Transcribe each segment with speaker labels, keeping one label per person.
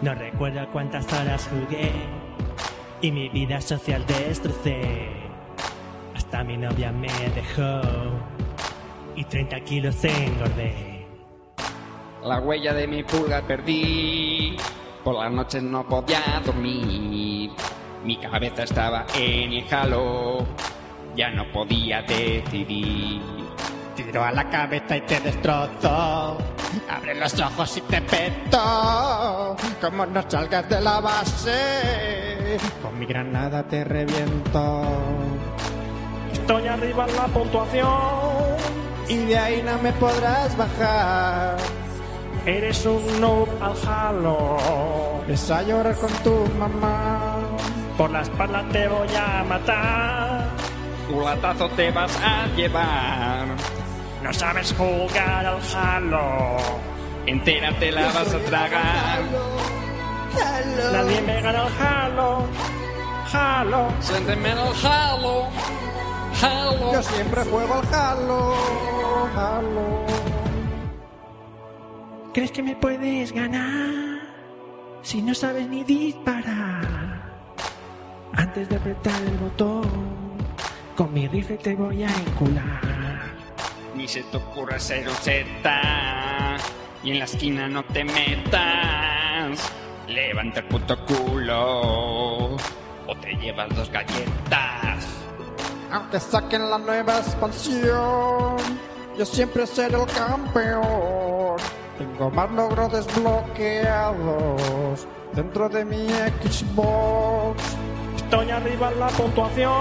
Speaker 1: No recuerdo cuántas horas jugué y mi vida social destrocé. Hasta mi novia me dejó y 30 kilos engordé.
Speaker 2: La huella de mi pulga perdí, por las noches no podía dormir. Mi cabeza estaba en el jalo, ya no podía decidir. Tiro a la cabeza y te destrozo. Abre los ojos y te peto. Como no salgas de la base, con mi granada te reviento.
Speaker 3: Estoy arriba en la puntuación.
Speaker 2: Y de ahí no me podrás bajar.
Speaker 3: Eres un noob al halo.
Speaker 2: Ves a llorar con tu mamá.
Speaker 3: Por la espalda te voy a matar.
Speaker 2: Culatazo te vas a llevar.
Speaker 3: No sabes jugar al halo.
Speaker 2: Entera te la vas a tragar.
Speaker 3: Nadie me gana al halo. Halo.
Speaker 2: Siénteme en el jalo. Jalo.
Speaker 4: Yo siempre juego al jalo, jalo.
Speaker 1: ¿Crees que me puedes ganar si no sabes ni disparar? Antes de apretar el botón, con mi rifle te voy a encular.
Speaker 2: Ni se te ocurra ser un Z. Y en la esquina no te metas. Levanta el puto culo. O te llevas dos galletas.
Speaker 4: Aunque saquen la nueva expansión, yo siempre seré el campeón. Tengo más logros desbloqueados dentro de mi Xbox.
Speaker 3: Estoy arriba en la puntuación.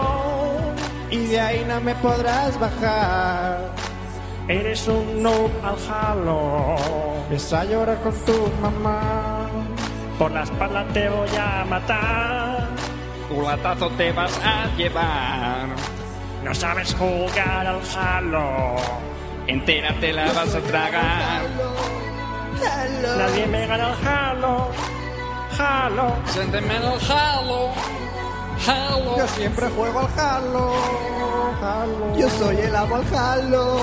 Speaker 4: Y de ahí no me podrás bajar.
Speaker 3: Eres un noob al halo.
Speaker 4: Ves a llorar con tu mamá.
Speaker 3: Por la espalda te voy a matar.
Speaker 2: Culatazo te vas a llevar.
Speaker 3: No sabes jugar al halo.
Speaker 2: Entera te la vas a tragar.
Speaker 3: Nadie me gana al halo. Halo.
Speaker 2: Siénteme en el jalo. Jalo.
Speaker 4: Yo siempre juego al jalo, jalo. Yo soy el amo al jalo,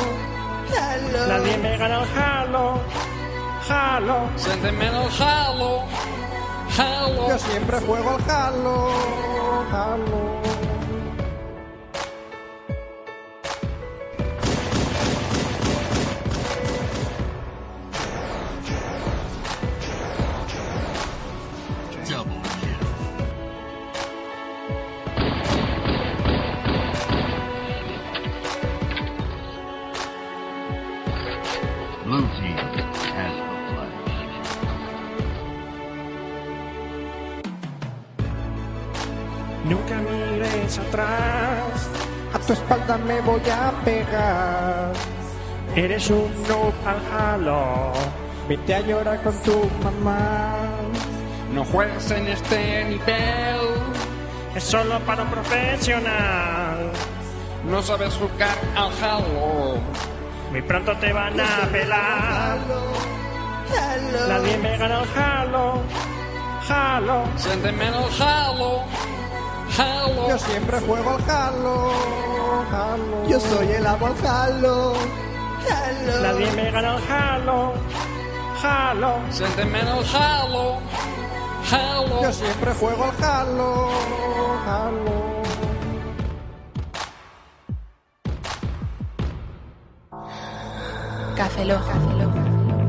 Speaker 4: jalo.
Speaker 3: Nadie me gana al halo. Halo.
Speaker 2: Siénteme en el jalo. Jalo.
Speaker 4: Yo siempre juego al jalo, jalo.
Speaker 5: Blue team has the flag.
Speaker 3: Nunca mires atrás.
Speaker 4: A tu espalda me voy a pegar.
Speaker 3: Eres un noob al halo.
Speaker 4: Vete a llorar con tu mamá.
Speaker 2: No juegues en este nivel.
Speaker 3: Es solo para un profesional.
Speaker 2: No sabes jugar al jalo.
Speaker 3: Muy pronto te van a pelar.
Speaker 4: Jalo.
Speaker 3: Nadie me gana al halo. Halo.
Speaker 2: Siénteme en el jalo. Jalo.
Speaker 4: Yo siempre juego al jalo, jalo. Yo soy el amo al jalo, jalo.
Speaker 3: Nadie me gana al halo. Halo.
Speaker 2: Siénteme en el jalo. Jalo.
Speaker 4: Yo siempre juego al jalo, jalo.
Speaker 6: Café Lock.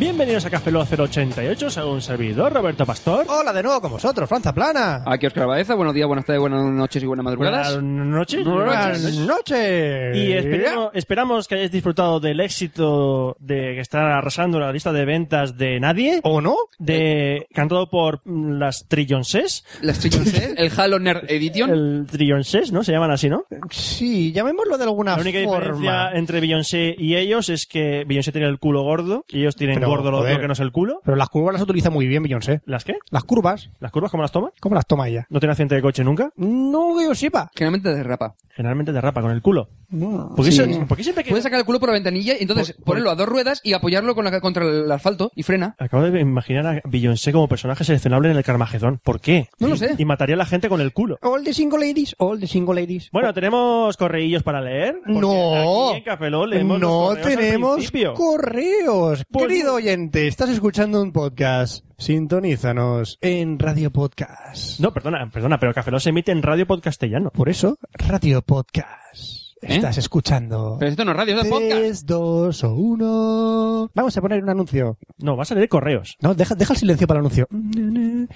Speaker 7: Bienvenidos a Café Lock 088, según un servidor, Roberto Pastor.
Speaker 8: Hola de nuevo con vosotros, Franza Plana.
Speaker 5: Aquí Oscar Baeza, buenos días, buenas tardes, buenas noches y buenas madrugadas.
Speaker 7: Buenas noches.
Speaker 8: Buenas
Speaker 7: Buenas noches.
Speaker 8: noches.
Speaker 7: Y esperamos, esperamos que hayáis disfrutado del éxito de que está arrasando la lista de ventas de Nadie,
Speaker 8: ¿O no?
Speaker 7: de cantado por mm, las Trillonses.
Speaker 5: Las chicas, ¿eh? el Halo Nerd Edition.
Speaker 7: El Trillonses, ¿no? Se llaman así, ¿no?
Speaker 8: Sí, llamémoslo de alguna
Speaker 7: La única
Speaker 8: forma.
Speaker 7: diferencia entre Beyoncé y ellos es que Beyoncé tiene el culo gordo y ellos tienen
Speaker 8: Pero,
Speaker 7: gordo lo,
Speaker 8: joder.
Speaker 7: lo que no es el culo.
Speaker 8: Pero las curvas las utiliza muy bien Beyoncé.
Speaker 7: ¿Las qué?
Speaker 8: Las curvas,
Speaker 7: ¿Las curvas cómo las toma?
Speaker 8: ¿cómo las toma ella?
Speaker 7: ¿No tiene accidente de coche nunca?
Speaker 8: No que yo sepa.
Speaker 5: Generalmente derrapa.
Speaker 7: Generalmente derrapa con el culo.
Speaker 8: No.
Speaker 7: ¿Por qué,
Speaker 5: Sí.
Speaker 7: se- por qué siempre que...
Speaker 5: Puedes sacar el culo por la ventanilla y entonces
Speaker 7: Por- por-
Speaker 5: ponerlo a dos ruedas y apoyarlo con la- contra el asfalto y frena.
Speaker 7: Acabo de imaginar a Beyoncé como personaje seleccionable en el Carmagedón. ¿Por qué?
Speaker 5: No lo sé.
Speaker 7: Y mataría a la gente con el culo.
Speaker 8: All the single ladies, all the single ladies.
Speaker 7: Bueno, tenemos correillos para leer. Porque
Speaker 8: No.
Speaker 7: Aquí en Café Lock leemos los
Speaker 8: No
Speaker 7: correos al
Speaker 8: tenemos
Speaker 7: principio.
Speaker 8: correos.
Speaker 7: Pues-
Speaker 8: Querido oyente, estás escuchando un podcast. Sintonízanos en Radio Podcast.
Speaker 7: No, perdona, perdona, pero Café Lock se emite en Radio Podcastellano.
Speaker 8: Por eso, Radio Podcast.
Speaker 5: ¿Eh?
Speaker 8: Estás escuchando.
Speaker 5: Pero esto no es radio, esto es podcast.
Speaker 8: 3, 2 o 1. Vamos a poner un anuncio.
Speaker 7: No, vas a leer correos.
Speaker 8: No, deja, deja el silencio para el anuncio.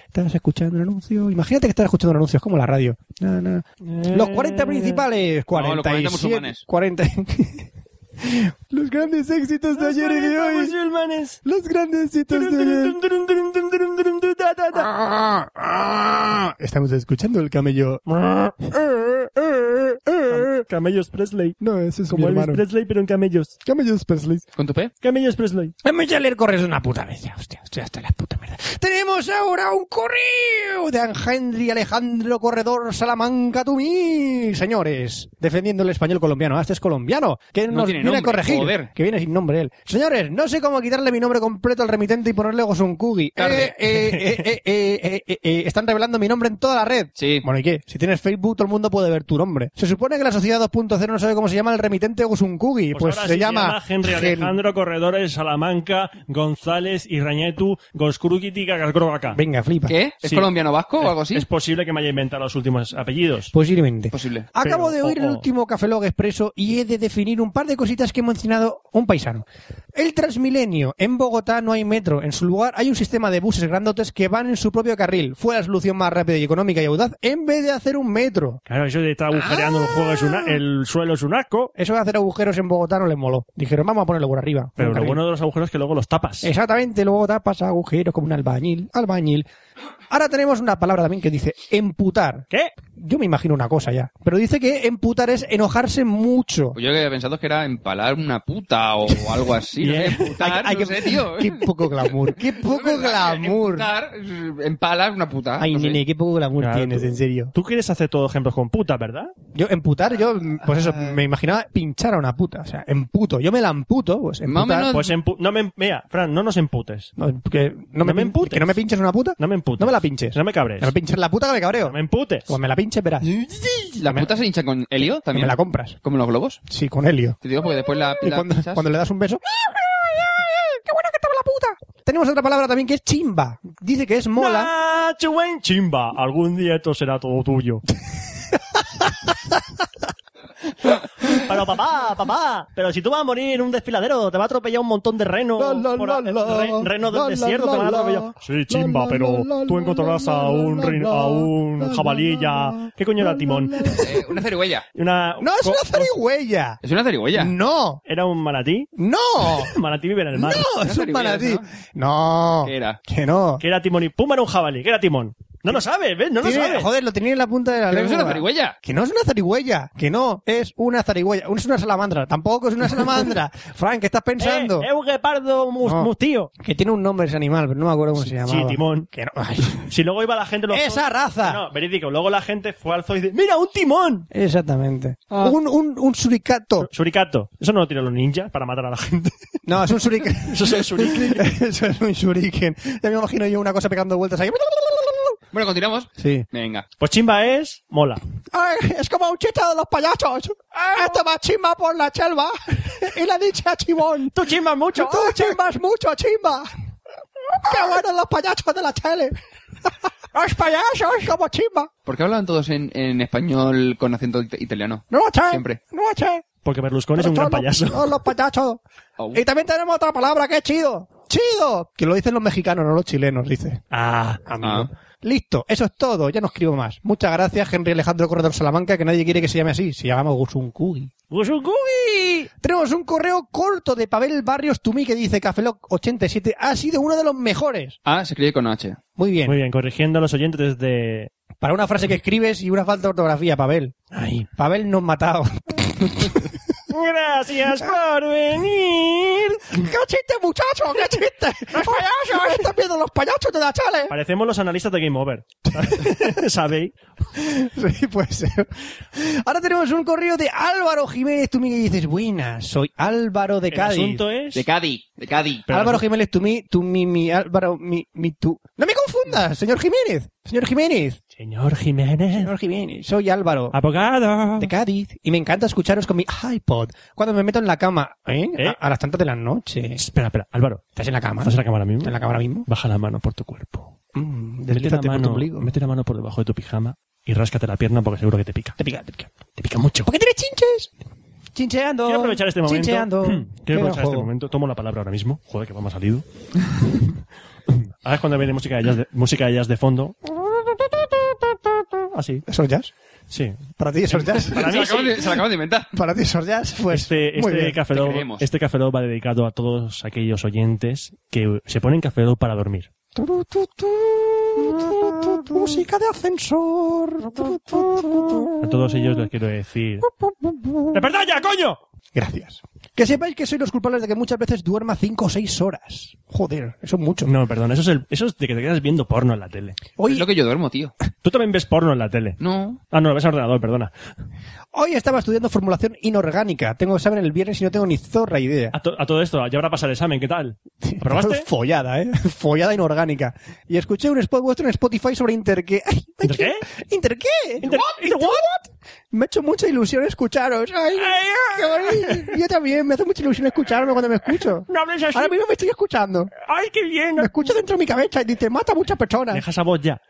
Speaker 8: Estás escuchando un anuncio. Imagínate que estás escuchando un anuncio, es como la radio. Na, na. Los 40
Speaker 5: No,
Speaker 8: principales.
Speaker 5: los 40
Speaker 8: 47,
Speaker 5: musulmanes.
Speaker 8: 40 Los grandes éxitos de ayer y de hoy. Los grandes éxitos de ayer. Ah, ah. Estamos escuchando el camello.
Speaker 5: eh,
Speaker 7: Camellos Presley.
Speaker 8: No, ese es mi
Speaker 7: Como Elvis
Speaker 8: hermano.
Speaker 7: Presley, pero en camellos.
Speaker 8: Camellos Presley.
Speaker 5: ¿Con tu P?
Speaker 7: Camellos Presley.
Speaker 8: Vamos ya a leer correos de una puta vez. Ya, hostia, estoy hasta la puta mierda. Tenemos ahora un correo de Angendri Alejandro Corredor Salamanca Tumí. Señores, defendiendo el español colombiano. Ah, Este es colombiano. Que
Speaker 5: No
Speaker 8: nos
Speaker 5: tiene
Speaker 8: viene a
Speaker 5: nombre,
Speaker 8: corregir.
Speaker 5: joder.
Speaker 8: Que viene sin nombre él. Señores, no sé cómo quitarle mi nombre completo al remitente y ponerle Gosunkugi.
Speaker 5: Tarde.
Speaker 8: Eh, eh, eh, eh, eh, eh, eh, eh, están revelando mi nombre en toda la red.
Speaker 5: Sí.
Speaker 8: Bueno, ¿y qué? Si tienes Facebook, todo el mundo puede ver tu nombre. Se supone que la sociedad 2.0 no sabe cómo se llama el remitente Gosunkugi. Pues,
Speaker 7: ahora
Speaker 8: se,
Speaker 7: sí
Speaker 8: llama...
Speaker 7: Henry
Speaker 8: Gen-
Speaker 7: Alejandro Corredores, Salamanca, González, Irrañetu, Goskruki, Gagargrovaca.
Speaker 8: Venga, flipa.
Speaker 5: ¿Qué? ¿Es
Speaker 7: Sí.
Speaker 5: colombiano vasco o algo así?
Speaker 7: Es posible que me haya inventado los últimos apellidos.
Speaker 8: Posiblemente.
Speaker 5: posible.
Speaker 8: Acabo
Speaker 7: Pero,
Speaker 8: de oír el
Speaker 7: oh, oh.
Speaker 8: último Café Log Expreso y he de definir un par de cositas que ha mencionado un paisano. El Transmilenio. En Bogotá no hay metro. En su lugar hay un sistema de buses grandotes que van en su propio carril. Fue la solución más rápida y económica y audaz en vez de hacer un metro.
Speaker 7: Claro, eso de estar agujereando el juego es
Speaker 8: Ah.
Speaker 7: una- el suelo es un asco.
Speaker 8: Eso de hacer agujeros en Bogotá no les moló. Dijeron, vamos a ponerlo por arriba. por
Speaker 7: Pero
Speaker 8: un
Speaker 7: lo
Speaker 8: carril".
Speaker 7: bueno de los agujeros es que luego los tapas.
Speaker 8: Exactamente, luego tapas agujeros como un albañil. Albañil. Ahora tenemos una palabra también que dice emputar.
Speaker 7: ¿Qué?
Speaker 8: Yo me imagino una cosa ya. Pero dice que emputar es enojarse mucho.
Speaker 5: Pues yo que había pensado que era empalar una puta o algo así. no sé,
Speaker 7: Bien.
Speaker 5: emputar,
Speaker 8: Hay- hay
Speaker 5: no
Speaker 8: que-
Speaker 5: sé, tío.
Speaker 8: Qué poco glamour, qué poco
Speaker 5: Es verdad,
Speaker 8: glamour.
Speaker 5: Emputar, empalar una puta.
Speaker 8: Ay,
Speaker 5: no sé.
Speaker 8: nene, qué poco glamour
Speaker 7: Claro,
Speaker 8: Pues tienes,
Speaker 7: tú-
Speaker 8: en serio.
Speaker 7: Tú quieres hacer todos ejemplos con puta, ¿verdad?
Speaker 8: Yo, emputar, yo, pues
Speaker 5: Ah.
Speaker 8: eso, me imaginaba pinchar a una puta. O sea, emputo. Yo me la emputo, pues
Speaker 5: Más o
Speaker 8: emputar.
Speaker 5: menos-
Speaker 7: Pues empu- no me, mira, Fran, no nos emputes.
Speaker 8: No, que no me,
Speaker 7: me
Speaker 8: pin-
Speaker 7: emputes.
Speaker 8: Que no me pinches una puta.
Speaker 7: No me emputes.
Speaker 8: No me la pinches.
Speaker 7: No me cabres.
Speaker 8: No me pinches la puta que me cabreo.
Speaker 7: No me emputes.
Speaker 8: Pues me la pinches, verás. Que
Speaker 5: ¿La puta se hincha con helio también?
Speaker 8: me la compras.
Speaker 5: ¿Como los globos?
Speaker 8: Sí, con helio.
Speaker 5: Te digo porque después la,
Speaker 8: Y
Speaker 5: la
Speaker 8: cuando,
Speaker 5: pinchas.
Speaker 8: cuando le das un beso. ¡Qué buena que estaba la puta! Tenemos otra palabra también que es chimba. Dice que es mola.
Speaker 7: Nacho en chimba. Algún día esto será todo tuyo. pero papá, papá, pero si tú vas a morir en un desfiladero, te va a atropellar un montón de renos.
Speaker 8: La, la,
Speaker 7: por-
Speaker 8: la, la.
Speaker 7: re- renos
Speaker 8: La,
Speaker 7: del
Speaker 8: la,
Speaker 7: desierto
Speaker 8: la,
Speaker 7: te van a
Speaker 8: la.
Speaker 7: atropellar. Sí, chimba,
Speaker 8: La, la,
Speaker 7: pero
Speaker 8: la, la,
Speaker 7: tú encontrarás
Speaker 8: la, la,
Speaker 7: a un,
Speaker 8: la,
Speaker 7: rin-
Speaker 8: la,
Speaker 7: a
Speaker 8: la,
Speaker 7: un
Speaker 8: la,
Speaker 7: jabalí
Speaker 8: la,
Speaker 7: ya.
Speaker 8: la,
Speaker 7: ¿Qué coño
Speaker 8: la,
Speaker 7: era timón?
Speaker 8: la, la.
Speaker 5: Eh, una zarigüeya.
Speaker 7: Una,
Speaker 8: No es
Speaker 7: co-
Speaker 8: una zarigüeya.
Speaker 5: Es una zarigüeya.
Speaker 8: No,
Speaker 7: Era un manatí.
Speaker 8: no,
Speaker 7: Manatí vive en el
Speaker 8: no,
Speaker 7: mar.
Speaker 8: es un
Speaker 5: zarigüeyas,
Speaker 8: manatí. No,
Speaker 5: ¿Qué era?
Speaker 8: que no.
Speaker 7: Que era timón y puma, era un jabalí. Que era timón. No lo sabes, ¿ves? No lo
Speaker 8: Tiene-
Speaker 7: sabes.
Speaker 8: joder, lo tenía en la punta de la
Speaker 5: Pero es
Speaker 8: lengua.
Speaker 5: una zarigüeya.
Speaker 8: Que no es una zarigüeya, que no es una zarigüeya, es una salamandra, tampoco es una salamandra. Frank, ¿qué estás pensando?
Speaker 7: Eh, es un guepardo mus-
Speaker 8: No.
Speaker 7: mustío.
Speaker 8: Que tiene un nombre ese animal, pero no me acuerdo cómo se llamaba.
Speaker 7: Sí, timón.
Speaker 8: Que no- ay,
Speaker 7: Si luego iba la gente... Los
Speaker 8: ¡Esa raza!
Speaker 7: No, verídico. Luego la gente fue al zoo y dice, ¡Mira, un timón!
Speaker 8: Exactamente. Un, un, un suricato.
Speaker 7: Suricato. Eso no lo tiran los ninjas para matar a la gente.
Speaker 8: No, es un suricato.
Speaker 7: Eso es un suricato.
Speaker 8: Eso es un shuriken. Ya me imagino yo una cosa pegando vueltas ahí.
Speaker 5: Bueno, continuamos.
Speaker 8: Sí.
Speaker 5: Venga.
Speaker 7: Pues chimba es... Mola.
Speaker 8: Ay, es como un chiste de los payasos. Esto va chimba por la chelva. Y le dice a Chimón.
Speaker 7: Tú chimbas mucho.
Speaker 8: Tú chimbas mucho, chimba. Qué bueno los payasos de la tele. Los payasos como chimba.
Speaker 5: ¿Por qué hablan todos en, en español con acento it- italiano?
Speaker 8: No lo sé.
Speaker 5: Siempre.
Speaker 8: No lo sé.
Speaker 7: Porque Berlusconi es un
Speaker 8: Todos
Speaker 7: gran
Speaker 8: los-
Speaker 7: payaso.
Speaker 8: Todos los payasos.
Speaker 5: Au.
Speaker 8: Y también tenemos otra palabra que es chido. ¡Chido! Que lo dicen los mexicanos, no los chilenos, dice.
Speaker 7: Ah,
Speaker 5: amigo.
Speaker 8: Listo, eso es todo, ya no escribo más. Muchas gracias, Henry Alejandro Corredor Salamanca, que nadie quiere que se llame así, si llamamos Gusunkugi.
Speaker 7: ¡Gusukugi!
Speaker 8: Tenemos un correo corto de Pavel Barrios Tumí que dice Cafeloc87 ha sido uno de los mejores.
Speaker 5: Ah, se escribe con H.
Speaker 8: Muy bien.
Speaker 7: Muy bien, corrigiendo a los oyentes de...
Speaker 8: Para una frase que escribes y una falta de ortografía, Pavel.
Speaker 7: Ay.
Speaker 8: Pavel nos matado.
Speaker 7: Gracias por venir.
Speaker 8: ¡Qué chiste, muchacho! ¡Qué chiste! ¡Los
Speaker 7: eh.
Speaker 8: payasos! ¡Están viendo los payasos de la chale!
Speaker 7: Parecemos los analistas de Game Over. ¿Sabéis?
Speaker 8: Sí, puede ser. Ahora tenemos un correo de Álvaro Jiménez Tumí que dices, buenas, soy Álvaro de
Speaker 7: El
Speaker 8: Cádiz.
Speaker 7: asunto es...
Speaker 5: De Cádiz, de Cádiz.
Speaker 7: Pero
Speaker 8: Álvaro
Speaker 7: eso-
Speaker 8: Jiménez, tú mi, tú mi, mi, Álvaro, mi, mi, tú. No me confundas, señor Jiménez. Señor Jiménez.
Speaker 7: Señor Jiménez.
Speaker 8: Señor Jiménez, soy Álvaro.
Speaker 7: Abogado.
Speaker 8: De Cádiz. Y me encanta escucharos con mi iPod. Cuando me meto en la cama, ¿eh?
Speaker 7: ¿Eh?
Speaker 8: A, a las tantas de la noche.
Speaker 7: Espera, espera, Álvaro.
Speaker 8: ¿Estás en la cama?
Speaker 7: ¿Estás en la cámara mismo?
Speaker 8: ¿Estás en la cama ahora mismo?
Speaker 7: Baja la mano por tu cuerpo.
Speaker 8: Mm,
Speaker 7: Mete la,
Speaker 8: deslízate por tu
Speaker 7: mano,
Speaker 8: ombligo.
Speaker 7: mete la mano por debajo de tu pijama y ráscate la pierna porque seguro que te pica.
Speaker 8: Te pica, te pica.
Speaker 7: Te pica mucho.
Speaker 8: ¿Por qué tienes chinches? Chincheando.
Speaker 7: Quiero aprovechar este momento.
Speaker 8: Chincheando.
Speaker 7: Quiero aprovechar este
Speaker 8: juego.
Speaker 7: momento. Tomo la palabra ahora mismo. Joder, que vamos ha salido. Ahora es cuando viene música de jazz de, música de, jazz de fondo. Así,
Speaker 8: ¿Esos jazz?
Speaker 7: sí.
Speaker 8: ¿Para ti esos jazz?
Speaker 7: Para
Speaker 5: se,
Speaker 7: mí
Speaker 5: lo
Speaker 7: sí.
Speaker 5: acabo de, se lo acabo de inventar.
Speaker 8: ¿Para ti esos jazz? Pues
Speaker 7: Este,
Speaker 8: muy
Speaker 7: este,
Speaker 8: bien.
Speaker 7: Café Lock-
Speaker 5: Te creemos.
Speaker 7: este Café Lock va dedicado a todos aquellos oyentes que se ponen Café Lock para dormir.
Speaker 8: Turu, tu, tu, tu, tu, tu, Música de ascensor. Tu, tu, tu, tu.
Speaker 7: A todos ellos les quiero decir... ¡Despertad ya, coño!
Speaker 8: Gracias. Que sepáis que sois los culpables de que muchas veces duerma 5 o 6 horas. Joder, eso es mucho.
Speaker 7: No, perdón, eso es, el, eso es de que te quedas viendo porno en la tele.
Speaker 8: Hoy,
Speaker 5: Es lo que yo duermo, tío.
Speaker 7: Tú también ves porno en la tele.
Speaker 5: No.
Speaker 7: Ah, no, lo ves en ordenador, perdona.
Speaker 8: hoy estaba estudiando formulación inorgánica. Tengo examen el viernes y no tengo ni zorra idea.
Speaker 7: A, to- a todo esto, ya habrá pasado el examen, ¿qué tal? ¿Aprobaste?
Speaker 8: Follada, ¿eh? Follada inorgánica. Y escuché un spot vuestro en Spotify sobre Interqué. Ay, me ha
Speaker 7: ¿Interqué?
Speaker 8: hecho- ¿Interqué?
Speaker 7: Inter- Inter-
Speaker 8: what? Me ha hecho mucha ilusión escucharos. Ay, qué bonito. Yo también, me hace mucha ilusión escucharme cuando me escucho.
Speaker 7: No hables así.
Speaker 8: Ahora mismo me estoy escuchando.
Speaker 7: ¡Ay, qué bien!
Speaker 8: Me escucho dentro de mi cabeza y te mata a muchas personas.
Speaker 7: Deja esa voz ya.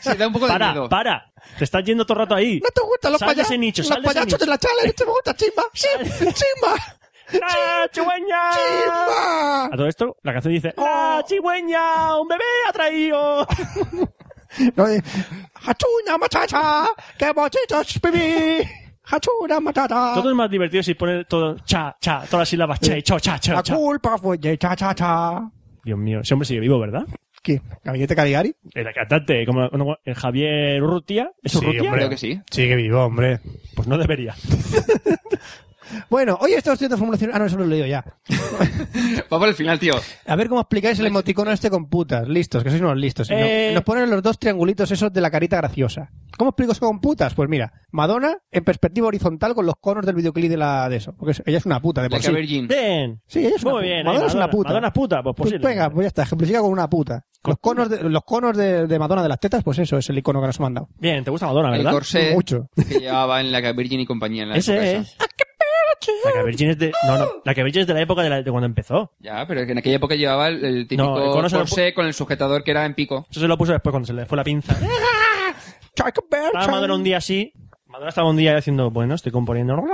Speaker 5: Se da un poco de
Speaker 7: Para,
Speaker 5: miedo.
Speaker 7: para. Te estás yendo todo el rato ahí.
Speaker 8: ¿No te gustan los
Speaker 7: Sal de
Speaker 8: payasos?
Speaker 7: ese nicho,
Speaker 8: Los
Speaker 7: sal de ese
Speaker 8: payasos de la chala, ¿no te gusta Chimba? Sí, Chimba.
Speaker 7: ¡La chigüeña!
Speaker 8: Chimba.
Speaker 7: A todo esto, la canción dice ¡La chigüeña! ¡Un bebé ha traído!
Speaker 8: No, de, Hachuna matata, qué bochitos bebí. Hachuna matata.
Speaker 7: Todo es más divertido si pones todo cha, cha, todas las sílabas cha y cho, cha, cha,
Speaker 8: La
Speaker 7: cha.
Speaker 8: culpa fue de cha cha cha.
Speaker 7: Dios mío, ese hombre sigue vivo, ¿verdad?
Speaker 8: ¿Qué? ¿Gabinete Caligari?
Speaker 7: El cantante, como como el Javier Urrutia. ¿Es Urrutia?
Speaker 5: Creo que sí.
Speaker 8: Sigue vivo, hombre.
Speaker 7: Pues no debería.
Speaker 8: Bueno, hoy estoy haciendo formulación. Ah, no, eso lo he leído ya.
Speaker 5: Va por el final, tío.
Speaker 8: A ver cómo explicáis el emoticono este con putas. Listos, que sois unos listos. Y no-
Speaker 7: Eh.
Speaker 8: y Nos ponen los dos triangulitos esos de la carita graciosa. ¿Cómo explico eso con putas? Pues mira, Madonna en perspectiva horizontal con los conos del videoclip de la de eso. Porque es- ella es una puta
Speaker 7: Pues
Speaker 8: de por
Speaker 5: La
Speaker 8: sí.
Speaker 5: Virgin.
Speaker 7: Bien.
Speaker 8: Sí, ella es una
Speaker 7: Muy
Speaker 8: puta.
Speaker 7: bien.
Speaker 8: Madonna
Speaker 7: eh,
Speaker 8: es una puta.
Speaker 7: Madonna es puta. Pues,
Speaker 8: Pues
Speaker 7: posible.
Speaker 8: venga, pues ya está, ejemplifica con una puta.
Speaker 7: Con
Speaker 8: Los conos, de, los conos de, de Madonna de las tetas, pues eso es el icono que nos han mandado.
Speaker 7: Bien, te gusta Madonna,
Speaker 5: El
Speaker 7: ¿verdad?
Speaker 5: corsé
Speaker 8: Mucho.
Speaker 5: que llevaba en la Virgin y compañía. En la época
Speaker 7: Ese
Speaker 5: esa.
Speaker 7: es. Ah, La que Virgin es de. No, no. La que Virgin es de la época de, la- de cuando empezó.
Speaker 5: Ya, pero es que en aquella época llevaba el, el típico
Speaker 7: No, el cono se lo
Speaker 5: corsé con el sujetador que era en pico.
Speaker 7: Eso se lo puso después cuando se le fue la pinza.
Speaker 8: Chuck Berry.
Speaker 7: Estaba Madonna un día así. Madonna estaba un día haciendo, bueno, estoy componiendo.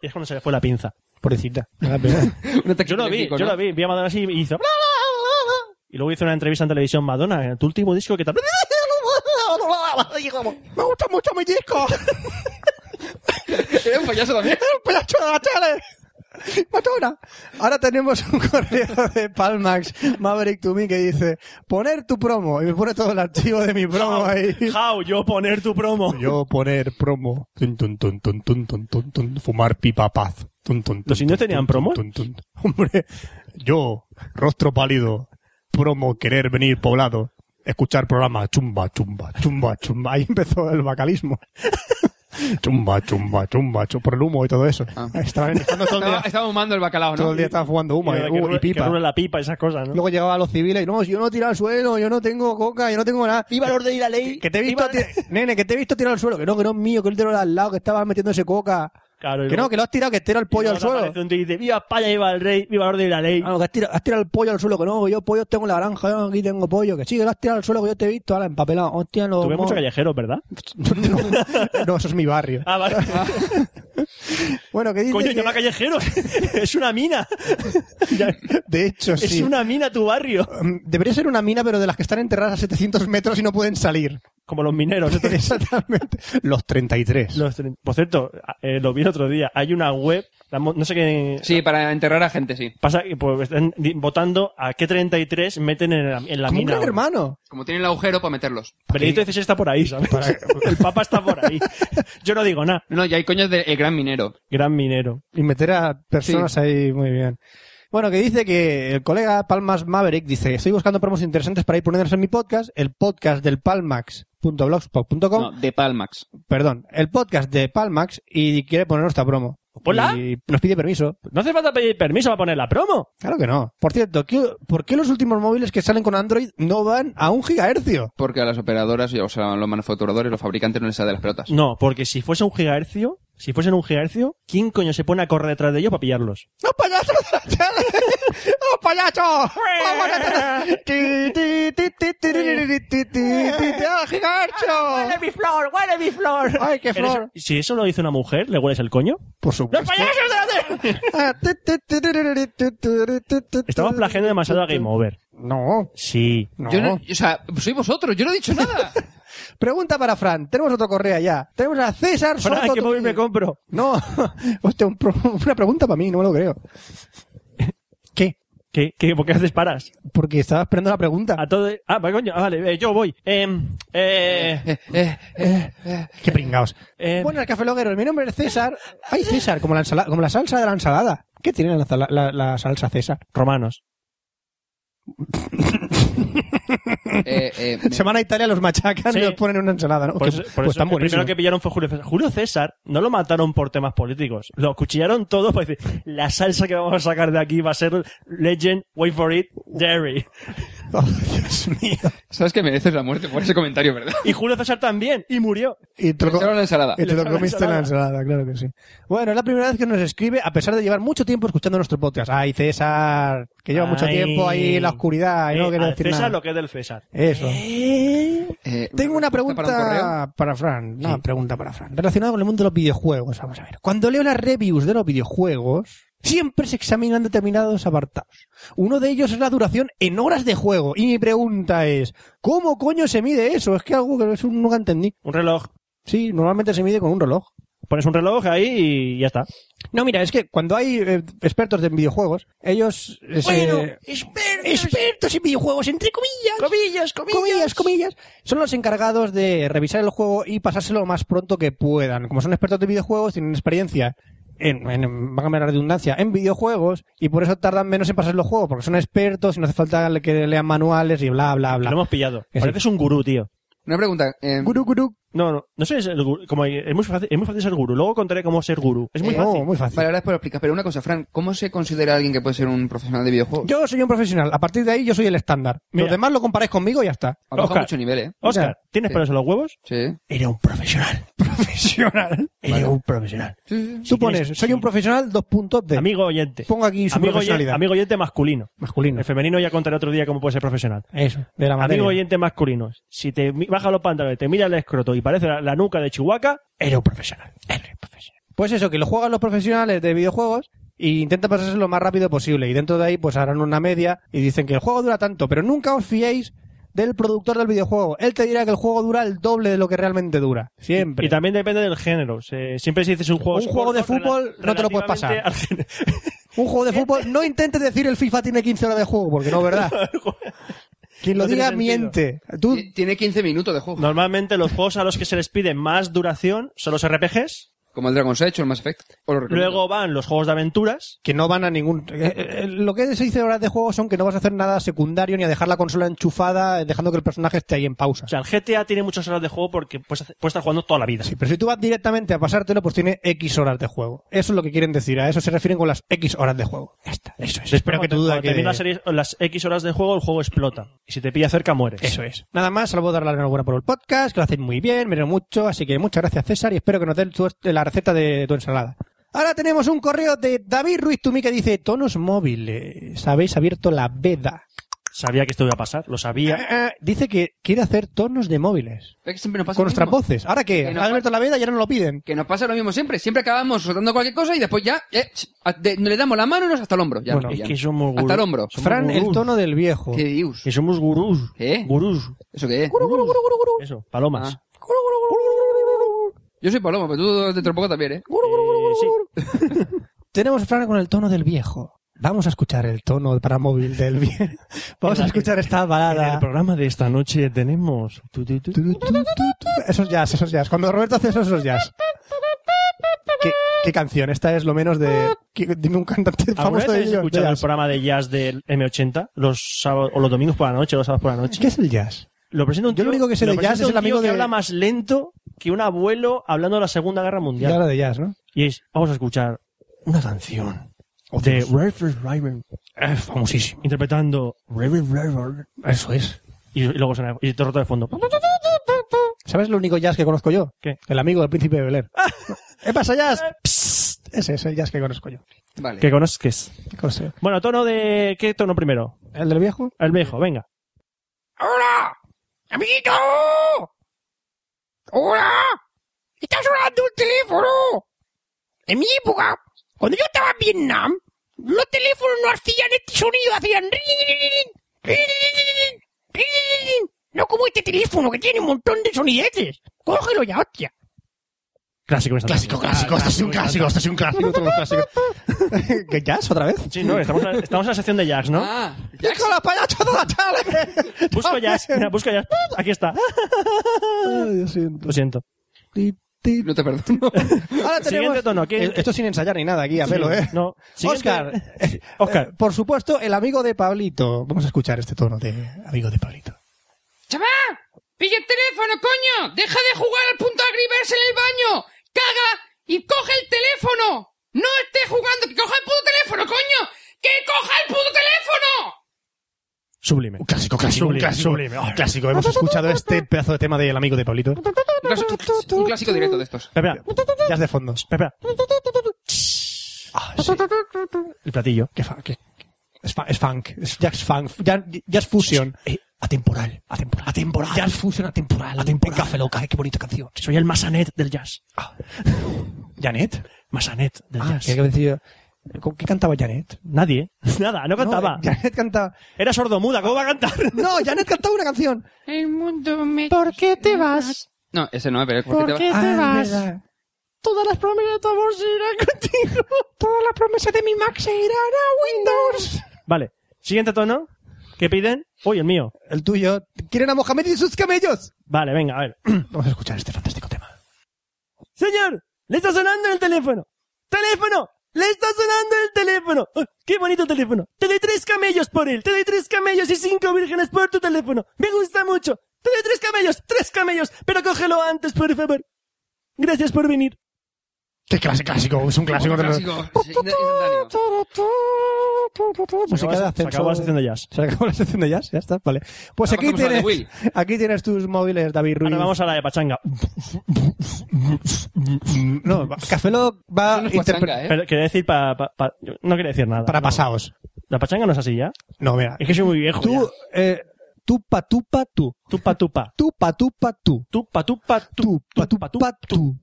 Speaker 7: Y es cuando se le fue la pinza.
Speaker 8: Pobrecita. Me da pena.
Speaker 5: Un ataque
Speaker 7: Yo lo vi,
Speaker 5: epiléptico,
Speaker 7: yo
Speaker 5: ¿no?
Speaker 7: lo vi. Vi a Madonna así y hizo. Y luego hizo una entrevista en televisión Madonna, tu último disco que te.
Speaker 8: Y como, Me gusta mucho mi disco.
Speaker 5: Era un payaso también.
Speaker 8: ¡Un pedazo de la tele! ¡Matona! Ahora tenemos un correo de Palmax Maverick to me que dice poner tu promo y me pone todo el archivo de mi promo ahí.
Speaker 7: How yo poner tu promo.
Speaker 8: Yo poner promo. Tun, tun, tun, tun, tun, tun, tun, tun. fumar pipa paz. Tun, tun, tun,
Speaker 7: ¿Los indios
Speaker 8: tun,
Speaker 7: tenían
Speaker 8: tun,
Speaker 7: promos?
Speaker 8: tun, tun, tun. Hombre, yo, rostro pálido, promo querer venir poblado, escuchar programa chumba, chumba, chumba, chumba. Ahí empezó el bacalismo. Chumba, chumba, chumba, chu- por el humo y todo eso.
Speaker 5: Ah.
Speaker 8: Estaban empezando todo el
Speaker 5: Estaba,
Speaker 8: día.
Speaker 5: estaba humando el bacalao, ¿no?
Speaker 8: Todo el día estaban fumando humo y,
Speaker 7: que
Speaker 8: humo y
Speaker 7: rule- que
Speaker 8: pipa.
Speaker 7: rule la pipa, esas cosas, ¿no?
Speaker 8: Luego llegaban los civiles y no, yo no he tirado al suelo, yo no tengo coca, yo no tengo nada.
Speaker 7: Viva el orden y la ley.
Speaker 8: Que te he visto, ti- nene, que te he visto tirar al suelo. Que no, que no es mío, que él te lo al lado, que estaba metiéndose coca.
Speaker 7: Claro, y
Speaker 8: Que no,
Speaker 7: luego-
Speaker 8: que lo has tirado, que has tirado el
Speaker 7: y
Speaker 8: pollo
Speaker 7: luego
Speaker 8: al suelo.
Speaker 7: aparece un tío y dice, viva España, viva el rey, viva el orden y la ley.
Speaker 8: Ah, no, que has tirado, has tirado el pollo al suelo, que no, yo pollo tengo en la granja, yo aquí tengo pollo, que sí, que lo has tirado al suelo, que yo te he visto, ala, empapelado. Hostia, no.
Speaker 7: Tuve
Speaker 8: mo-
Speaker 7: mucho callejero, ¿verdad?
Speaker 8: no, eso es mi barrio.
Speaker 7: Ah, vale.
Speaker 8: Bueno, que dice
Speaker 7: Coño,
Speaker 8: que-
Speaker 7: llama callejero. es una mina. Ya- eh.
Speaker 8: De hecho,
Speaker 7: es
Speaker 8: sí.
Speaker 7: una mina tu barrio.
Speaker 8: Mm, Debería ser una mina, pero de las que están enterradas a 700 metros y no pueden salir.
Speaker 7: Como los mineros. estos-
Speaker 8: Exactamente. Los 33.
Speaker 7: Los tre- por cierto, a- eh, lo vi el otro día. Hay una web, la mo- no sé qué.
Speaker 5: Sí, para enterrar a gente, sí.
Speaker 7: Pasa que pues, están di- votando a qué 33 meten en la, en la
Speaker 8: Como un
Speaker 7: mina.
Speaker 8: gran hermano.
Speaker 5: Como tiene el agujero para meterlos.
Speaker 7: Benedicto XVI está por ahí, ¿sabes? El Papa está por ahí. Yo no digo nada.
Speaker 5: No, no, ya hay coños del gran minero.
Speaker 7: Gran minero.
Speaker 8: Y meter a personas ahí muy bien. Bueno, que dice que el colega Palmas Maverick dice, estoy buscando promos interesantes para ir poniéndolas en mi podcast, el podcast del palmax.blogspot.com,
Speaker 5: No, de Palmax.
Speaker 8: perdón, el podcast de Palmax y quiere ponernos esta promo.
Speaker 7: Hola.
Speaker 8: Y nos pide permiso.
Speaker 7: No hace falta pedir permiso para poner la promo.
Speaker 8: Claro que no. Por cierto, ¿qué- ¿por qué los últimos móviles que salen con Android no van a un gigahercio?
Speaker 5: Porque a las operadoras, o sea, a los manufacturadores, los fabricantes no les sale de las pelotas.
Speaker 7: No, porque si fuese un gigahercio, si fuesen un gigahercio, ¿quién coño se pone a correr detrás de ellos para pillarlos?
Speaker 8: ¡No, payaso! ¡No, payaso! ¡Vamos a hacer- Ti, ti, ti, ti, ti, ti, ti, ti, ti, ti, ti, ¡Ah, gigahercio!
Speaker 7: mi flor! ¡Huele mi flor!
Speaker 8: ¡Ay, qué flor!
Speaker 7: si eso lo dice una mujer, ¿le hueles el coño?
Speaker 8: Por supuesto. Ah, ti, ti, ti, ti, ti, ti, ti, ti, ti,
Speaker 7: Estamos
Speaker 8: ti,
Speaker 7: plagiando
Speaker 8: ti,
Speaker 7: demasiado a
Speaker 8: ti, ti.
Speaker 7: Game Over.
Speaker 8: No,
Speaker 7: Sí.
Speaker 8: no.
Speaker 5: Yo no, o sea, soy vosotros, yo no he dicho nada.
Speaker 8: Pregunta para Fran. Tenemos otro correo ya. Tenemos a César
Speaker 7: Ahora,
Speaker 8: Soto
Speaker 7: ¿qué móvil
Speaker 8: Tuñi.
Speaker 7: me compro?
Speaker 8: No, hostia, un pro- una pregunta para mí, no me lo creo. ¿Qué?
Speaker 7: ¿Qué, qué, ¿Por qué haces paras?
Speaker 8: Porque estaba esperando la pregunta.
Speaker 7: A todo... Ah, va, coño. Ah, vale, eh, yo voy. Em, eh,
Speaker 5: Eh, eh, eh,
Speaker 8: Qué pringaos.
Speaker 7: Eh,
Speaker 8: Buenas, cafelogueros. Mi nombre es César. Ay, César, como la, ensala- como la salsa de la ensalada. ¿Qué tiene la, ensala- la- la salsa César?
Speaker 7: Romanos.
Speaker 5: eh, eh, me-
Speaker 8: Se van a Italia, los machacan
Speaker 7: Sí.
Speaker 8: y los ponen en una ensalada, ¿no?
Speaker 7: Por
Speaker 8: Que-
Speaker 7: eso, por
Speaker 8: pues
Speaker 7: eso el
Speaker 8: tan
Speaker 7: primero
Speaker 8: buenísimo.
Speaker 7: que pillaron fue Julio César. Julio César no lo mataron por temas políticos. Lo cuchillaron todo para decir, la salsa que vamos a sacar de aquí va a ser Legend, wait for it, Dairy.
Speaker 8: Oh, Dios mío.
Speaker 5: Sabes que mereces la muerte por ese comentario, ¿verdad?
Speaker 7: Y Julio César también, y murió.
Speaker 8: Y te lo-
Speaker 5: Solo la ensalada.
Speaker 8: Y te lo
Speaker 7: Ensalada,
Speaker 8: comiste en la ensalada, claro que sí. Bueno, es la primera vez que nos escribe, a pesar de llevar mucho tiempo escuchando nuestro podcast. Ay, César, que lleva mucho
Speaker 7: Ay.
Speaker 8: tiempo ahí en la oscuridad y no
Speaker 7: Eh,
Speaker 8: quiere
Speaker 7: al
Speaker 8: decir
Speaker 7: César
Speaker 8: nada.
Speaker 7: lo que es del César.
Speaker 8: Eso.
Speaker 5: Eh,
Speaker 8: Tengo una pregunta
Speaker 5: respuesta para un correo.
Speaker 8: para, Fran. Una pregunta para Fran. Relacionada con el mundo de los videojuegos. Vamos a ver. Cuando leo las reviews de los videojuegos, siempre se examinan determinados apartados. Uno de ellos es la duración en horas de juego. Y mi pregunta es, ¿cómo coño se mide eso? Es que algo que eso nunca entendí.
Speaker 7: Un reloj.
Speaker 8: Sí, normalmente se mide con un reloj.
Speaker 7: Pones un reloj ahí y ya está.
Speaker 8: No, mira, es que cuando hay eh, expertos en videojuegos, ellos... eh, se-
Speaker 7: expertos.
Speaker 8: expertos en videojuegos, entre comillas.
Speaker 7: Comillas,
Speaker 8: comillas, comillas, son los encargados de revisar el juego y pasárselo lo más pronto que puedan. Como son expertos de videojuegos, tienen experiencia en, en van a la redundancia, en videojuegos y por eso tardan menos en pasar los juegos, porque son expertos y no hace falta que lean manuales y bla, bla,
Speaker 7: Lo
Speaker 8: bla.
Speaker 7: hemos pillado.
Speaker 8: Sí.
Speaker 7: Pareces un gurú, tío.
Speaker 5: Una pregunta. eh,
Speaker 8: Guru, guru.
Speaker 7: No, no, no sé, es, el gurú, como, es, muy fácil, es muy fácil ser gurú. Luego contaré cómo ser gurú. Es muy
Speaker 8: Eh,
Speaker 7: fácil.
Speaker 8: oh, muy fácil.
Speaker 5: Vale, ahora es por explicar. Pero una cosa, Fran, ¿cómo se considera alguien que puede ser un profesional de videojuegos?
Speaker 8: Yo soy un profesional, a partir de ahí yo soy el estándar.
Speaker 7: Mira.
Speaker 8: Los demás lo comparáis conmigo y ya está.
Speaker 5: Ha bajado
Speaker 7: Oscar.
Speaker 5: mucho nivel, ¿eh?
Speaker 7: Oscar, ¿tienes
Speaker 5: Sí.
Speaker 7: pelos en los huevos?
Speaker 5: Sí.
Speaker 7: Era un profesional. Profesional. Era un profesional.
Speaker 5: Sí, sí.
Speaker 8: Tú pones,
Speaker 7: tienes-
Speaker 8: soy un
Speaker 7: sí.
Speaker 8: profesional, dos puntos de...
Speaker 7: Amigo oyente.
Speaker 8: Pongo aquí
Speaker 7: amigo,
Speaker 8: su
Speaker 7: oyente
Speaker 8: profesionalidad.
Speaker 7: amigo oyente masculino.
Speaker 8: masculino.
Speaker 7: El femenino ya contaré otro día cómo puede ser profesional.
Speaker 8: Eso, de la materia.
Speaker 7: Amigo oyente masculino. Si te mi- baja los pantalones, te mira el escroto y parece la, la nuca de Chihuahua, era un profesional. Era un profesional.
Speaker 8: Pues eso, que lo juegan los profesionales de videojuegos e intentan pasárselo lo más rápido posible. Y dentro de ahí, pues harán una media y dicen que el juego dura tanto, pero nunca os fiéis del productor del videojuego. Él te dirá que el juego dura el doble de lo que realmente dura. Siempre.
Speaker 7: Y también depende del género. Se- siempre si dices un juego...
Speaker 8: Un juego de
Speaker 7: corto,
Speaker 8: fútbol
Speaker 7: rela-
Speaker 8: no te lo puedes pasar.
Speaker 7: relativamente al género.
Speaker 8: Un juego de fútbol, no intentes decir el FIFA tiene 15 horas de juego, porque no, ¿verdad? Quien lo
Speaker 7: No tiene
Speaker 8: diga
Speaker 7: sentido.
Speaker 8: miente. Tú,
Speaker 5: Ti- Tiene 15 minutos de juego.
Speaker 7: Normalmente los juegos a los que se les pide más duración son los RPGs.
Speaker 5: Como el Dragon's Age o el Mass Effect. Os lo recomiendo.
Speaker 7: Luego van los juegos de aventuras.
Speaker 8: que no van a ningún... eh, eh, lo que se dice horas de juego son que no vas a hacer nada secundario ni a dejar la consola enchufada, eh, dejando que el personaje esté ahí en pausa.
Speaker 7: O sea, el GTA tiene muchas horas de juego porque puedes, hacer- puedes estar jugando toda la vida.
Speaker 8: Sí, pero si tú vas directamente a pasártelo, pues tiene X horas de juego. Eso es lo que quieren decir. A eso se refieren con las X horas de juego. Ya está. Eso es. Espero que tu
Speaker 7: Cuando-
Speaker 8: duda
Speaker 7: cuando
Speaker 8: quede-
Speaker 7: termina la serie- las X horas de juego, el juego explota. Y si te pilla cerca, mueres.
Speaker 8: Eso es. Nada más, salvo dar la enhorabuena por el podcast, que lo hacéis muy bien, me alegro mucho. Así que muchas gracias, César, y espero que nos des tu- la receta de tu ensalada. Ahora tenemos un correo de David Ruiz Tumí que dice, tonos móviles, habéis abierto la veda.
Speaker 7: Sabía que esto iba a pasar, lo sabía.
Speaker 8: Eh, eh, Dice que quiere hacer tonos de móviles.
Speaker 5: Es que siempre nos pasa
Speaker 8: Con
Speaker 5: lo
Speaker 8: nuestras
Speaker 5: mismo.
Speaker 8: voces. ¿Ahora qué?
Speaker 5: Que
Speaker 8: ¿Han
Speaker 5: nos pa-
Speaker 8: abierto la veda y ahora no lo piden?
Speaker 5: Que nos pasa lo mismo siempre. Siempre acabamos soltando cualquier cosa y después ya eh, a- de- le damos la mano y nos hasta el hombro. Ya
Speaker 7: Bueno,
Speaker 5: nos
Speaker 7: es
Speaker 5: pillan.
Speaker 7: que somos gurús.
Speaker 5: Hasta el hombro.
Speaker 7: Somos
Speaker 8: Fran,
Speaker 7: gurús.
Speaker 8: el tono del viejo.
Speaker 5: ¿Qué dius?
Speaker 7: Que somos gurús.
Speaker 5: ¿Eh?
Speaker 7: Gurús.
Speaker 5: ¿Eso qué es?
Speaker 7: Eso, palomas.
Speaker 5: Ah. Yo soy Paloma, pero tú dentro de poco también, ¿eh?
Speaker 7: Eh, sí.
Speaker 8: Tenemos a Fran con el tono del viejo. Vamos a escuchar el tono para móvil del viejo. Vamos a escuchar esta
Speaker 7: En el
Speaker 8: balada.
Speaker 7: programa de esta noche tenemos... tu, tu, tu.
Speaker 8: Tu, tu, tu, tu. Esos jazz, esos jazz. Cuando Roberto hace esos, esos jazz. ¿Qué, qué canción? Esta es lo menos de... ¿qué- Dime un cantante
Speaker 7: ¿Alguna
Speaker 8: famoso
Speaker 7: vez
Speaker 8: de
Speaker 7: habéis
Speaker 8: ellos. de
Speaker 7: escuchado el
Speaker 8: jazz.
Speaker 7: programa de jazz del M80? Los sábados, o los domingos por la noche, los sábados por la noche.
Speaker 8: ¿Qué es el jazz?
Speaker 7: Lo presenta un
Speaker 8: Yo lo
Speaker 7: tío-
Speaker 8: único que sé de
Speaker 7: presenta
Speaker 8: jazz es
Speaker 7: un
Speaker 8: el amigo
Speaker 7: tío que
Speaker 8: de-
Speaker 7: habla más lento que un abuelo hablando de la Segunda Guerra
Speaker 8: Ya
Speaker 7: Mundial.
Speaker 8: habla de jazz, ¿no?
Speaker 7: Y es, vamos a escuchar una canción de Ralph Ryman. Es famosísimo. Interpretando
Speaker 8: Eso es.
Speaker 7: y, y luego suena y todo el rato de fondo.
Speaker 8: ¿Sabes lo único jazz que conozco yo?
Speaker 7: ¿Qué?
Speaker 8: El amigo del príncipe de Beler. ¿Qué pasa, jazz? Psst. Ese es el jazz que conozco yo.
Speaker 5: Vale.
Speaker 7: Que conozques.
Speaker 8: ¿Qué conozco?
Speaker 7: Bueno, tono de... ¿Qué tono primero?
Speaker 8: ¿El del viejo?
Speaker 7: El viejo, venga.
Speaker 4: ¡Hola! ¡Amiguito! ¡Hola! ¡Estás sonando un teléfono! En mi época, cuando yo estaba en Vietnam, los teléfonos no hacían este sonido, hacían... rin, rin, rin, rin, rin, rin, rin. No como este teléfono que tiene un montón de sonidetes. Cógelo ya, hostia.
Speaker 7: Clásico, esta
Speaker 4: Clásico,
Speaker 7: tarde.
Speaker 4: clásico,
Speaker 8: este
Speaker 4: esto es un clásico, esto es un clásico, otro clásico.
Speaker 8: ¿Qué jazz otra vez?
Speaker 7: Sí, no, estamos, estamos en la sección de jazz, ¿no?
Speaker 5: Ah, ya
Speaker 8: ¡Hijo de la payacha de la chale!
Speaker 7: Busco jazz, mira, busco jazz. Aquí está.
Speaker 8: Ay, lo siento.
Speaker 7: Lo siento.
Speaker 8: Ti, ti.
Speaker 5: no te perdono.
Speaker 8: Ahora
Speaker 7: Siguiente tono, ¿qué-
Speaker 8: Eh, Esto sin ensayar ni nada aquí, a pelo, ¿eh?
Speaker 7: No. Siguiente.
Speaker 8: Oscar.
Speaker 7: Oscar.
Speaker 8: Eh, Por supuesto, el amigo de Pablito. Vamos a escuchar este tono de amigo de Pablito.
Speaker 5: ¡Chaval! ¡Pilla el teléfono, coño! ¡Deja de jugar al punto agriverse en el baño! ¡Caga y coge el teléfono! ¡No estés jugando! ¡Que coja el puto teléfono, coño! ¡Que coja el puto teléfono!
Speaker 7: Sublime.
Speaker 8: Un clásico, clásico,
Speaker 7: Sublime,
Speaker 8: un clásico.
Speaker 7: sublime. Oh.
Speaker 8: Un clásico. Hemos escuchado este pedazo de tema del amigo de Pablito.
Speaker 5: Un clásico, un clásico directo de estos.
Speaker 7: Espera, espera,
Speaker 8: Ya es de fondos.
Speaker 7: espera.
Speaker 8: Ah, sí.
Speaker 7: El platillo.
Speaker 8: Qué fa- qué- qué- Es, fa- es funk. Es jazz funk. Jazz, jazz fusion. atemporal. Atemporal. Atemporal. Jazz fusion atemporal. Atemporal. Café loca. eh, Qué bonita canción.
Speaker 7: Soy el Masanet del jazz.
Speaker 8: Janet.
Speaker 7: Masanet del
Speaker 8: Ah,
Speaker 7: jazz.
Speaker 8: que- que decía- ¿Con qué cantaba Janet?
Speaker 7: Nadie. ¿eh? Nada, no cantaba.
Speaker 8: No, eh, Janet cantaba.
Speaker 7: Era sordomuda, ¿cómo va a cantar?
Speaker 8: No, Janet cantaba una canción.
Speaker 5: El mundo me... Ah,
Speaker 8: ¿Por qué te vas?
Speaker 5: No, ese no, pero... ¿por qué te va-
Speaker 8: te vas? Todas las promesas de tu amor se irán contigo. Todas las promesas de mi Mac se irán a Windows.
Speaker 7: Vale. Siguiente Este tono. ¿Qué piden? Uy, el mío.
Speaker 8: El tuyo. ¿Quieren a Mohamed y sus camellos?
Speaker 7: Vale, venga, a ver.
Speaker 8: Vamos a escuchar este fantástico tema.
Speaker 7: Señor, le está sonando el teléfono. ¡Teléfono! ¡Le está sonando el teléfono! ¡Oh, ¡Qué bonito teléfono! Te doy tres camellos por él. Te doy tres camellos y cinco vírgenes por tu teléfono. Me gusta mucho. Te doy tres camellos, tres camellos. Pero cógelo antes, por favor. Gracias por venir.
Speaker 8: Qué clase Este clásico, es un clásico.
Speaker 5: Un
Speaker 8: de los-
Speaker 5: clásico, sí, instantáneo.
Speaker 8: Música de ascensor.
Speaker 7: acabó la sección de jazz.
Speaker 8: Se acabó la sección de jazz, ya está, vale. Pues
Speaker 5: Ahora
Speaker 8: aquí
Speaker 5: pasamos a la de
Speaker 8: tienes,
Speaker 5: Will.
Speaker 8: aquí tienes tus móviles, David Ruiz.
Speaker 7: Ahora vamos a la de pachanga.
Speaker 8: No, va- Café Lock va
Speaker 5: Eso no es
Speaker 8: interpre-
Speaker 5: guachanga, ¿eh?
Speaker 7: Pero quería decir pa, pa- pa- No quería decir nada.
Speaker 8: para
Speaker 7: No.
Speaker 8: pasados.
Speaker 7: La pachanga no es así ya.
Speaker 8: No, mira.
Speaker 7: Es que soy muy viejo.
Speaker 8: Tú,
Speaker 7: ya.
Speaker 8: eh, tupa, tupa, tú.
Speaker 7: Tupa, tupa.
Speaker 8: Tupa, tupa, tú.
Speaker 7: Tupa, tupa,
Speaker 8: Tú, pa, tú, pa, tú,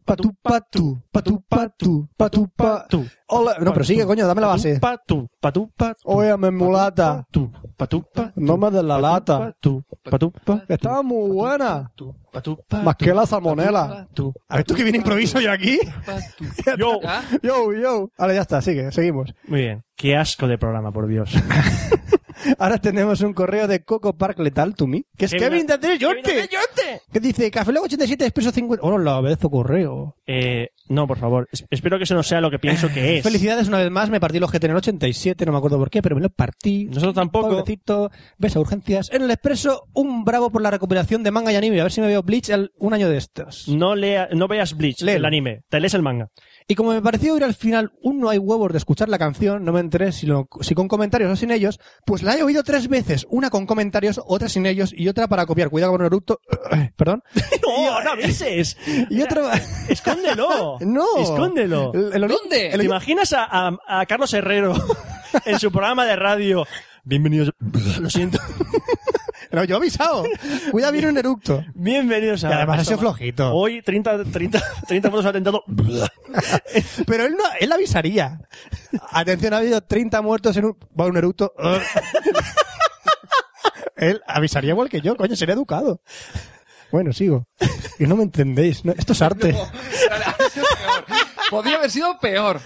Speaker 8: pa, tú, pa, tú, pa, tú, pa, tú, pa, tú, pa, tú. Hola. No, pero sigue, coño, dame la base.
Speaker 7: Tupa, tupa, tupa.
Speaker 8: Óyame, mulata.
Speaker 7: Tupa, tupa.
Speaker 8: No me des la lata.
Speaker 7: Tupa, tupa.
Speaker 8: Estaba muy buena.
Speaker 7: Tupa, tupa.
Speaker 8: Más que la salmonela.
Speaker 7: Tupa.
Speaker 8: A ver, tú que viene improviso yo aquí.
Speaker 7: Yo.
Speaker 5: ¿Ya?
Speaker 8: Yo, yo. Ahora ya está, sigue, seguimos.
Speaker 7: Muy bien. Qué asco de programa, por Dios.
Speaker 8: Ahora tenemos un correo de Coco Park Letal to me, que es Kevin de Andrés Yorte, que dice, Café Lock 87, pesos 50... Hola, la vez correo.
Speaker 7: Eh, no, por favor. Es- Espero que eso no sea lo que pienso que es.
Speaker 8: Felicidades una vez más, me partí los GT en el 87, no me acuerdo por qué, pero me lo partí.
Speaker 7: Nosotros tampoco.
Speaker 8: Pobrecito, ves a urgencias. En el expreso, un bravo por la recopilación de manga y anime, a ver si me veo Bleach al- un año de estos.
Speaker 7: No, lea, no veas Bleach,
Speaker 8: Léelo.
Speaker 7: el anime. Te lees el manga.
Speaker 8: Y como me pareció ir al final un no hay huevos de escuchar la canción, no me enteré si, lo- si con comentarios o sin ellos, pues la he oído tres veces, una con comentarios, otra sin ellos y otra para copiar. Cuidado con Naruto. Eh, Perdón.
Speaker 7: ¡No, no avises!
Speaker 8: eh. Y otra.
Speaker 7: ¡Escóndelo!
Speaker 8: No.
Speaker 7: ¡Escóndelo!
Speaker 8: El- el ori-
Speaker 9: ¿Dónde?
Speaker 7: ¿Te
Speaker 8: el-
Speaker 7: imaginas a, a- a Carlos Herrero en su programa de radio? Bienvenidos. Lo siento.
Speaker 8: No, yo he avisado. Cuidado, viene un eructo.
Speaker 7: Bienvenidos a.
Speaker 8: Y además ha sido
Speaker 7: Toma.
Speaker 8: flojito.
Speaker 7: Hoy 30, 30, 30 muertos atentados.
Speaker 8: Pero él no, él avisaría. Atención, ha habido 30 muertos en un, va un eructo. él avisaría igual que yo, coño, sería educado. Bueno, sigo. Y no me entendéis. no, esto es arte.
Speaker 9: Podría haber sido peor.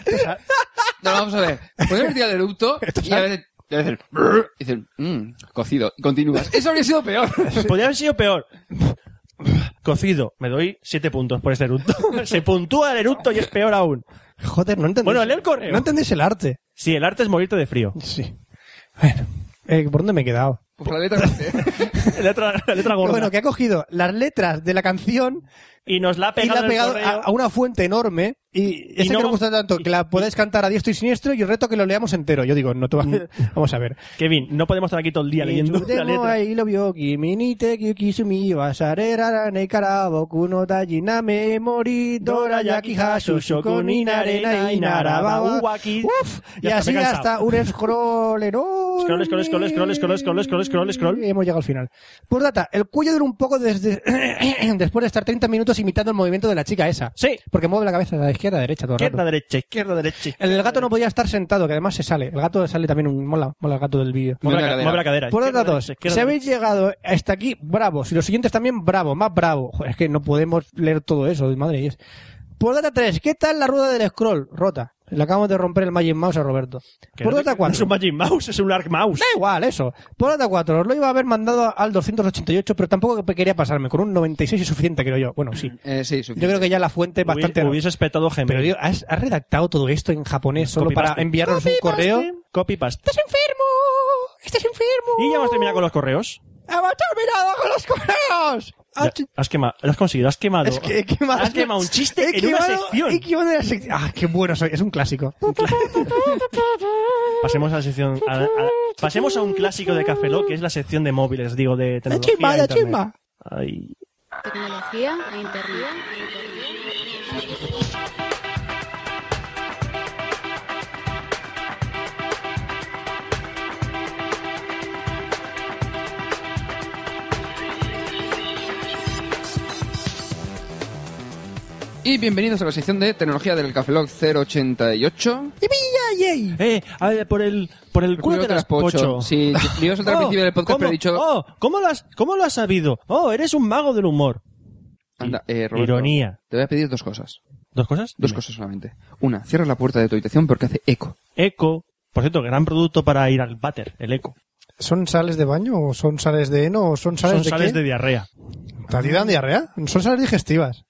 Speaker 9: No, vamos a ver. Podría haber tirado el eructo y a veces... y a veces brrr, y dices, mmm, cocido. Y continúas. Eso habría sido peor.
Speaker 7: Podría haber sido peor. Cocido. Me doy 7 puntos por este eructo. Se puntúa el eructo y es peor aún.
Speaker 8: Joder, no entendéis.
Speaker 7: Bueno, lee el correo.
Speaker 8: No entendéis el arte.
Speaker 7: Sí, el arte es morirte de frío.
Speaker 8: Sí. Bueno, eh, ¿por dónde me he quedado?
Speaker 9: Por Pues la letra grande.
Speaker 7: Letra, letra gorda.
Speaker 8: Bueno, que ha cogido las letras de la canción
Speaker 7: Y nos la ha
Speaker 8: y
Speaker 7: pegado,
Speaker 8: la
Speaker 7: en
Speaker 8: ha
Speaker 7: el
Speaker 8: pegado a,
Speaker 7: correo.
Speaker 8: a una fuente enorme y ese
Speaker 7: no-
Speaker 8: que nos gusta tanto, que la podéis cantar a diestro y siniestro y el reto que lo leamos entero. Yo digo, no te va- Vamos a ver.
Speaker 7: Kevin, no podemos estar aquí todo el día leyendo la letra.
Speaker 8: Uf,
Speaker 7: Ya está,
Speaker 8: y así
Speaker 7: me he
Speaker 8: hasta
Speaker 7: cansado.
Speaker 8: un scroll enorme.
Speaker 7: Scroll, scroll, scroll, scroll, scroll, scroll, scroll, scroll, scroll.
Speaker 8: Y hemos llegado al final. Por data, el cuello duele un poco desde después de estar 30 minutos imitando el movimiento de la chica esa.
Speaker 7: Sí.
Speaker 8: Porque mueve la cabeza de la izquierda a la derecha todo el rato.
Speaker 7: Izquierda, derecha, izquierda, derecha.
Speaker 8: El gato no podía estar sentado, que además se sale. El gato sale también un mola, mola el gato del vídeo.
Speaker 7: Mueve
Speaker 9: Mueve la
Speaker 7: la,
Speaker 9: cadera.
Speaker 7: mueve la cadera.
Speaker 8: Por
Speaker 7: Izquierda,
Speaker 8: otro dos,
Speaker 7: derecha, izquierda,
Speaker 8: si habéis llegado hasta aquí, bravo. Si los siguientes también, bravo, más bravo. Joder, es que no podemos leer todo eso, madre mía. Por data 3, ¿qué tal la rueda del scroll? Rota. Le acabamos de romper el Magic Mouse a Roberto.
Speaker 7: Que
Speaker 8: Por
Speaker 7: no-
Speaker 8: data
Speaker 7: no
Speaker 8: 4.
Speaker 7: Es un Magic Mouse, es un Lark Mouse.
Speaker 8: Da igual, eso. Por data 4, os lo iba a haber mandado al 288, pero tampoco quería pasarme. Con un 96 es suficiente, creo yo. Bueno, sí.
Speaker 9: Eh, sí,
Speaker 8: Yo creo que ya la fuente es bastante...
Speaker 7: Hubi- Hubiese petado Gmail.
Speaker 8: Pero digo, ¿has, has redactado todo esto en japonés solo
Speaker 7: Copy-paste.
Speaker 8: para enviarnos un correo?
Speaker 7: Copy paste.
Speaker 8: ¡Estás enfermo! ¡Estás enfermo!
Speaker 7: Y ya hemos terminado con los correos.
Speaker 8: ¡Hemos terminado con los correos!
Speaker 7: Ya,
Speaker 8: Ah, ch-
Speaker 7: Has quemado, lo has conseguido, has quemado.
Speaker 8: Es que he quemado,
Speaker 7: has quemado un chiste
Speaker 8: he
Speaker 7: en una
Speaker 8: quemado-
Speaker 7: sección.
Speaker 8: He quemado una sección. ¡Ah, qué bueno soy! Es un clásico.
Speaker 7: Pasemos a la sección. a- a- pasemos a un clásico de Café Lock, que es la sección de móviles, digo, de
Speaker 8: ¡La
Speaker 7: tecnología.
Speaker 8: chimba, la
Speaker 7: internet.
Speaker 8: chimba!
Speaker 7: Ay.
Speaker 6: Tecnología e internet.
Speaker 9: Y bienvenidos a la sección de tecnología del Café Lock 088.
Speaker 8: ¡Y pilla, yay!
Speaker 7: Eh, a ver, por el, por el culo
Speaker 9: Culo
Speaker 7: te las pocho.
Speaker 9: Sí, lo iba a soltar al principio del podcast,
Speaker 7: ¿cómo?
Speaker 9: pero he dicho...
Speaker 7: Oh, ¿cómo lo, has, ¿cómo lo has sabido? Oh, eres un mago del humor.
Speaker 9: Anda, eh, Roberto,
Speaker 7: Ironía.
Speaker 9: Te voy a pedir dos cosas.
Speaker 7: ¿Dos cosas?
Speaker 9: Dos
Speaker 7: Dime.
Speaker 9: cosas solamente. Una, cierra la puerta de tu habitación porque hace eco.
Speaker 7: Eco. Por cierto, gran producto para ir al váter, el eco.
Speaker 8: ¿Son sales de baño o son sales de heno o son sales
Speaker 7: Son
Speaker 8: de
Speaker 7: sales
Speaker 8: qué?
Speaker 7: de diarrea.
Speaker 8: ¿A ti te dan diarrea? Son sales digestivas.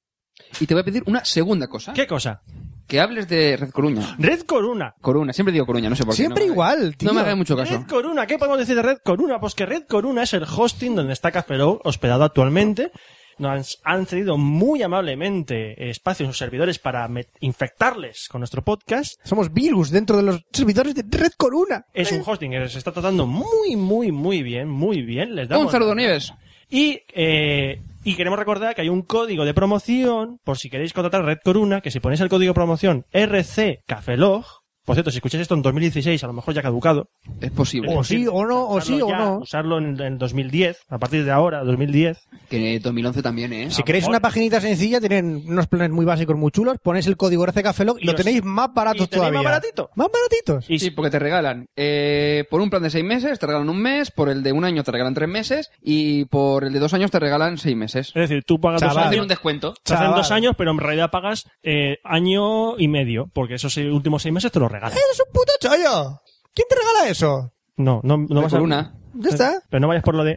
Speaker 9: Y te voy a pedir una segunda cosa.
Speaker 7: ¿Qué cosa?
Speaker 9: Que hables de Red Coruña.
Speaker 7: Red Corona.
Speaker 9: Coruna, siempre digo Coruña, no sé por qué.
Speaker 8: Siempre
Speaker 9: no me hagáis-
Speaker 8: igual, tío.
Speaker 9: No me hagáis mucho caso.
Speaker 7: Red Corona, ¿qué podemos decir de Red Corona? Pues que Red Corona es el hosting donde está Café Lock hospedado actualmente. Nos han cedido muy amablemente espacio en sus servidores para met- infectarles con nuestro podcast.
Speaker 8: Somos virus dentro de los servidores de Red Corona.
Speaker 7: Es un hosting que se está tratando muy, muy, muy bien, muy bien. Les damos
Speaker 9: Un saludo, Nieves.
Speaker 7: Y, eh, y queremos recordar que hay un código de promoción por si queréis contratar Red Corona, que si ponéis el código de promoción RC Cafelog, por cierto, si escucháis esto en 2016, a lo mejor ya ha caducado.
Speaker 9: Es posible.
Speaker 8: O sí o no, o sí
Speaker 7: Usarlo
Speaker 8: o
Speaker 7: ya,
Speaker 8: no.
Speaker 7: Usarlo en el 2010, a partir de ahora, 2010.
Speaker 9: Que 2011 también, ¿eh?
Speaker 8: Si queréis una paginita sencilla, tienen unos planes muy básicos, muy chulos, ponéis el código RCCafelog y
Speaker 7: Y
Speaker 8: lo
Speaker 7: los-
Speaker 8: tenéis más baratos
Speaker 7: y tenéis
Speaker 8: todavía.
Speaker 7: más baratito.
Speaker 8: Más baratitos.
Speaker 7: Y
Speaker 9: Sí, porque te regalan. eh, por un plan de seis meses te regalan un mes, por el de un año te regalan tres meses y por el de dos años te regalan seis meses.
Speaker 7: Es decir, tú pagas dos
Speaker 8: Chaval.
Speaker 9: Hacen
Speaker 7: años,
Speaker 9: un descuento.
Speaker 7: te hacen
Speaker 8: Chaval.
Speaker 7: dos años, pero en realidad pagas eh, año y medio, porque esos seis- últimos seis meses te los regalan.
Speaker 8: ¡Eres un puto chollo! ¿Quién te regala eso?
Speaker 7: No, no, no
Speaker 9: Red
Speaker 7: vas a...
Speaker 9: Corona.
Speaker 8: Ya está.
Speaker 7: Pero no vayas por lo de...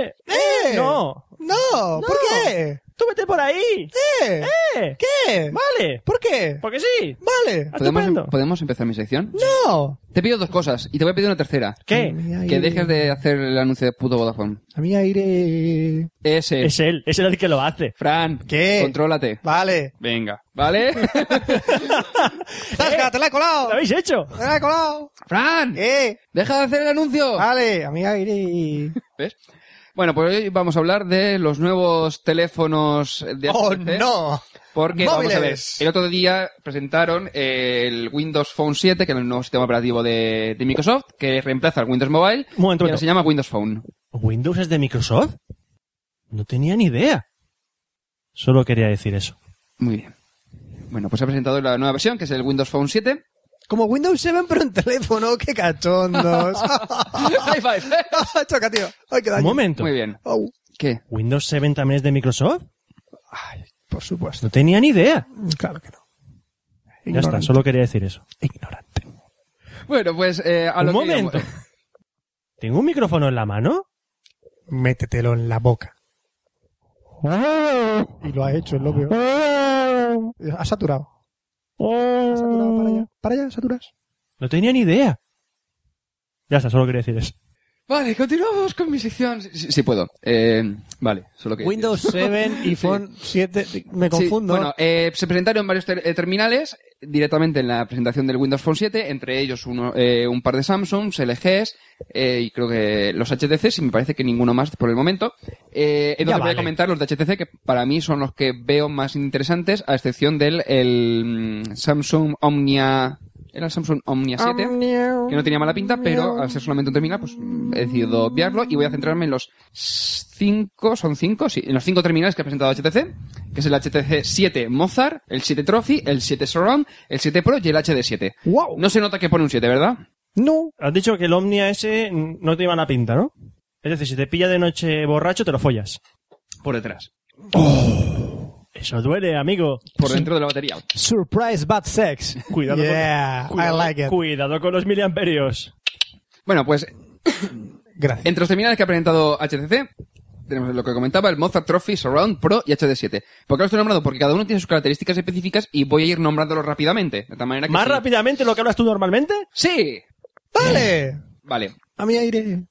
Speaker 7: "Eh,
Speaker 8: ¡Eh!
Speaker 7: No.
Speaker 8: ¡No! ¿Por qué?
Speaker 7: ¡Tú vete por ahí!
Speaker 8: ¿Qué?
Speaker 7: ¡Eh!
Speaker 8: ¿Qué?
Speaker 7: Vale.
Speaker 8: ¿Por qué?
Speaker 7: Porque sí.
Speaker 8: Vale.
Speaker 9: ¿Podemos, em-
Speaker 7: Estupendo.
Speaker 9: ¿Podemos empezar mi sección?
Speaker 8: No.
Speaker 9: Te pido dos cosas y te voy a pedir una tercera.
Speaker 7: ¿Qué?
Speaker 9: Que dejes de hacer el anuncio de puto Vodafone.
Speaker 8: A mí aire.
Speaker 9: Ese.
Speaker 7: Es él, es él el que lo hace.
Speaker 9: Fran.
Speaker 8: ¿Qué?
Speaker 9: Contrólate.
Speaker 8: Vale.
Speaker 9: Venga. ¿Vale?
Speaker 8: ¡Zasca, te la he colado!
Speaker 7: ¿Lo habéis hecho?
Speaker 9: Eh,
Speaker 8: ¡Te la he colado!
Speaker 9: ¡Fran!
Speaker 8: ¡Eh!
Speaker 9: ¡Deja de hacer el anuncio!
Speaker 7: Ah.
Speaker 8: Vale, Eh, a mí aire.
Speaker 9: ¿Ves? Bueno, pues hoy vamos a hablar de los nuevos teléfonos de
Speaker 8: ¡Oh,
Speaker 9: HTC,
Speaker 8: no!
Speaker 9: Porque, vamos a ver,
Speaker 8: Móviles.
Speaker 9: el otro día presentaron el Windows Phone 7, que es el nuevo sistema operativo de, de Microsoft, que reemplaza al Windows Mobile,
Speaker 7: Un momento,
Speaker 9: y ahora
Speaker 7: momento.
Speaker 9: se llama Windows Phone.
Speaker 7: ¿Windows es de Microsoft? No tenía ni idea. Solo quería decir eso.
Speaker 9: Muy bien. Bueno, pues ha presentado la nueva versión, que es el Windows Phone 7.
Speaker 8: Como Windows 7, pero en teléfono. ¡Qué cachondos!
Speaker 9: High five, ¿eh?
Speaker 8: ¡Choca, tío! ¡Ay, qué
Speaker 7: Un
Speaker 8: daño!
Speaker 7: momento.
Speaker 9: Muy bien.
Speaker 8: Au.
Speaker 9: ¿Qué?
Speaker 7: ¿Windows 7 también es de Microsoft?
Speaker 8: Por supuesto. Mm,
Speaker 7: No tenía ni idea.
Speaker 8: Claro que no.
Speaker 7: Ya está, solo quería decir eso.
Speaker 8: Ignorante.
Speaker 9: Bueno, pues eh, a
Speaker 7: Un
Speaker 9: lo que
Speaker 7: momento. ¿Tengo un micrófono en la mano?
Speaker 8: Métetelo en la boca.
Speaker 7: Oh.
Speaker 8: Y lo ha hecho, es lo peor. Ha saturado.
Speaker 7: Oh.
Speaker 8: Ha saturado para allá. Para allá, saturas.
Speaker 7: No tenía ni idea. Ya está, solo quería decir eso.
Speaker 9: Vale, continuamos con mi sección. Si puedo. Eh, vale, solo que...
Speaker 8: 7 y Phone 7. Me
Speaker 9: Sí, bueno, eh, se presentaron varios ter- eh, terminales directamente en la presentación del Windows Phone 7, entre ellos uno, eh, un par de Samsungs, LGs eh, y creo que los HTC, y me parece que ninguno más por el momento. Eh, entonces
Speaker 7: Ya
Speaker 9: voy
Speaker 7: vale.
Speaker 9: a comentar los de HTC que para mí son los que veo más interesantes, a excepción del el, mm, Samsung Omnia... Era el Samsung Omnia 7,
Speaker 7: Ah,
Speaker 9: que no tenía mala pinta, pero al ser solamente un terminal, pues mm, he decidido obviarlo y voy a centrarme en los cinco, son cinco, sí, en los cinco terminales que ha presentado HTC, que es el HTC 7 Mozart, el 7 Trophy, el 7 Surround, el 7 Pro y el HD7.
Speaker 8: ¡Wow!
Speaker 9: No se nota que pone un 7, ¿verdad?
Speaker 8: No.
Speaker 7: Has dicho que el Omnia ese no te iba a la pinta, ¿no? Es decir, si te pilla de noche borracho, te lo follas.
Speaker 9: Por detrás.
Speaker 7: Eso duele, amigo.
Speaker 9: Por dentro de la batería.
Speaker 8: Surprise Bad Sex.
Speaker 7: Cuidado
Speaker 8: Yeah,
Speaker 7: con... Cuidado,
Speaker 8: I like it.
Speaker 7: cuidado con los miliamperios.
Speaker 9: Bueno, pues
Speaker 8: Gracias.
Speaker 9: entre los terminales que ha presentado HTC, tenemos lo que comentaba, el Mozart Trophy, Surround, Pro y HD7. ¿Por qué los he nombrado? Porque cada uno tiene sus características específicas y voy a ir nombrándolos rápidamente. De tal manera que
Speaker 7: ¿Más
Speaker 9: sí.
Speaker 7: rápidamente lo que hablas tú normalmente?
Speaker 9: ¡Sí!
Speaker 8: ¡Vale!
Speaker 9: Vale.
Speaker 8: Eh, A mí aire.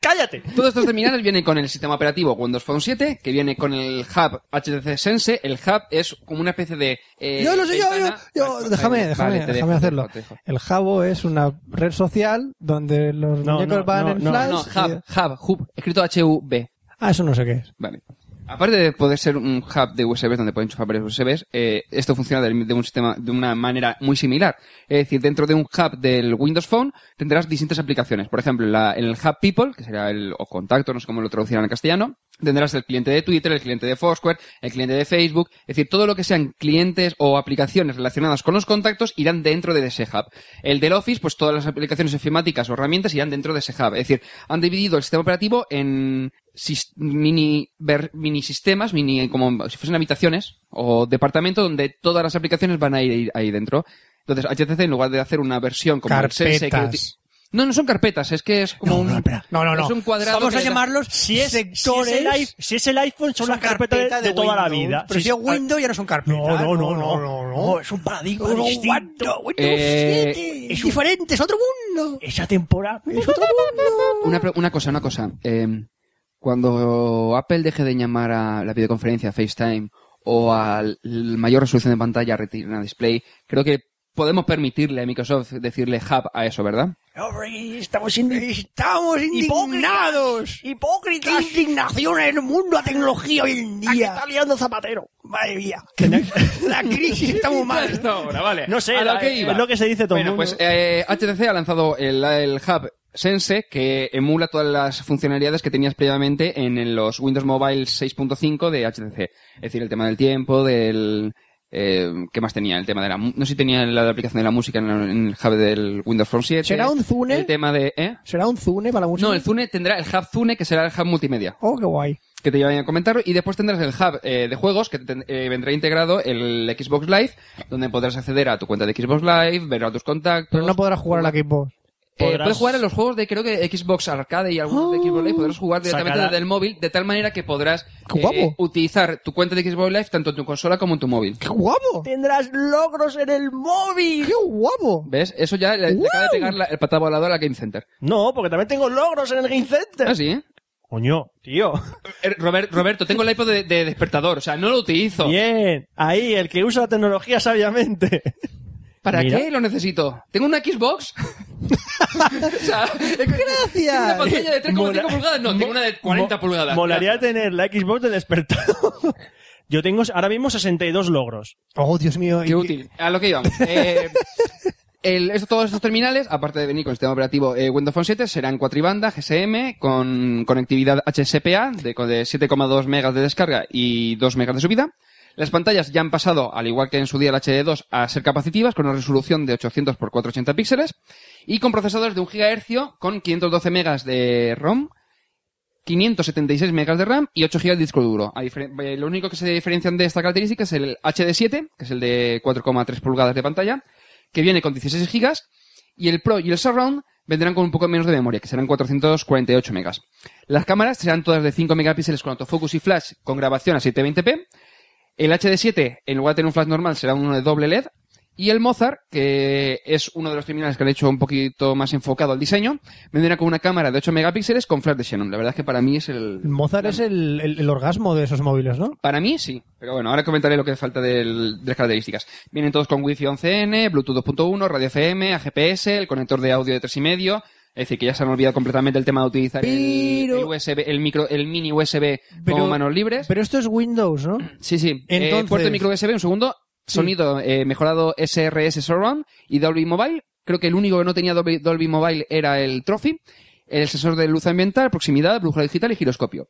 Speaker 7: ¡Cállate!
Speaker 9: Todos estos terminales vienen con el sistema operativo Windows Phone 7, que viene con el hub HTC Sense. El hub es como una especie de... eh,
Speaker 8: Yo lo sé, yo, yo,
Speaker 9: ventana-
Speaker 8: yo-
Speaker 9: Vale,
Speaker 8: déjame,
Speaker 9: vale,
Speaker 8: déjame,
Speaker 9: te dejo,
Speaker 8: déjame
Speaker 9: te
Speaker 8: hacerlo.
Speaker 9: dejo, te dejo.
Speaker 8: El Jabo es una red social donde los
Speaker 7: No,
Speaker 8: muñecos
Speaker 7: no,
Speaker 8: van
Speaker 7: no,
Speaker 8: en
Speaker 7: no,
Speaker 8: flash.
Speaker 9: No,
Speaker 8: y-
Speaker 9: hub, hub, hub, escrito H-U-B.
Speaker 8: Ah, eso no sé qué es.
Speaker 9: Vale. Aparte de poder ser un hub de USB donde pueden enchufar varios USBs, eh, esto funciona del- de, un sistema de una manera muy similar. Es decir, dentro de un hub del Windows Phone tendrás distintas aplicaciones. Por ejemplo, la- en el hub People, que será el o contacto, no sé cómo lo traducirán en castellano, tendrás el cliente de Twitter, el cliente de Foursquare, el cliente de Facebook, es decir, todo lo que sean clientes o aplicaciones relacionadas con los contactos irán dentro de ese hub. El del Office, pues todas las aplicaciones ofimáticas o herramientas irán dentro de ese hub. Es decir, han dividido el sistema operativo en sis- mini, ver- mini sistemas, mini, como si fuesen habitaciones o departamento donde todas las aplicaciones van a ir ahí dentro. Entonces, HTC, en lugar de hacer una versión como el Sense que
Speaker 8: Carpetas.
Speaker 9: uti- no, no son carpetas, es que es como un...
Speaker 8: No, no, no.
Speaker 9: Es un cuadrado
Speaker 8: Vamos
Speaker 9: que
Speaker 8: a
Speaker 9: le da-
Speaker 8: llamarlos
Speaker 7: Si es, si es
Speaker 8: sectores.
Speaker 7: el, i- si es el iPhone, son,
Speaker 8: son
Speaker 7: las carpetas de,
Speaker 8: carpetas
Speaker 7: de toda la
Speaker 8: Windows.
Speaker 7: vida.
Speaker 8: Pero
Speaker 7: Si ah,
Speaker 8: si es Windows ya no son carpetas.
Speaker 7: No, no, no, no.
Speaker 8: no. Es un paradigma no, distinto. Windows, Windows
Speaker 9: Eh,
Speaker 8: 7. Es diferente, es otro mundo.
Speaker 7: esa temporada...
Speaker 8: Es otro mundo.
Speaker 9: Una, pre- una cosa, una cosa. Eh, cuando Apple deje de llamar a la videoconferencia FaceTime o a l- mayor resolución de pantalla Retina Display, creo que podemos permitirle a Microsoft decirle hub a eso, ¿verdad?
Speaker 8: Estamos, Estamos indignados. Hipócritas. Qué indignación en el mundo a tecnología hoy en día. está liando Zapatero. Madre mía. La crisis está muy mal.
Speaker 9: vale.
Speaker 7: No sé, la- es lo que se dice todo el
Speaker 9: Bueno,
Speaker 7: mundo.
Speaker 9: pues eh, HTC ha lanzado el, el hub Sense, que emula todas las funcionalidades que tenías previamente en, el- los Windows Mobile 6.5 de HTC. Es decir, el tema del tiempo, del... Eh, ¿Qué más tenía? El tema de la... mu- No sé si tenía la, aplicación de la música en, la- en el hub del Windows Phone 7.
Speaker 8: ¿Será un Zune?
Speaker 9: El tema de... ¿eh?
Speaker 8: ¿Será un Zune para la música?
Speaker 9: No, el Zune tendrá el hub Zune, que será el hub multimedia
Speaker 8: Oh, qué guay.
Speaker 9: que te llevan a comentar y después tendrás el hub eh, de juegos que ten- eh, vendrá integrado el Xbox Live donde podrás acceder a tu cuenta de Xbox Live ver a tus contactos
Speaker 8: Pero no podrás jugar a la Xbox.
Speaker 9: Eh,
Speaker 7: Podrás-
Speaker 9: puedes jugar a los juegos de creo que Xbox Arcade y algunos de Xbox Live, podrás jugar directamente
Speaker 7: Sacará-
Speaker 9: desde el móvil, de tal manera que podrás eh,
Speaker 8: ¡Qué guapo!
Speaker 9: utilizar tu cuenta de Xbox Live tanto en tu consola como en tu móvil.
Speaker 8: ¡Qué guapo!
Speaker 7: Tendrás logros en el móvil.
Speaker 8: ¡Qué guapo!
Speaker 9: ¿Ves? Eso ya le, le
Speaker 8: ¡Wow!
Speaker 9: acaba de pegar la- el patada voladora al Game Center.
Speaker 7: No, porque también tengo logros en el Game Center.
Speaker 9: Ah, sí, ¿eh?
Speaker 7: Coño, tío.
Speaker 9: Eh, Robert- Roberto, tengo el iPod de, de despertador, o sea, no lo utilizo.
Speaker 7: Bien. Ahí, el que usa la tecnología sabiamente.
Speaker 9: ¿Para
Speaker 7: Mira.
Speaker 9: qué lo necesito? ¿Tengo una Xbox? O sea,
Speaker 8: ¡Gracias!
Speaker 9: ¿Tengo una pantalla de 3,5
Speaker 7: Mola-
Speaker 9: pulgadas? No, tengo una de 40
Speaker 7: Mo-
Speaker 9: pulgadas.
Speaker 7: Molaría tener la Xbox del despertador. Yo tengo ahora mismo 62 logros.
Speaker 8: ¡Oh, Dios mío! y
Speaker 9: Qué útil. A lo que íbamos. Eh, el- esto- todos estos terminales, aparte de venir con el sistema operativo eh, Windows Phone 7, serán cuatribanda, GSM, con conectividad HSPA de, con- de 7,2 megas de descarga y 2 megas de subida. Las pantallas ya han pasado, al igual que en su día el HD2, a ser capacitivas con una resolución de 800 x 480 píxeles y con procesadores de 1 GHz con 512 megas de ROM 576 megas de RAM y 8 GB de disco duro. A difer- eh, Lo único que se diferencian de esta característica es el HD7, que es el de 4,3 pulgadas de pantalla, que viene con 16 GB, y el Pro y el Surround vendrán con un poco menos de memoria, que serán 448 megas. Las cámaras serán todas de 5 megapíxeles con autofocus y flash con grabación a 720p. El HD7, en lugar de tener un flash normal, será uno de doble LED. Y el Mozart, que es uno de los terminales que han hecho un poquito más enfocado al diseño, vendrá con una cámara de 8 megapíxeles con flash de Xenon. La verdad es que para mí es el...
Speaker 8: Mozart es el, el- el orgasmo de esos móviles, ¿no?
Speaker 9: Para mí sí, pero bueno, ahora comentaré lo que falta del- de las características. Vienen todos con Wi-Fi 11N, Bluetooth 2.1, radio FM, AGPS, el conector de audio de 3,5. Es decir, que ya se han olvidado completamente el tema de utilizar el-
Speaker 8: Pero-
Speaker 9: el, USB, el micro, el mini USB
Speaker 8: Pero-
Speaker 9: como manos libres.
Speaker 8: Pero esto es Windows, ¿no?
Speaker 9: Sí, sí. Eh,
Speaker 8: Entonces-
Speaker 9: puerto de micro USB, un segundo. Sonido eh, mejorado SRS Surround y Dolby Mobile. Creo que el único que no tenía Dolby, Dolby Mobile era el Trophy. El sensor de luz ambiental, proximidad, brújula digital y giroscopio.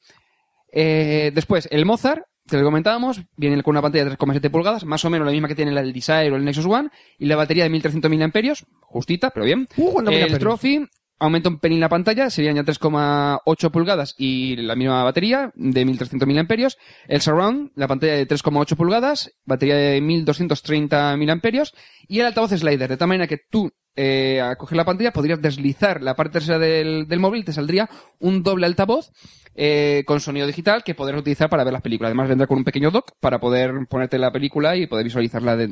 Speaker 9: Eh, después, el Mozart, que lo comentábamos, viene con una pantalla de 3,7 pulgadas, más o menos la misma que tiene la del Desire o el Nexus One, y la batería de 1300 miliamperios, justita, pero bien.
Speaker 8: Uh, ¿cuánto
Speaker 9: el
Speaker 8: miliamperios?
Speaker 9: Trophy aumenta un pelín la pantalla, serían ya 3,8 pulgadas y la misma batería de 1300 miliamperios. El Surround, la pantalla de 3,8 pulgadas, batería de 1230 miliamperios, y el altavoz slider, de tal manera que tú eh, a coger la pantalla, podrías deslizar la parte trasera del, del móvil y te saldría un doble altavoz eh, con sonido digital que podrás utilizar para ver las películas. Además, vendrá con un pequeño dock para poder ponerte la película y poder visualizarla de,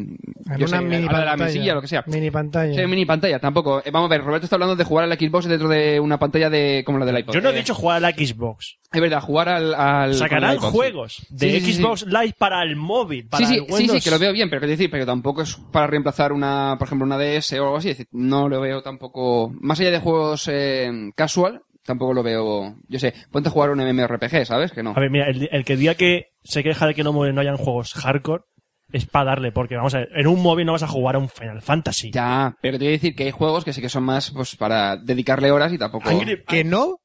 Speaker 9: yo sé, a la de la mesilla, lo que sea.
Speaker 8: Mini pantalla.
Speaker 9: Sí, mini pantalla, tampoco. Eh, vamos a ver, Roberto está hablando de jugar a la Xbox dentro de una pantalla de como la del iPod.
Speaker 7: Yo no he
Speaker 9: Eh,
Speaker 7: dicho jugar a la Xbox.
Speaker 9: Es verdad, jugar al. al con
Speaker 7: Sacarán
Speaker 9: el iPod, sí.
Speaker 7: juegos de
Speaker 9: Sí, sí, sí, sí.
Speaker 7: Xbox Live para el móvil. Para
Speaker 9: Sí, sí,
Speaker 7: el
Speaker 9: sí,
Speaker 7: Windows.
Speaker 9: sí, que lo veo bien, pero quiero decir, pero tampoco es para reemplazar una, por ejemplo, una DS o algo así. Es decir, no lo veo tampoco. Más allá de juegos eh, casual, tampoco lo veo. Yo sé, ponte a jugar un MMORPG, ¿sabes? Que no.
Speaker 7: A ver, mira, el, el que diga que se queja de que no, mo- no hayan juegos hardcore es para darle, porque vamos a ver, en un móvil no vas a jugar a un Final Fantasy.
Speaker 9: Ya, pero te voy a decir que hay juegos que sí que son más pues para dedicarle horas y tampoco.
Speaker 7: Angry-
Speaker 8: ¿Que no?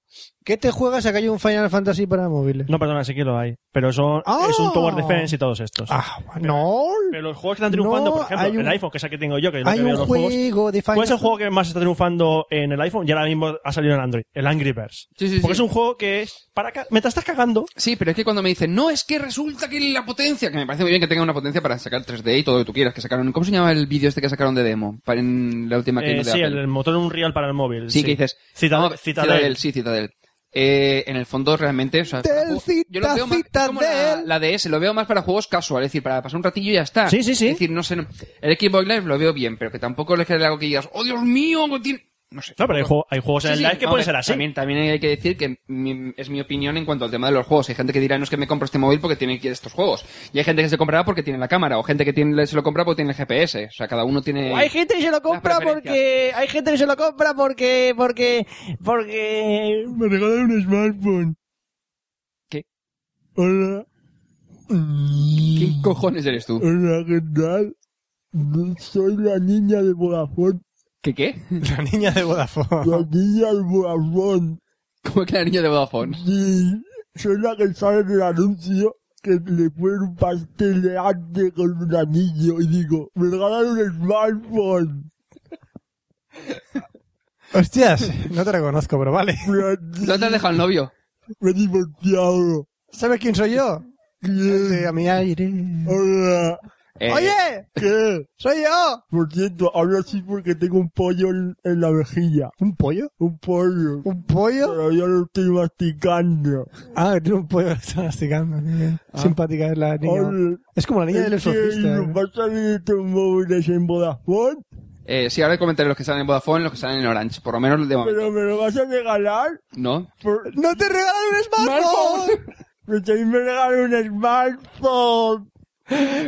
Speaker 8: ¿Qué te juegas a que hay un Final Fantasy para móviles?
Speaker 7: No, perdona, sí que lo hay. Pero son,
Speaker 8: ¡Ah!
Speaker 7: es un Tower Defense y todos estos.
Speaker 8: Ah, no.
Speaker 7: Pero los juegos que están triunfando,
Speaker 8: No,
Speaker 7: por ejemplo,
Speaker 8: hay un-
Speaker 7: el iPhone, que es el que tengo yo, que es lo
Speaker 8: Hay
Speaker 7: que veo
Speaker 8: un
Speaker 7: en los juegos.
Speaker 8: juego de Final
Speaker 7: ¿Cuál es el juego que más está triunfando en el iPhone? Y ahora mismo ha salido en Android, el Angry Birds.
Speaker 9: Sí, sí, sí.
Speaker 7: Porque es un juego que es para ca- mientras estás cagando,
Speaker 9: Sí, pero es que cuando me dicen, no, es que resulta que la potencia, que me parece muy bien que tengan una potencia para sacar 3D y todo lo que tú quieras, que sacaron, ¿cómo se llama el vídeo este que sacaron de demo? Para en la última que
Speaker 7: eh,
Speaker 9: no de
Speaker 7: sí,
Speaker 9: Apple.
Speaker 7: el, el motor Unreal para el móvil.
Speaker 9: Sí, que dices.
Speaker 7: Cita,
Speaker 9: no, Citadel, sí, Citadel. Eh, en el fondo, realmente. O sea,
Speaker 8: Del
Speaker 9: para ju- yo lo
Speaker 8: Cita-
Speaker 9: veo más es como la,
Speaker 8: Citadel.
Speaker 9: la DS, lo veo más para juegos casual, es decir, para pasar un ratillo y ya está.
Speaker 7: Sí, sí, sí.
Speaker 9: Es decir, no sé. no- El Xbox Live lo veo bien, pero que tampoco es que le hago que digas, oh Dios mío, que tiene-". No sé.
Speaker 7: No, pero hay, juego- hay juegos en
Speaker 9: Sí,
Speaker 7: el
Speaker 9: sí,
Speaker 7: Live que
Speaker 9: no,
Speaker 7: pueden
Speaker 9: hombre,
Speaker 7: ser así.
Speaker 9: También, también hay que decir que mi- es mi opinión en cuanto al tema de los juegos. Hay gente que dirá, no es que me compro este móvil porque tiene que estos juegos. Y hay gente que se comprará porque tiene la cámara, o gente que tiene, se lo compra porque tiene el GPS. O sea, cada uno tiene...
Speaker 7: Hay gente que se lo compra
Speaker 9: preferencia.
Speaker 7: porque. Hay gente que se lo compra porque. Porque. Porque. Me regalaron un smartphone.
Speaker 9: ¿Qué?
Speaker 7: Hola.
Speaker 9: ¿Quién cojones eres tú?
Speaker 7: Hola, ¿qué tal? Soy la niña de Vodafone.
Speaker 9: ¿Qué qué?
Speaker 8: La niña de Vodafone.
Speaker 7: La niña de Vodafone.
Speaker 9: ¿Cómo que la niña de Vodafone?
Speaker 7: Sí. Soy la que sale en el anuncio que le ponen un pastel de arte con un anillo y digo, me regalaron un smartphone.
Speaker 8: Hostias, no te reconozco, pero vale.
Speaker 9: ¿No te has dejado el novio?
Speaker 7: Me he divorciado.
Speaker 8: ¿Sabes quién soy yo? El de a mi Este, aire.
Speaker 7: Hola.
Speaker 9: Eh,
Speaker 8: ¡Oye!
Speaker 7: ¿Qué?
Speaker 8: ¡Soy yo!
Speaker 7: Por cierto, hablo así porque tengo un pollo en, en la vejilla.
Speaker 8: ¿Un pollo?
Speaker 7: Un pollo.
Speaker 8: ¿Un pollo?
Speaker 7: Pero yo lo estoy masticando. Ah.
Speaker 8: Ah, tiene un pollo que está masticando. qué bien. Simpática es la niña.
Speaker 7: Hola.
Speaker 8: Es como la niña del
Speaker 7: Es que
Speaker 8: exorcista.
Speaker 7: me
Speaker 8: ¿eh?
Speaker 7: ¿Va a salir estos móviles en Vodafone?
Speaker 9: eh, sí, ahora comentaré los que salen en Vodafone, los que salen en Orange, por lo menos de momento.
Speaker 7: ¿Pero me lo vas a regalar?
Speaker 9: ¿No?
Speaker 7: Por...
Speaker 8: ¡No te regalan un smartphone!
Speaker 7: Me tenéis que regalar un smartphone.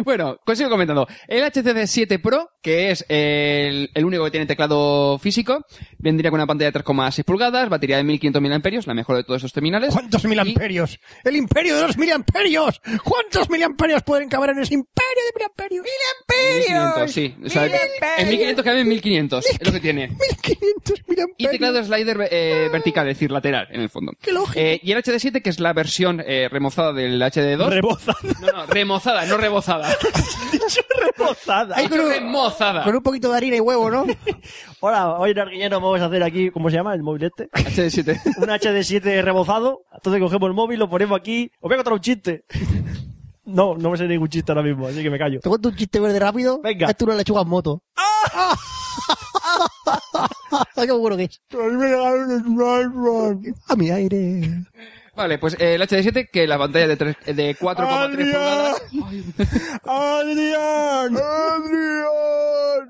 Speaker 9: Bueno, pues sigo comentando. El HTC 7 Pro, que es el, el único que tiene teclado físico, vendría con una pantalla de 3,6 pulgadas, batería de 1500 miliamperios, la mejor de todos estos terminales.
Speaker 8: ¿Cuántos mil amperios? ¡El imperio de los mil amperios! ¿Cuántos mil amperios pueden caber en ese imperio de mil amperios? ¡Mil
Speaker 9: 1500, sí. O sea, en 1500 cabe en 1500, es lo que tiene.
Speaker 8: ¡Mil quinientos mil amperios!
Speaker 9: Y teclado slider eh, vertical, es decir, lateral, en el fondo.
Speaker 8: Qué lógico.
Speaker 9: Eh, y el HD7, que es la versión eh, remozada del HD2.
Speaker 7: Rebozada.
Speaker 9: no, no, remozada, no rebozada.
Speaker 7: Dicho rebozada.
Speaker 8: Ay, con, un,
Speaker 9: remozada.
Speaker 8: con un poquito de harina y huevo, ¿no?
Speaker 7: Hola, hoy en Arguillano vamos a hacer aquí, ¿cómo se llama? El mobilete.
Speaker 9: HD7.
Speaker 7: Un HD7 rebozado. Entonces cogemos el móvil, lo ponemos aquí. Os voy a contar un chiste. No, no me sé ningún chiste ahora mismo, así que me callo.
Speaker 8: Te cuento un chiste verde rápido.
Speaker 7: Venga.
Speaker 8: Esto es una lechuga en moto. ¡Ay, qué bueno que es! ¡A mi aire!
Speaker 9: Vale, pues eh, el HD7, que la pantalla de, tres- de 4,3 pulgadas.
Speaker 7: ¡Adrián! ¡Adrián!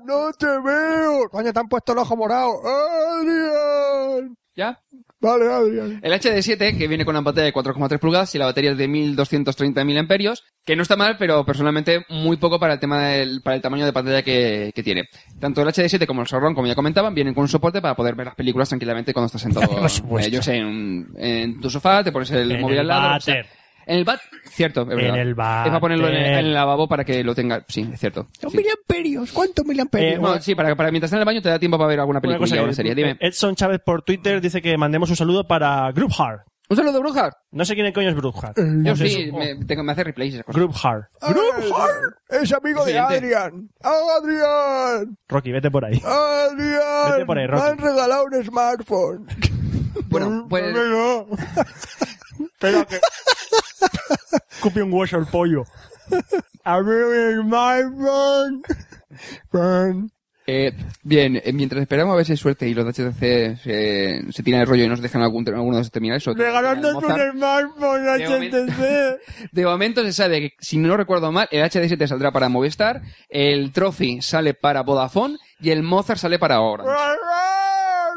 Speaker 7: ¡No te veo!
Speaker 8: Coño, te han puesto el ojo morado.
Speaker 7: ¡Adrián!
Speaker 9: ¿Ya?
Speaker 7: Vale, Adrián.
Speaker 9: El HD7, que viene con una pantalla de 4,3 pulgadas y la batería es de 1230 miliamperios, que no está mal, pero personalmente muy poco para el tema del, para el tamaño de pantalla que, que tiene. Tanto el HD7 como el Sorrón, como ya comentaban, vienen con un soporte para poder ver las películas tranquilamente cuando estás sentado.
Speaker 8: Por supuesto.
Speaker 9: eh, yo sé, en, en tu sofá, te pones el
Speaker 3: En
Speaker 9: móvil
Speaker 3: el
Speaker 9: al lado.
Speaker 3: váter.
Speaker 9: en el bat, cierto, es verdad.
Speaker 3: el
Speaker 9: Es para ponerlo en el,
Speaker 3: váter.
Speaker 9: en el lavabo para que lo tenga, sí, es cierto.
Speaker 8: ¡Un
Speaker 9: Sí.
Speaker 8: mil amperios! ¿Cuántos mil
Speaker 3: Eh,
Speaker 8: amperios?
Speaker 9: No, sí, para, para mientras estás en el baño te da tiempo para ver alguna película o una serie. Dime.
Speaker 7: Edson Chávez por Twitter dice que mandemos un saludo para Group Hard.
Speaker 9: Un saludo, Bruja.
Speaker 7: No sé quién coño es Group Hard.
Speaker 9: Yo
Speaker 7: Pues
Speaker 9: sí,
Speaker 7: eso,
Speaker 9: me, tengo- me hace replays y esas cosas.
Speaker 7: Group Hard.
Speaker 8: ¡Es amigo
Speaker 9: de Siguiente.
Speaker 8: Adrian! ¡Adrian!
Speaker 7: Rocky, vete por ahí.
Speaker 8: ¡Adrian!
Speaker 7: Vete por ahí, Rocky. me han
Speaker 8: regalado un smartphone!
Speaker 9: Bueno, pues...
Speaker 7: Espera que... Cupi un hueso el pollo. A mí mi smartphone.
Speaker 9: Eh, bien, eh, mientras esperamos a ver si hay suerte y los de HTC se, se tiran el rollo y nos dejan algún, alguno de esos terminales. sobre todo
Speaker 7: Regalándote
Speaker 9: el Mozart.
Speaker 7: un smartphone
Speaker 9: De momento-
Speaker 7: HTC.
Speaker 9: De momento se sabe que, si no recuerdo mal, el HD7 saldrá para Movistar, el Trophy sale para Vodafone y el Mozart sale para
Speaker 8: Ah.
Speaker 9: ahora.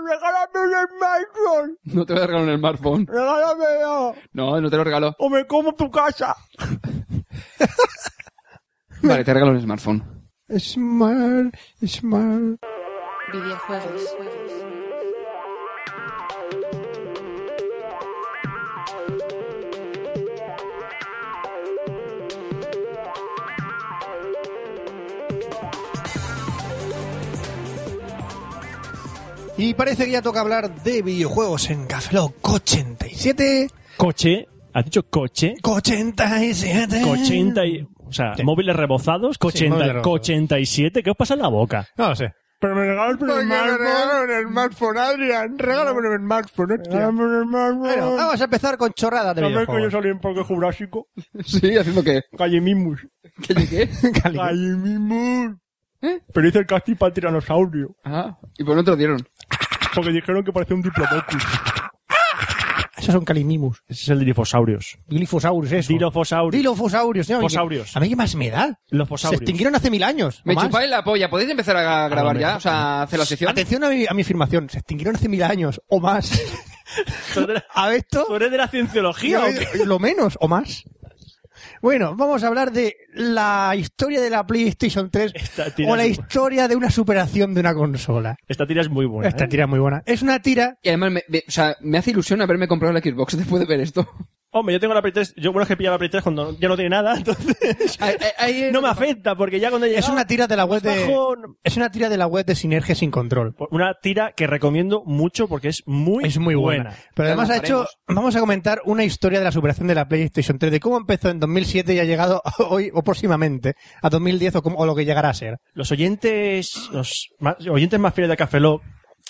Speaker 7: Regálame un smartphone.
Speaker 9: No te voy a regalar un smartphone.
Speaker 7: Regálamelo.
Speaker 9: No, no te lo regalo.
Speaker 8: Oh.
Speaker 7: O me como tu casa.
Speaker 9: Vale, te regalo un smartphone.
Speaker 8: Smart, smart.
Speaker 6: Videojuegos.
Speaker 8: Y parece que ya toca hablar de videojuegos en Café Lock 87.
Speaker 3: Coche. ¿Has dicho coche?
Speaker 7: Eh.
Speaker 8: 87.
Speaker 3: Cochenta y... O sea,
Speaker 8: Sí.
Speaker 3: móviles rebozados, cochenta,
Speaker 8: móviles rebozados.
Speaker 3: cochenta y siete, ¿Qué os pasa en la boca?
Speaker 8: No lo sé.
Speaker 7: Pero me regalaste un smartphone.
Speaker 8: el smartphone, Adrian. Regálame el smartphone,
Speaker 7: Regálame un
Speaker 8: Bueno,
Speaker 7: smartphone.
Speaker 8: vamos a empezar con chorradas de
Speaker 7: ¿Sabes que yo
Speaker 8: videojuegos.
Speaker 7: salí en Parque Jurásico?
Speaker 9: Sí, haciendo que...
Speaker 7: Gallimimus.
Speaker 9: ¿Qué? ¿Qué?
Speaker 7: Gallimimus.
Speaker 9: ¿Eh?
Speaker 7: Pero hice el casting para el tiranosaurio.
Speaker 9: Ah, y por no te lo dieron.
Speaker 7: Porque dijeron que parecía un diplodocus.
Speaker 8: Esos son calimimus.
Speaker 3: Ese es el de difosaurios.
Speaker 8: Glifosaurus, eso.
Speaker 3: Dilofosaurios.
Speaker 8: Dilofosaurios. ¿no?
Speaker 3: Fosaurios.
Speaker 8: A mí qué más me da.
Speaker 3: Los
Speaker 8: Se
Speaker 3: fosaurios.
Speaker 8: extinguieron hace mil años.
Speaker 9: Me
Speaker 8: o más.
Speaker 9: chupáis la polla. ¿Podéis empezar a grabar ya? O sea, hacer la sesión.
Speaker 8: Atención a mi, a mi afirmación. Se extinguieron hace mil años o más.
Speaker 3: ¿Tú eres-
Speaker 8: a esto...
Speaker 3: ¿Tú eres de la cienciología o qué?
Speaker 8: eh, Lo menos o más. Bueno, vamos a hablar de la historia de la PlayStation 3
Speaker 3: Esta tira
Speaker 8: o la
Speaker 3: es-
Speaker 8: historia de una superación de una consola.
Speaker 3: Esta tira es muy buena.
Speaker 8: Esta
Speaker 3: ¿eh?
Speaker 8: tira es muy buena. Es una tira
Speaker 9: Y además, me, me- o sea, me hace ilusión haberme comprado la Xbox después de ver esto.
Speaker 3: Hombre, yo tengo la Play 3. Yo, bueno, es que pilla la Play 3 cuando ya no tiene nada, entonces.
Speaker 9: Ahí- ahí- ahí-
Speaker 3: no me afecta, porque ya cuando llega.
Speaker 8: es
Speaker 7: ¡ah!
Speaker 8: una tira de la web de
Speaker 3: bajón.
Speaker 8: es una tira de la web de Sinergia sin control.
Speaker 3: Una tira que recomiendo mucho porque es muy,
Speaker 8: Es muy buena. Pero
Speaker 9: Ya
Speaker 8: además
Speaker 9: la
Speaker 8: ha hecho
Speaker 9: haremos.
Speaker 8: vamos a comentar una historia de la superación de la PlayStation 3 de cómo empezó en 2007 y ha llegado hoy o próximamente a 2010 o, como- o lo que llegará a ser.
Speaker 3: Los oyentes, los más- oyentes más fieles de Café Lock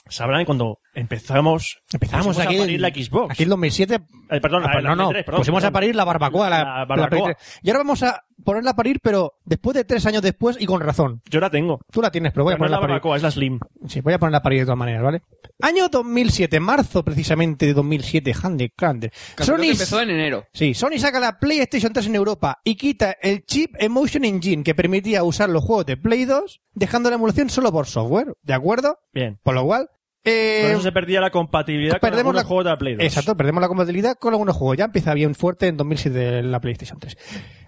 Speaker 3: sabrán que cuando
Speaker 7: Empezamos.
Speaker 8: Empezamos
Speaker 7: pusimos
Speaker 8: aquí.
Speaker 7: a parir la Xbox.
Speaker 8: Aquí en 2007.
Speaker 7: Eh, perdón,
Speaker 8: Ah,
Speaker 7: la-
Speaker 8: pues
Speaker 7: la
Speaker 8: no, no.
Speaker 7: Play tres, perdón,
Speaker 8: pusimos a
Speaker 7: perdón.
Speaker 8: parir la barbacoa. La,
Speaker 7: La
Speaker 8: la
Speaker 7: barbacoa.
Speaker 8: Play tres. y ahora vamos a ponerla a parir, pero después de tres años después y con razón.
Speaker 7: Yo la tengo.
Speaker 8: Tú la tienes, pero voy a
Speaker 7: Pero no es la
Speaker 8: ponerla a parir.
Speaker 7: barbacoa, es la Slim.
Speaker 8: Sí, voy a poner la pared de todas maneras, ¿vale? Año 2007, marzo precisamente de 2007, Handy Crander.
Speaker 9: Calculo que
Speaker 8: Sony,
Speaker 9: empezó en enero.
Speaker 8: sí, Sony saca la PlayStation 3 en Europa y quita el chip Emotion Engine que permitía usar los juegos de Play 2, dejando la emulación solo por software, ¿de acuerdo?
Speaker 7: Bien.
Speaker 8: Por lo cual, eh,
Speaker 7: Por eso se perdía la compatibilidad con
Speaker 8: perdemos
Speaker 7: algunos
Speaker 8: la-
Speaker 7: juegos de la Play 2.
Speaker 8: Exacto, perdemos la compatibilidad con algunos juegos. Ya empieza bien fuerte en 2007 la PlayStation 3.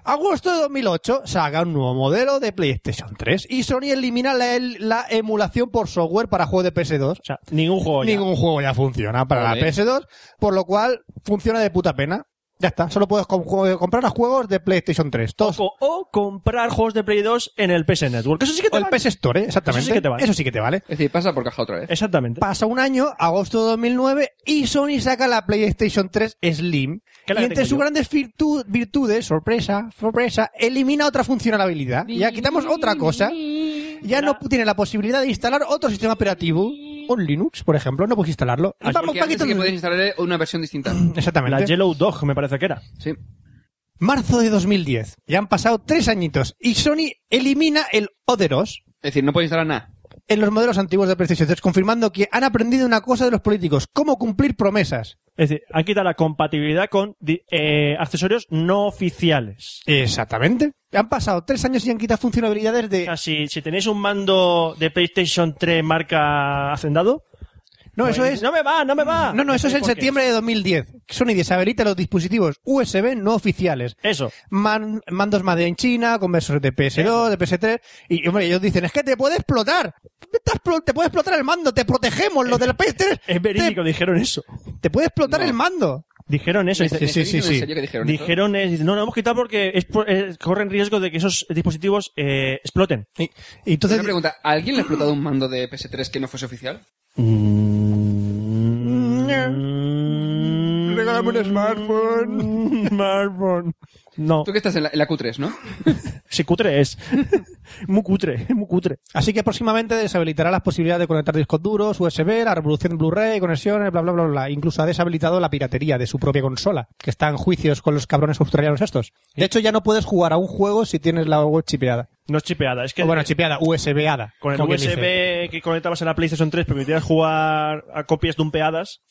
Speaker 8: Agosto de 2008 saca un nuevo modelo de PlayStation 3 y Sony elimina la, el- la emulación por software para juegos de PS2.
Speaker 7: O sea, ningún juego. ya.
Speaker 8: Ningún juego ya funciona para
Speaker 9: Joder.
Speaker 8: la PS2, por lo cual funciona de puta pena. Ya está, solo puedes com- jue- comprar los juegos de PlayStation 3. Todos,
Speaker 7: O, o comprar juegos de Play 2 en el PS Network. Eso sí que
Speaker 8: o
Speaker 7: te
Speaker 8: el
Speaker 7: vale.
Speaker 8: PS Store, ¿eh? exactamente.
Speaker 7: Eso sí que te vale.
Speaker 8: Eso sí que te vale.
Speaker 9: Es decir, pasa por caja otra vez.
Speaker 7: Exactamente.
Speaker 8: Pasa un año, agosto de 2009, y Sony saca la PlayStation 3 Slim.
Speaker 7: Que la
Speaker 8: Y
Speaker 7: que
Speaker 8: entre
Speaker 7: tengo
Speaker 8: sus
Speaker 7: yo.
Speaker 8: grandes virtu- virtudes, sorpresa, sorpresa, elimina otra funcionalidad. Ya quitamos otra cosa. Ya no tiene la posibilidad de instalar otro sistema operativo. Un Linux, por ejemplo, no puedes instalarlo.
Speaker 9: Ah, porque antes sí que podéis instalar una versión distinta.
Speaker 8: Exactamente.
Speaker 7: La Yellow Dog, me parece que era.
Speaker 9: Sí.
Speaker 8: Marzo de 2010. Ya han pasado tres añitos y Sony elimina el Oderos
Speaker 9: Es decir, no podéis instalar nada.
Speaker 8: en los modelos antiguos de PlayStation 3, confirmando que han aprendido una cosa de los políticos, cómo cumplir promesas.
Speaker 7: Es decir, han quitado la compatibilidad con di- eh, accesorios no oficiales.
Speaker 8: Exactamente. Han pasado tres años y han quitado funcionalidades
Speaker 7: O sea,
Speaker 8: de...
Speaker 7: si, si tenéis un mando de PlayStation 3 marca Hacendado.
Speaker 8: No,
Speaker 7: pues
Speaker 8: eso es...
Speaker 7: No me va, no me va.
Speaker 8: No, no, eso es en
Speaker 7: ¿Por qué?
Speaker 8: septiembre de 2010. Sony deshabilita los dispositivos USB no oficiales.
Speaker 7: Eso.
Speaker 8: Man- mandos Made en China, conversores de
Speaker 7: Eh.
Speaker 8: PS2, de PS3. Y, hombre, ellos dicen, es que te puede explotar. Te, explo- te puede explotar el mando, te protegemos, los de la PS3.
Speaker 7: Es verídico, dijeron eso.
Speaker 8: Te, te puede explotar
Speaker 9: No.
Speaker 8: el mando.
Speaker 7: Dijeron eso.
Speaker 8: Sí,
Speaker 7: dice-
Speaker 8: sí, sí,
Speaker 9: ¿En
Speaker 8: sí.
Speaker 9: serio que dijeron eso?
Speaker 7: Dijeron, es, dice, no, lo hemos quitado porque es por- eh, corren riesgo de que esos dispositivos eh, exploten.
Speaker 8: Y, y entonces...
Speaker 9: Una pregunta, ¿a alguien le ha explotado un mando de PS3 que no fuese oficial?
Speaker 8: Mm.
Speaker 9: Mm.
Speaker 8: Regálame un smartphone.
Speaker 7: Smartphone. No,
Speaker 9: Tú que estás en la, en la Q3, ¿no?
Speaker 7: si cutre es. muy cutre, muy cutre.
Speaker 8: Así que próximamente deshabilitará las posibilidades de conectar discos duros, USB, la revolución Blu-ray, conexiones, bla, bla, bla, bla. Incluso ha deshabilitado la piratería de su propia consola, que está en juicios con los cabrones australianos estos. De hecho, ya no puedes jugar a un juego si tienes la web chipeada.
Speaker 7: No es chipeada, es que
Speaker 8: O bueno, chipeada, USBada.
Speaker 7: con el
Speaker 8: como quien
Speaker 7: USB
Speaker 8: dice.
Speaker 7: que conectabas a la PlayStation 3 permitías jugar a copias dumpeadas.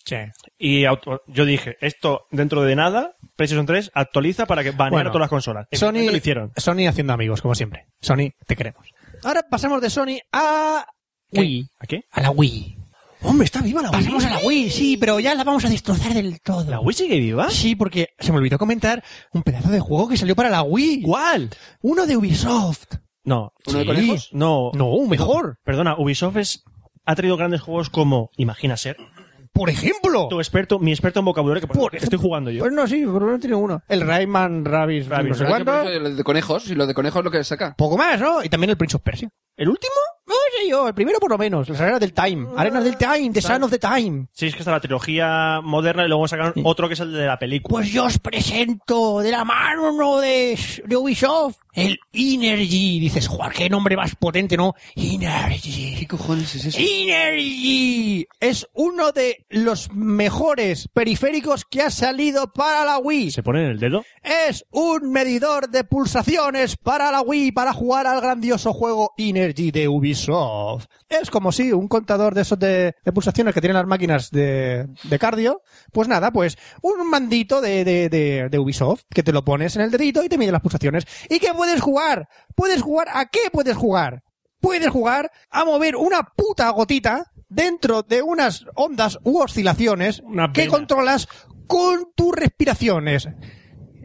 Speaker 7: Y auto- yo dije, esto dentro de nada, PlayStation 3 actualiza para que banear
Speaker 8: Bueno,
Speaker 7: a todas las consolas.
Speaker 8: Sony,
Speaker 7: Evidentemente lo hicieron.
Speaker 8: Sony haciendo amigos, como siempre. Sony, te queremos. Ahora pasamos de Sony a... Wii.
Speaker 7: ¿A qué?
Speaker 8: A la Wii. Hombre, está viva la Wii. Pasamos a la Wii, sí, pero ya la vamos a destrozar del todo.
Speaker 7: ¿La Wii sigue viva?
Speaker 8: Sí, porque se me olvidó comentar un pedazo de juego que salió para la Wii.
Speaker 7: ¿Cuál?
Speaker 8: Uno de Ubisoft.
Speaker 7: No.
Speaker 9: ¿Uno de conejos?
Speaker 7: No.
Speaker 8: No, mejor.
Speaker 7: Perdona, Ubisoft es- ha traído grandes juegos como Imagina Ser.
Speaker 8: Por ejemplo.
Speaker 7: Tu experto, mi experto en vocabulario, que por
Speaker 8: Por
Speaker 7: cierto, estoy jugando yo.
Speaker 8: Pues no, sí, pero no tiene uno. El Rayman Rabbids,
Speaker 7: Rabbids, ah,
Speaker 8: no sé
Speaker 7: ¿no?
Speaker 9: Pero es que por
Speaker 8: cuánto.
Speaker 9: eso Lo de conejos, y lo de conejos es lo que saca.
Speaker 8: Poco más, ¿no? Y también el Prince of Persia.
Speaker 7: ¿El último?
Speaker 8: No sé yo, el primero por lo menos. Las arenas del Time. Arenas del Time, The Sun of the Time.
Speaker 7: Sí, es que está la trilogía moderna y luego sacaron otro que es el de la película.
Speaker 8: Pues yo os presento de la mano de, de Ubisoft el Energy. Dices, Juan, qué nombre más potente, ¿no? Energy.
Speaker 9: cojones es
Speaker 8: Energy es uno de los mejores periféricos que ha salido para la Wii.
Speaker 7: ¿Se pone en el dedo?
Speaker 8: Es un medidor de pulsaciones para la Wii para jugar al grandioso juego Energy de Ubisoft. Es como si un contador de esos de, de pulsaciones que tienen las máquinas de, de cardio, pues nada, pues un mandito de, de- de- de Ubisoft que te lo pones en el dedito y te mide las pulsaciones. ¿Y qué puedes jugar? ¿Puedes jugar? ¿A qué puedes jugar? puedes jugar a mover una puta gotita dentro de unas ondas u oscilaciones
Speaker 7: Una
Speaker 8: que
Speaker 7: pena.
Speaker 8: controlas con tus respiraciones.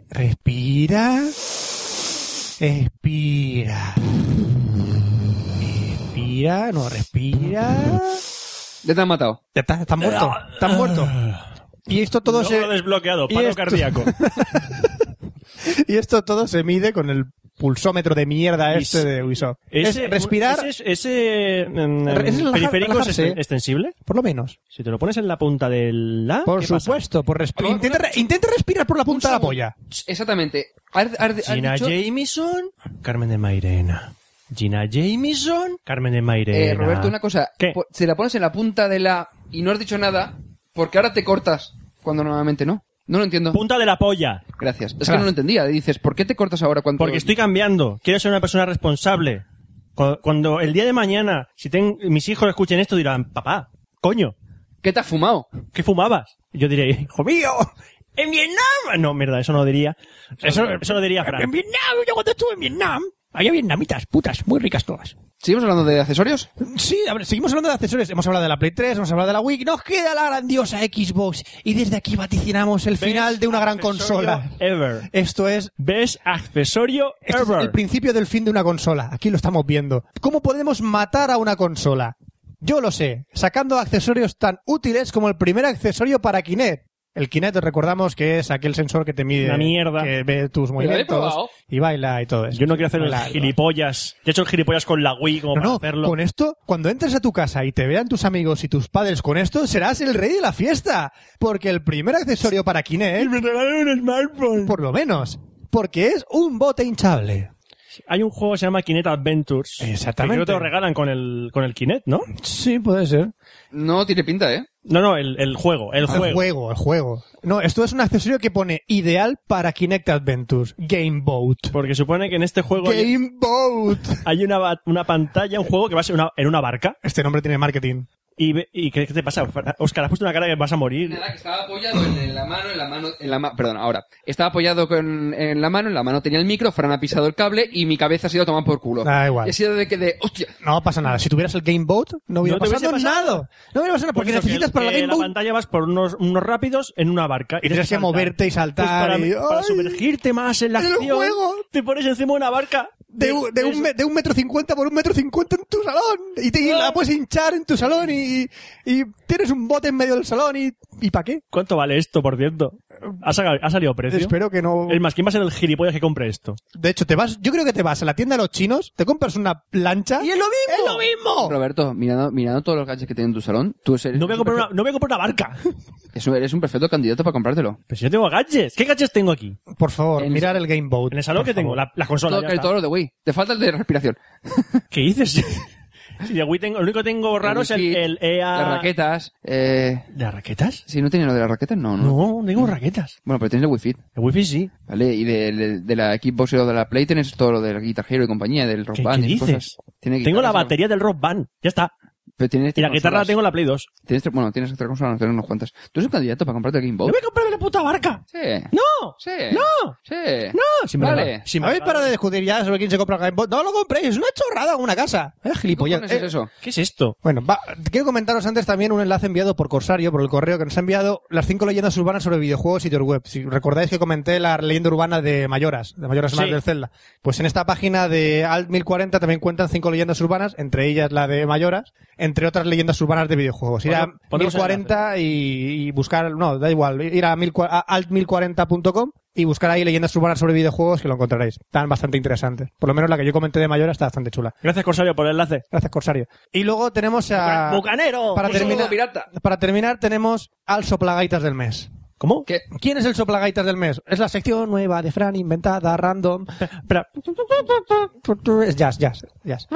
Speaker 8: Respira. Expira. Respira, no respira.
Speaker 9: Ya te han matado.
Speaker 8: Ya está, está muerto, está muerto. Y esto todo
Speaker 7: Logro
Speaker 8: se
Speaker 7: desbloqueado,
Speaker 8: y
Speaker 7: paro
Speaker 8: esto-
Speaker 7: cardíaco.
Speaker 8: y esto todo se mide con el pulsómetro de mierda
Speaker 7: Y
Speaker 8: este
Speaker 7: se-
Speaker 8: de Ubisoft. es respirar,
Speaker 7: ¿Ese, ese, mm,
Speaker 8: Re- es relajar-
Speaker 7: periférico es
Speaker 8: relajarse.
Speaker 7: esten- extensible?
Speaker 8: por lo menos.
Speaker 7: Si te lo pones en la punta del la...
Speaker 8: Por
Speaker 7: ¿qué pasa?
Speaker 8: supuesto, por respi- intenta, re- intenta respirar por la punta de la polla.
Speaker 9: Exactamente. Has- has- has
Speaker 7: Gina
Speaker 9: dicho-
Speaker 7: Jameson, Carmen de Mairena. Gina Jameson, Carmen de Mairena.
Speaker 9: Eh, Roberto, una cosa.
Speaker 7: ¿Qué?
Speaker 9: Po- Se la pones en la punta de la... Y no has dicho nada, porque ahora te cortas, cuando normalmente no. No lo entiendo.
Speaker 7: Punta de la polla.
Speaker 9: Gracias. Es que no lo entendía. Dices, ¿por qué te cortas ahora cuando...
Speaker 7: Porque estoy cambiando. Quiero ser una persona responsable. Cu- Cuando el día de mañana, si ten- mis hijos escuchen esto, dirán, papá, coño,
Speaker 9: ¿Qué te has fumado?
Speaker 7: ¿qué fumabas? Y Yo diré, hijo mío, en Vietnam. No, mierda, eso no lo diría. Eso, eso lo diría
Speaker 4: En
Speaker 7: Fran.
Speaker 4: Vietnam, yo cuando estuve en Vietnam, había vietnamitas, putas, muy ricas todas.
Speaker 9: ¿Seguimos hablando de accesorios?
Speaker 8: Sí, a ver, seguimos hablando de accesorios. Hemos hablado de la Play 3, hemos hablado de la Wii. Nos queda la grandiosa Xbox. Y desde aquí vaticinamos el final de una gran consola.
Speaker 7: Ever.
Speaker 8: Esto es
Speaker 7: ¿Ves? Accesorio
Speaker 8: Este es
Speaker 7: ever.
Speaker 8: el principio del fin de una consola. Aquí lo estamos viendo. ¿Cómo podemos matar a una consola? Yo lo sé, sacando accesorios tan útiles como el primer accesorio para Kinect. El Kinect, recordamos que es aquel sensor que te mide,
Speaker 7: Una mierda.
Speaker 8: que ve tus movimientos
Speaker 9: probado.
Speaker 8: y baila y todo eso.
Speaker 7: Yo no quiero hacer
Speaker 8: Baila,
Speaker 7: las gilipollas. Ya he hecho gilipollas con la Wii como
Speaker 8: No,
Speaker 7: para
Speaker 8: no,
Speaker 7: hacerlo.
Speaker 8: con esto, cuando entres a tu casa y te vean tus amigos y tus padres con esto, serás el rey de la fiesta. Porque el primer accesorio para Kinect,
Speaker 7: me regalaron un smartphone.
Speaker 8: por lo menos, porque es un bote hinchable.
Speaker 7: Hay un juego que se llama Kinect Adventures.
Speaker 8: Exactamente.
Speaker 7: Que creo que te lo regalan con el, con el Kinect, ¿no?
Speaker 8: Sí, puede ser.
Speaker 9: No tiene pinta, ¿eh?
Speaker 7: No, no, el, el juego, el
Speaker 8: El
Speaker 7: juego.
Speaker 8: juego, el juego. No, esto es un accesorio que pone ideal para Kinect Adventures. Game Boat.
Speaker 7: Porque supone que en este juego hay,
Speaker 8: Game Boat.
Speaker 7: hay una, ba- una pantalla, un juego que va a ser una- en una barca.
Speaker 8: Este nombre tiene marketing.
Speaker 7: ¿Y, ve- y qué, qué te pasa? Oscar, has puesto una cara que vas a morir.
Speaker 9: Nada, que estaba apoyado en, en la mano, en la mano, en la mano. Perdón, ahora. Estaba apoyado con, en la mano, en la mano tenía el micro, Fran ha pisado el cable y mi cabeza ha sido tomada por culo.
Speaker 8: Da igual.
Speaker 9: Y ha sido de que de. ¡Hostia!
Speaker 8: No pasa nada. Si tuvieras el Game Boat, no hubiera
Speaker 7: No te
Speaker 8: pasado,
Speaker 7: hubiese pasado.
Speaker 8: nada. No hubiera pasado
Speaker 7: Por
Speaker 8: nada porque
Speaker 7: Pues eso,
Speaker 8: necesitas
Speaker 7: que- que
Speaker 8: para la Game
Speaker 7: la
Speaker 8: Boat.
Speaker 7: pantalla vas por unos, unos rápidos en una barca.
Speaker 8: Y tienes que
Speaker 7: saltar.
Speaker 8: moverte y saltar
Speaker 7: Pues
Speaker 8: y-
Speaker 7: para, para
Speaker 8: ¡Ay!
Speaker 7: sumergirte más en la
Speaker 8: ¡En el
Speaker 7: acción,
Speaker 8: juego!
Speaker 7: te pones encima de una barca.
Speaker 8: De, un- de un, me- de un metro cincuenta por un metro cincuenta en tu salón. Y, te, y
Speaker 7: Ah.
Speaker 8: la puedes hinchar en tu salón y, y- y tienes un bote en medio del salón y... ¿Y para qué?
Speaker 7: ¿Cuánto vale esto, por cierto? ¿Ha, saca- ha salido precio?
Speaker 8: Espero que no...
Speaker 7: Es más, ¿quién va a ser el gilipollas que compre esto?
Speaker 8: De hecho, te vas... Yo creo que te vas a la tienda de los chinos, te compras una plancha... ¡Y es lo mismo! ¡Es lo mismo!
Speaker 9: Roberto, mirando, mirando todos los gadgets que tiene en tu salón, tú eres.
Speaker 7: Oh. No voy a comprar una, no voy a comprar una barca.
Speaker 9: Eso, eres un perfecto candidato para comprártelo.
Speaker 7: Pero si yo tengo gadgets. ¿Qué gadgets tengo aquí?
Speaker 8: Por favor,
Speaker 9: En-
Speaker 8: mirar el Game Boat.
Speaker 7: En el salón
Speaker 8: por
Speaker 7: que tengo,
Speaker 8: favor.
Speaker 7: la, la consola.
Speaker 9: Todo,
Speaker 7: ya
Speaker 9: casi
Speaker 7: está.
Speaker 9: todos los de Wii. Te falta el de respiración.
Speaker 7: ¿Qué dices? Si de Wii tengo, lo único que tengo raro es el,
Speaker 9: wifi,
Speaker 7: el E EA.
Speaker 9: Las raquetas. Eh.
Speaker 7: ¿Las raquetas?
Speaker 9: Si no tenía lo de las raquetas, no, no.
Speaker 7: No, no tengo raquetas.
Speaker 9: Bueno, pero tienes el Wi-Fi.
Speaker 7: El wifi sí.
Speaker 9: ¿Vale? Y de, de- de la Xbox o de la Play tienes todo lo del Guitar Hero y compañía, del rock
Speaker 7: ¿Qué,
Speaker 9: band
Speaker 7: qué
Speaker 9: y
Speaker 7: dices?
Speaker 9: cosas. Tiene
Speaker 7: Tengo la
Speaker 9: guitarras,
Speaker 7: batería del Rock Band. Ya está.
Speaker 9: pero tienes
Speaker 7: Y la
Speaker 9: tres
Speaker 7: guitarra la
Speaker 9: consolas.
Speaker 7: tengo en la Play 2.
Speaker 9: Tienes tres- bueno, tienes tres consolas, no tienes unos cuantas. ¿Tú eres un candidato para comprarte el Game
Speaker 7: ¡No
Speaker 9: Boy?
Speaker 7: voy a comprarme la puta barca!
Speaker 9: Sí.
Speaker 7: ¡No!
Speaker 9: Sí.
Speaker 7: ¡No!
Speaker 9: Sí.
Speaker 7: ¡No! Si me
Speaker 9: Vale.
Speaker 7: regala- si me
Speaker 8: ¿Habéis
Speaker 7: regala-
Speaker 8: parado de discutir ya sobre quién se compra el Game Boat? ¡No lo compréis! ¡Es una chorrada en una casa! ¡Eh, gilipollas!
Speaker 9: ¿Qué es
Speaker 8: Eh,
Speaker 9: eso?
Speaker 7: ¿Qué es esto?
Speaker 8: Bueno, va, quiero comentaros antes también un enlace enviado por Corsario, por el correo que nos ha enviado las cinco leyendas urbanas sobre videojuegos y sitios web. Si recordáis que comenté la leyenda urbana de Mayoras, de Mayoras
Speaker 7: Sí.
Speaker 8: más del Zelda. Pues en esta página de Alt 1040 también cuentan cinco leyendas urbanas, entre ellas la de Mayoras, entre otras leyendas urbanas de videojuegos. Ir a
Speaker 7: Pon- ponemos el
Speaker 8: 1040 y, y buscar, no, da igual, ir a, 1000 cua- a alt1040.com y buscar ahí leyendas urbanas sobre videojuegos que lo encontraréis. Están bastante interesantes. Por lo menos la que yo comenté de Mayoras está bastante chula.
Speaker 7: Gracias, Corsario, por el enlace.
Speaker 8: Gracias, Corsario. Y luego tenemos a...
Speaker 7: ¡Bucanero!
Speaker 8: Ah, Para
Speaker 7: Pues-
Speaker 8: terminar,
Speaker 9: pirata.
Speaker 8: para terminar, tenemos al soplagaitas del mes.
Speaker 7: ¿Cómo?
Speaker 9: ¿Qué?
Speaker 8: ¿Quién es el soplagaitas del mes? Es la sección nueva de Fran, inventada, random.
Speaker 7: Espera.
Speaker 8: Es jazz, jazz, jazz.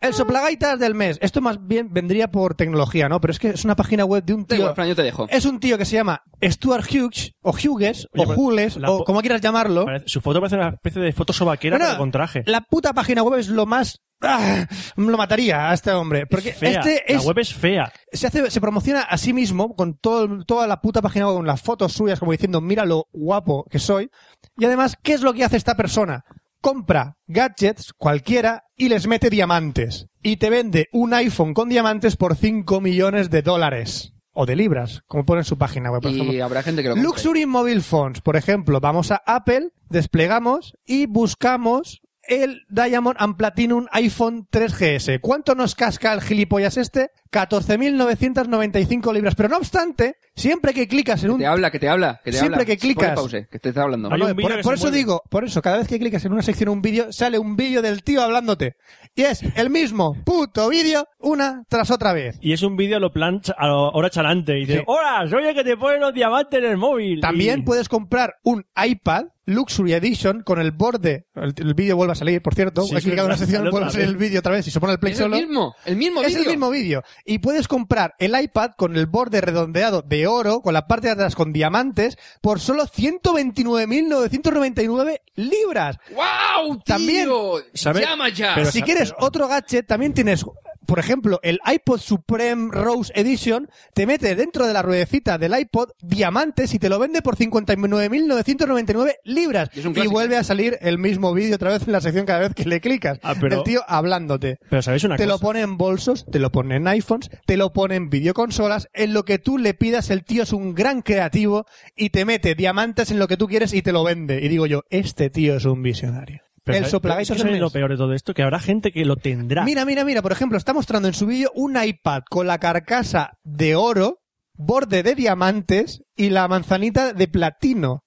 Speaker 8: El soplagaitas del mes. Esto más bien vendría por tecnología, ¿no? Pero es que es una página web de un
Speaker 9: Da
Speaker 8: tío.
Speaker 9: igual, Fran, yo te dejo.
Speaker 8: Es un tío que se llama Stuart Hughes, o Hughes,
Speaker 7: Oye,
Speaker 8: o
Speaker 7: pues,
Speaker 8: Hules,
Speaker 7: la
Speaker 8: o
Speaker 7: po-
Speaker 8: como quieras llamarlo.
Speaker 7: Parece- Su foto parece una especie de foto sobaquera
Speaker 8: No, no,
Speaker 7: pero con traje.
Speaker 8: La puta página web es lo más... ¡Ah! lo mataría a este hombre. Porque
Speaker 7: Es fea.
Speaker 8: este
Speaker 7: La
Speaker 8: es
Speaker 7: web es fea.
Speaker 8: se hace se promociona a sí mismo con todo, toda la puta página web, con las fotos suyas como diciendo mira lo guapo que soy y además qué es lo que hace esta persona compra gadgets cualquiera y les mete diamantes y te vende un iPhone con diamantes por 5 millones de dólares o de libras como pone en su página web por
Speaker 9: Y
Speaker 8: ejemplo.
Speaker 9: habrá gente que lo compre.
Speaker 8: Luxury Mobile Phones, por ejemplo, vamos a Apple, desplegamos y buscamos el Diamond and Platinum iPhone 3GS. ¿Cuánto nos casca el gilipollas este? 14.995 libras. Pero no obstante, siempre que clicas en
Speaker 9: Que
Speaker 8: un...
Speaker 9: te habla, que te habla. Que te
Speaker 8: Siempre
Speaker 9: habla.
Speaker 8: que clicas-
Speaker 9: Ponle pause, que te está hablando.
Speaker 7: Hay
Speaker 8: No,
Speaker 7: un
Speaker 8: eh,
Speaker 7: vídeo
Speaker 8: por
Speaker 7: que
Speaker 8: por
Speaker 7: se
Speaker 8: eso
Speaker 7: mueve.
Speaker 8: digo, por eso, cada vez que clicas en una sección un vídeo, sale un vídeo del tío hablándote. Y es el mismo puto vídeo una tras otra vez.
Speaker 7: Y es un vídeo a lo plan cha- a lo hora chalante. Y dice,
Speaker 8: Sí.
Speaker 7: ¡Hola! Soy el que te pone los diamantes en el móvil.
Speaker 8: También
Speaker 7: Y-
Speaker 8: puedes comprar un iPad Luxury Edition con el borde. El, el vídeo vuelve a salir, por cierto.
Speaker 7: Sí,
Speaker 8: He
Speaker 7: es
Speaker 8: clicado en la
Speaker 7: verdad,
Speaker 8: sección,
Speaker 7: sale
Speaker 8: vuelve a
Speaker 7: otra
Speaker 8: salir
Speaker 7: vez.
Speaker 8: el vídeo otra vez. Y se pone el play
Speaker 9: Es el
Speaker 8: solo.
Speaker 9: mismo, el mismo
Speaker 8: Es el
Speaker 9: vídeo.
Speaker 8: mismo vídeo. Y puedes comprar el iPad con el borde redondeado de oro, con la parte de atrás con diamantes, por solo 129.999 libras.
Speaker 9: ¡Wow!
Speaker 8: También-
Speaker 7: ¿Sabes?
Speaker 9: ¡Llama ya!
Speaker 7: Pero-
Speaker 8: si quieres otro gadget, también tienes, por ejemplo, el iPod Supreme Rose Edition, te mete dentro de la ruedecita del iPod diamantes y te lo vende por 59.999 libras.
Speaker 9: Y es un
Speaker 8: Y
Speaker 9: clásico.
Speaker 8: vuelve a salir el mismo vídeo otra vez en la sección cada vez que le clicas.
Speaker 7: Ah, pero-
Speaker 8: El tío hablándote.
Speaker 7: Pero sabéis una
Speaker 8: Te lo
Speaker 7: cosa.
Speaker 8: pone en bolsos, te lo pone en iPhones, te lo pone en videoconsolas, en lo que tú le pidas, el tío es un gran creativo y te mete diamantes en lo que tú quieres y te lo vende. Y digo yo, este tío es un visionario.
Speaker 7: Pero
Speaker 8: el
Speaker 7: sabéis-
Speaker 8: soplagaitas
Speaker 7: pero es que
Speaker 8: del
Speaker 7: sabéis lo
Speaker 8: mes.
Speaker 7: peor de todo esto, que habrá gente que lo tendrá.
Speaker 8: Mira, mira, mira, por ejemplo, está mostrando en su vídeo un iPad con la carcasa de oro, borde de diamantes y la manzanita de platino.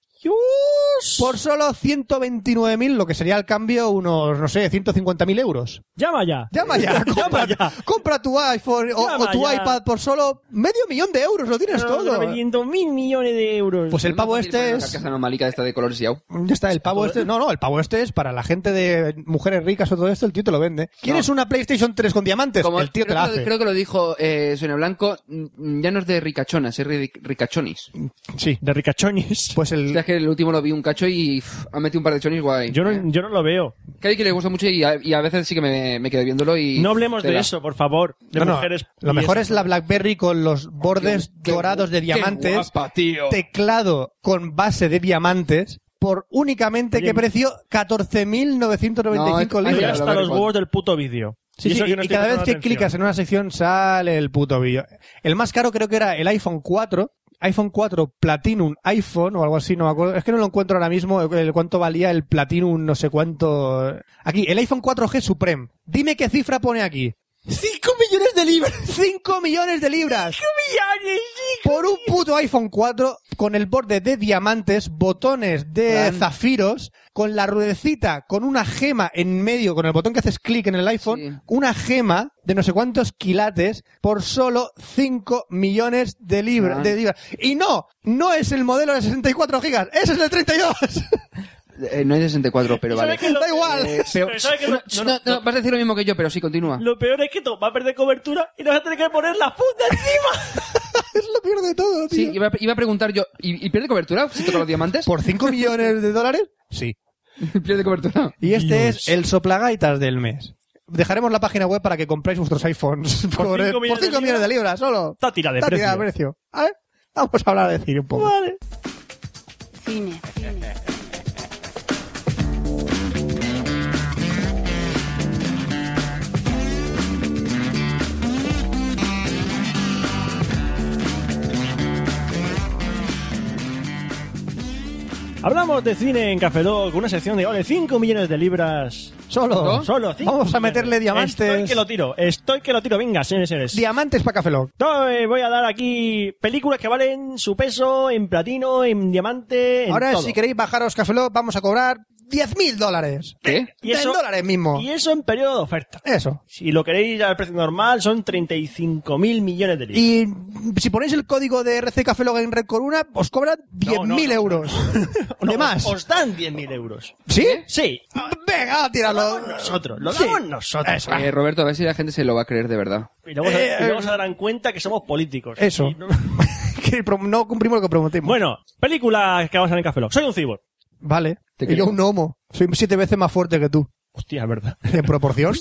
Speaker 8: Por solo 129.000, lo que sería al cambio unos, no sé, 150.000 euros.
Speaker 7: Llama ya.
Speaker 8: Llama ya, compra,
Speaker 7: ya.
Speaker 8: compra tu iPhone o,
Speaker 7: Llama
Speaker 8: o tu
Speaker 7: ya.
Speaker 8: iPad por solo medio millón de euros, lo tienes todo.
Speaker 7: mil millones de euros.
Speaker 8: Pues el pavo este
Speaker 9: La
Speaker 8: es...
Speaker 9: carcasa normalica esta de colores y au.
Speaker 8: Ya está, el pavo este... No, no, el pavo este es para la gente de mujeres ricas o todo esto, el tío te lo vende. ¿Quieres una PlayStation 3 con diamantes?
Speaker 9: Como
Speaker 8: el tío te
Speaker 9: creo,
Speaker 8: la
Speaker 9: que lo-
Speaker 8: hace.
Speaker 9: creo que lo dijo eh, Sonia Blanco, mm, ya no es de ricachonas, es de ricachonis.
Speaker 8: Sí.
Speaker 7: de ricachones.
Speaker 8: Pues
Speaker 9: O
Speaker 8: el,
Speaker 9: sea, es que el último lo vi un cacho y pff, ha metido un par de chonis guay.
Speaker 7: Yo
Speaker 9: Eh.
Speaker 7: no, yo no lo veo.
Speaker 9: Que hay que le gusta mucho y a, y a veces sí que me, me quedo viéndolo y...
Speaker 7: No hablemos de
Speaker 9: Tela.
Speaker 7: eso, por favor. De
Speaker 8: No, no,
Speaker 7: mujeres.
Speaker 8: Lo
Speaker 7: y
Speaker 8: mejor
Speaker 7: eso.
Speaker 8: es la BlackBerry con los bordes
Speaker 9: Qué- qué
Speaker 8: dorados de
Speaker 9: gu- qué
Speaker 8: diamantes,
Speaker 9: guapa, tío.
Speaker 8: teclado con base de diamantes, por únicamente, ¿qué
Speaker 7: Bien.
Speaker 8: precio? 14.995
Speaker 9: No, es-
Speaker 7: Estoy
Speaker 9: Mira,
Speaker 8: libras.
Speaker 9: la
Speaker 7: hasta los
Speaker 9: vergüenza.
Speaker 7: huevos del puto vídeo.
Speaker 8: Sí, sí,
Speaker 7: eso
Speaker 8: y,
Speaker 7: no
Speaker 8: y
Speaker 7: estoy
Speaker 8: cada vez
Speaker 7: prestando
Speaker 8: que
Speaker 7: atención.
Speaker 8: clicas en una sección sale el puto vídeo. El más caro creo que era el iPhone 4, iPhone 4 Platinum iPhone o algo así, no me acuerdo. Es que no lo encuentro ahora mismo el cuánto valía el Platinum, no sé cuánto. Aquí, el iPhone 4G Supreme. Dime qué cifra pone aquí. 5 millones de libras. 5 millones de libras. Por un puto iPhone 4 con el borde de diamantes, botones de
Speaker 9: Plan.
Speaker 8: zafiros, con la ruedecita, con una gema en medio, con el botón que haces clic en el iPhone,
Speaker 9: Sí.
Speaker 8: una gema de no sé cuántos quilates por solo 5 millones de libras.
Speaker 9: Plan.
Speaker 8: De libras. Y no, no es el modelo de 64 gigas, ese es el 32.
Speaker 9: Eh, no es de 64, pero vale.
Speaker 8: da igual.
Speaker 9: Eh, pero-
Speaker 7: Pero ¿sabes qué?
Speaker 9: no,
Speaker 7: No,
Speaker 9: no,
Speaker 7: no,
Speaker 9: no,
Speaker 7: no.
Speaker 9: vas a decir lo mismo que yo, pero sí, continúa.
Speaker 7: Lo peor es que to- va a perder cobertura y nos va a tener que poner la funda encima.
Speaker 8: es lo peor de todo,
Speaker 9: Sí,
Speaker 8: tío.
Speaker 9: iba, a- iba a preguntar yo, ¿y, y pierde cobertura si toca los diamantes?
Speaker 8: ¿Por 5 millones de dólares? Sí.
Speaker 9: pierde cobertura.
Speaker 8: Y este
Speaker 7: Dios.
Speaker 8: es el soplagaitas del mes. Dejaremos la página web para que compréis vuestros iPhones por
Speaker 7: cinco
Speaker 8: 5
Speaker 7: millones
Speaker 8: millones,
Speaker 7: de
Speaker 8: de libras solo.
Speaker 7: Está tira de
Speaker 8: Está tirada de
Speaker 7: precio.
Speaker 8: precio. A ver, vamos a hablar de decir un poco.
Speaker 6: Cine.
Speaker 7: Hablamos de cine en Café Lock, una sección de ole 5 millones de libras.
Speaker 8: Solo.
Speaker 9: ¿No?
Speaker 7: Solo 5
Speaker 8: Vamos a meterle diamantes.
Speaker 7: Estoy que lo tiro, estoy que lo tiro. Venga, señores, señores.
Speaker 8: Diamantes para Café Lock.
Speaker 7: No, eh, voy a dar aquí películas que valen su peso en platino, en diamante, en
Speaker 8: Ahora,
Speaker 7: todo.
Speaker 8: si queréis bajaros Café Lock, vamos a cobrar 10.000 dólares.
Speaker 9: ¿Qué?
Speaker 7: Y
Speaker 8: 10
Speaker 7: eso-
Speaker 8: dólares mismo.
Speaker 7: Y eso en periodo de oferta.
Speaker 8: Eso.
Speaker 7: Si lo queréis al precio normal, son 35 mil millones de libras.
Speaker 8: Y si ponéis el código de RC Café Lock en Red Corona, os cobran 10.000
Speaker 7: no, no.
Speaker 8: euros.
Speaker 7: No,
Speaker 8: ¿De más?
Speaker 7: Os dan 10.000 euros.
Speaker 8: ¿Sí?
Speaker 7: Sí.
Speaker 8: Venga, tíralo.
Speaker 7: Nosotros, lo
Speaker 8: Sí.
Speaker 7: damos nosotros.
Speaker 8: Eso.
Speaker 9: Eh, Roberto, a ver si la gente se lo va a creer de verdad.
Speaker 7: Y luego, se-
Speaker 8: Eh,
Speaker 7: y luego se darán cuenta que somos políticos.
Speaker 8: Eso.
Speaker 7: Y no-
Speaker 8: Que prom- no cumplimos lo que prometimos.
Speaker 7: Bueno, películas que vamos a ver en Café Lock. Soy un cyborg.
Speaker 8: Vale.
Speaker 9: Te
Speaker 8: Y yo
Speaker 9: creo.
Speaker 8: un gnomo. Soy siete veces más fuerte que tú.
Speaker 7: Hostia, es verdad.
Speaker 8: En proporción.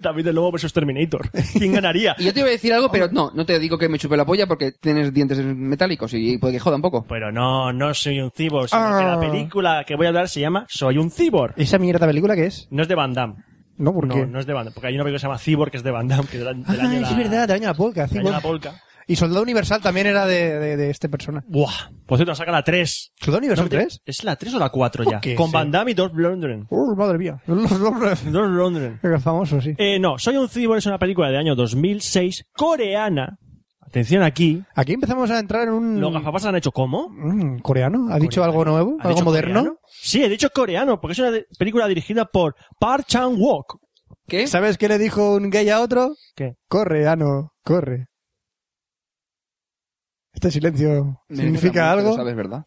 Speaker 7: David el Lobo versus Terminator. ¿Quién ganaría?
Speaker 9: Y yo te iba a decir algo, pero no, no te digo que me chupe la polla porque tienes dientes metálicos y puede que joda un poco.
Speaker 7: Pero no, no soy un cyborg. sino
Speaker 8: Ah.
Speaker 7: que la película que voy a hablar se llama Soy un cyborg.
Speaker 8: ¿Esa mierda película qué es?
Speaker 7: No es de Van Damme.
Speaker 8: No, porque...
Speaker 7: No, no es de Van Damme. Porque hay una película que se llama Cyborg que es de Van Damme. Que es del, del
Speaker 8: Ah,
Speaker 7: año
Speaker 8: es
Speaker 7: la-
Speaker 8: verdad, de año la polca. sí,
Speaker 7: del año la
Speaker 8: bueno.
Speaker 7: polca.
Speaker 8: Y Soldado Universal también era de, de, de este persona.
Speaker 7: Buah. Por cierto, saca la 3.
Speaker 8: ¿Soldado Universal
Speaker 7: No, mentira,
Speaker 8: 3?
Speaker 7: ¿Es la 3 o la 4
Speaker 8: ¿Por
Speaker 7: ya?
Speaker 8: qué?
Speaker 7: Con
Speaker 8: Sí.
Speaker 7: Van Damme y Dolph Lundgren.
Speaker 8: Uh, madre mía. Los dos...
Speaker 7: Dolph Lundgren.
Speaker 8: famoso, sí.
Speaker 7: Eh, no, Soy un cyborg es una película del año 2006 coreana. Atención aquí.
Speaker 8: Aquí empezamos a entrar en un...
Speaker 7: Los gafapas han hecho ¿cómo?
Speaker 8: Mm, ¿Coreano? ¿Ha dicho algo nuevo?
Speaker 7: ¿Ha
Speaker 8: ¿Algo
Speaker 7: dicho
Speaker 8: moderno?
Speaker 7: coreano? Sí, he dicho coreano, porque es una de- película dirigida por Park Chan-wook.
Speaker 9: ¿Qué?
Speaker 8: ¿Sabes qué le dijo un gay a otro?
Speaker 7: ¿Qué?
Speaker 8: Corre, Ano, corre. Este silencio
Speaker 9: Me
Speaker 8: significa
Speaker 9: encanta mucho,
Speaker 8: algo.
Speaker 9: ¿Sabes, verdad?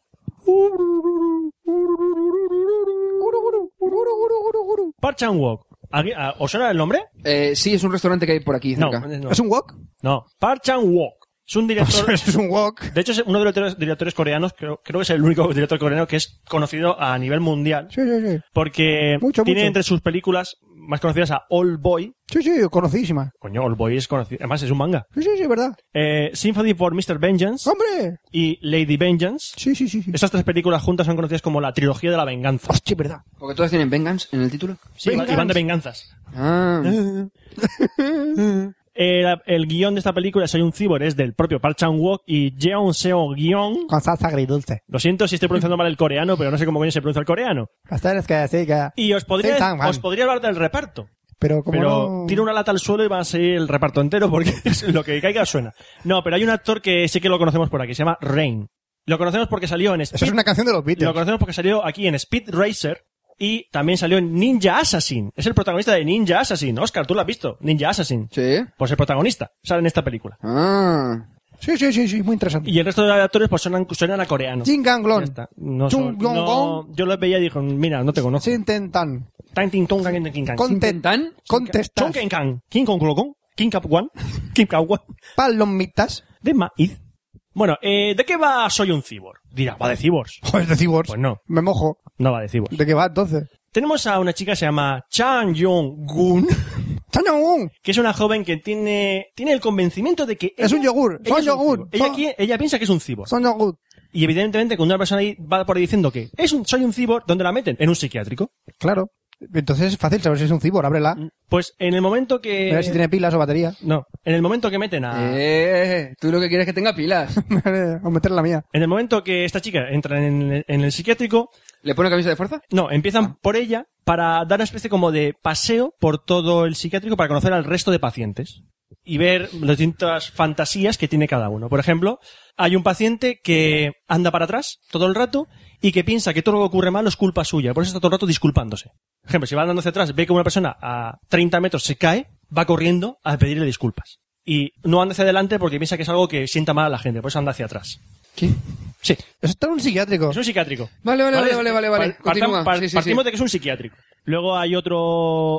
Speaker 7: Park Chan Wok. ¿Aquí- a- ¿Os suena el nombre?
Speaker 9: Eh, sí, es un restaurante que hay por aquí
Speaker 7: No,
Speaker 9: cerca.
Speaker 7: no.
Speaker 8: ¿Es un wok?
Speaker 7: No. Park Chan Wok. Es un director.
Speaker 8: es un wok.
Speaker 7: De hecho, es uno de los directores- directores coreanos, creo, creo que es el único director coreano que es conocido a nivel mundial.
Speaker 8: Sí, sí, sí.
Speaker 7: Porque
Speaker 8: Mucho,
Speaker 7: tiene
Speaker 8: mucho.
Speaker 7: entre sus películas más conocidas a All Boy.
Speaker 8: Sí, sí, conocidísima.
Speaker 7: Coño, All Boy es conocido. Además, es un manga.
Speaker 8: Sí, sí, sí, verdad.
Speaker 7: Eh, Symphony for Mr.
Speaker 8: Oh.
Speaker 7: Vengeance
Speaker 8: ¡Hombre!
Speaker 7: y Lady Vengeance.
Speaker 8: Sí, sí, sí. sí.
Speaker 7: Estas tres películas juntas son conocidas como la trilogía de la venganza.
Speaker 8: Hostia, verdad.
Speaker 9: Porque todas tienen Vengeance en el título.
Speaker 7: Sí, y van de venganzas.
Speaker 9: Ah,
Speaker 7: El, Eh, el guión de esta película, Soy un cibor, es del propio Park Chan-wook y Jeon Seo-gyong.
Speaker 8: Con salsa agridulce.
Speaker 7: Lo siento si estoy pronunciando mal el coreano, pero no sé cómo coño se pronuncia el coreano.
Speaker 8: Castañas que así que...
Speaker 7: Y os podría,
Speaker 8: Sí, tan mal.
Speaker 7: os podría hablar del reparto.
Speaker 8: Pero como
Speaker 7: Pero
Speaker 8: no...
Speaker 7: tira una lata al suelo y va a seguir el reparto entero porque es lo que caiga suena. No, pero hay un actor que sí que lo conocemos por aquí, se llama Rain. Lo conocemos porque salió en Speed,
Speaker 8: Eso es una canción de los
Speaker 7: lo
Speaker 8: Beatles.
Speaker 7: conocemos porque salió aquí en Speed Racer y también salió en Ninja Assassin. Es el protagonista de Ninja Assassin. Oscar, tú lo has visto, Ninja Assassin.
Speaker 9: sí.
Speaker 7: Pues el protagonista sale en esta película.
Speaker 9: Ah.
Speaker 8: Sí, sí, sí, sí, muy interesante.
Speaker 7: Y el resto de actores pues suenan, suenan a coreano.
Speaker 8: Jin
Speaker 7: Ya
Speaker 8: Ganglon.
Speaker 7: está. No
Speaker 8: Chung
Speaker 7: son-
Speaker 8: Yong
Speaker 7: no-
Speaker 8: Gong.
Speaker 7: yo los veía y dijo, mira, no te conozco.
Speaker 8: Sin tentan.
Speaker 7: Tan, tin, tong, kan, kin, kan.
Speaker 8: Contentan. Contestas.
Speaker 7: Chong, ken, kan. King Kong, Kong, Kong. King Cap One. King Cap One.
Speaker 8: Palomitas.
Speaker 7: de maíz. Bueno, eh, ¿de qué va Soy un cibor? Dirá, ¿va de cibors?
Speaker 8: Joder, de Cyborgs.
Speaker 7: Pues no,
Speaker 8: Me mojo.
Speaker 7: no va de cibors.
Speaker 8: ¿De qué va entonces?
Speaker 7: Tenemos a una chica que se llama Chan Yong-gun,
Speaker 8: ¡Chanangun!
Speaker 7: que es una joven que tiene, tiene el convencimiento de que...
Speaker 8: Es un yogur,
Speaker 7: ella
Speaker 8: son
Speaker 7: es un
Speaker 8: yogur,
Speaker 7: cibor. Ella,
Speaker 8: son-
Speaker 7: qui- ella piensa que es un cibor.
Speaker 8: Son yogur.
Speaker 7: Y evidentemente cuando una persona ahí va por ahí diciendo que es un, soy un cibor, ¿dónde la meten? En un psiquiátrico.
Speaker 8: Claro. Entonces es fácil saber si es un cibor. Ábrela.
Speaker 7: Pues en el momento que...
Speaker 8: Mira si tiene pilas o batería.
Speaker 7: No, en el momento que meten a...
Speaker 9: Eh, tú lo que quieres es que tenga pilas.
Speaker 8: o meter la mía.
Speaker 7: En el momento que esta chica entra en el- en el psiquiátrico,
Speaker 9: ¿Le pone camisa de fuerza?
Speaker 7: No, empiezan
Speaker 9: Ah.
Speaker 7: por ella para dar una especie como de paseo por todo el psiquiátrico para conocer al resto de pacientes y ver las distintas fantasías que tiene cada uno. Por ejemplo, hay un paciente que anda para atrás todo el rato y que piensa que todo lo que ocurre malo es culpa suya, por eso está todo el rato disculpándose. Por ejemplo, si va andando hacia atrás, ve que una persona a 30 metros se cae, va corriendo a pedirle disculpas. Y no anda hacia adelante porque piensa que es algo que sienta mal a la gente, por eso anda hacia atrás.
Speaker 9: ¿Qué?
Speaker 7: Sí,
Speaker 8: Eso está en un psiquiátrico.
Speaker 7: es un psiquiátrico.
Speaker 9: Vale, vale, vale,
Speaker 7: es-
Speaker 9: vale, vale, vale.
Speaker 7: par-
Speaker 9: Continúa.
Speaker 7: partam- par-
Speaker 9: Sí, sí, sí.
Speaker 7: partimos de que es un psiquiátrico. Luego hay otro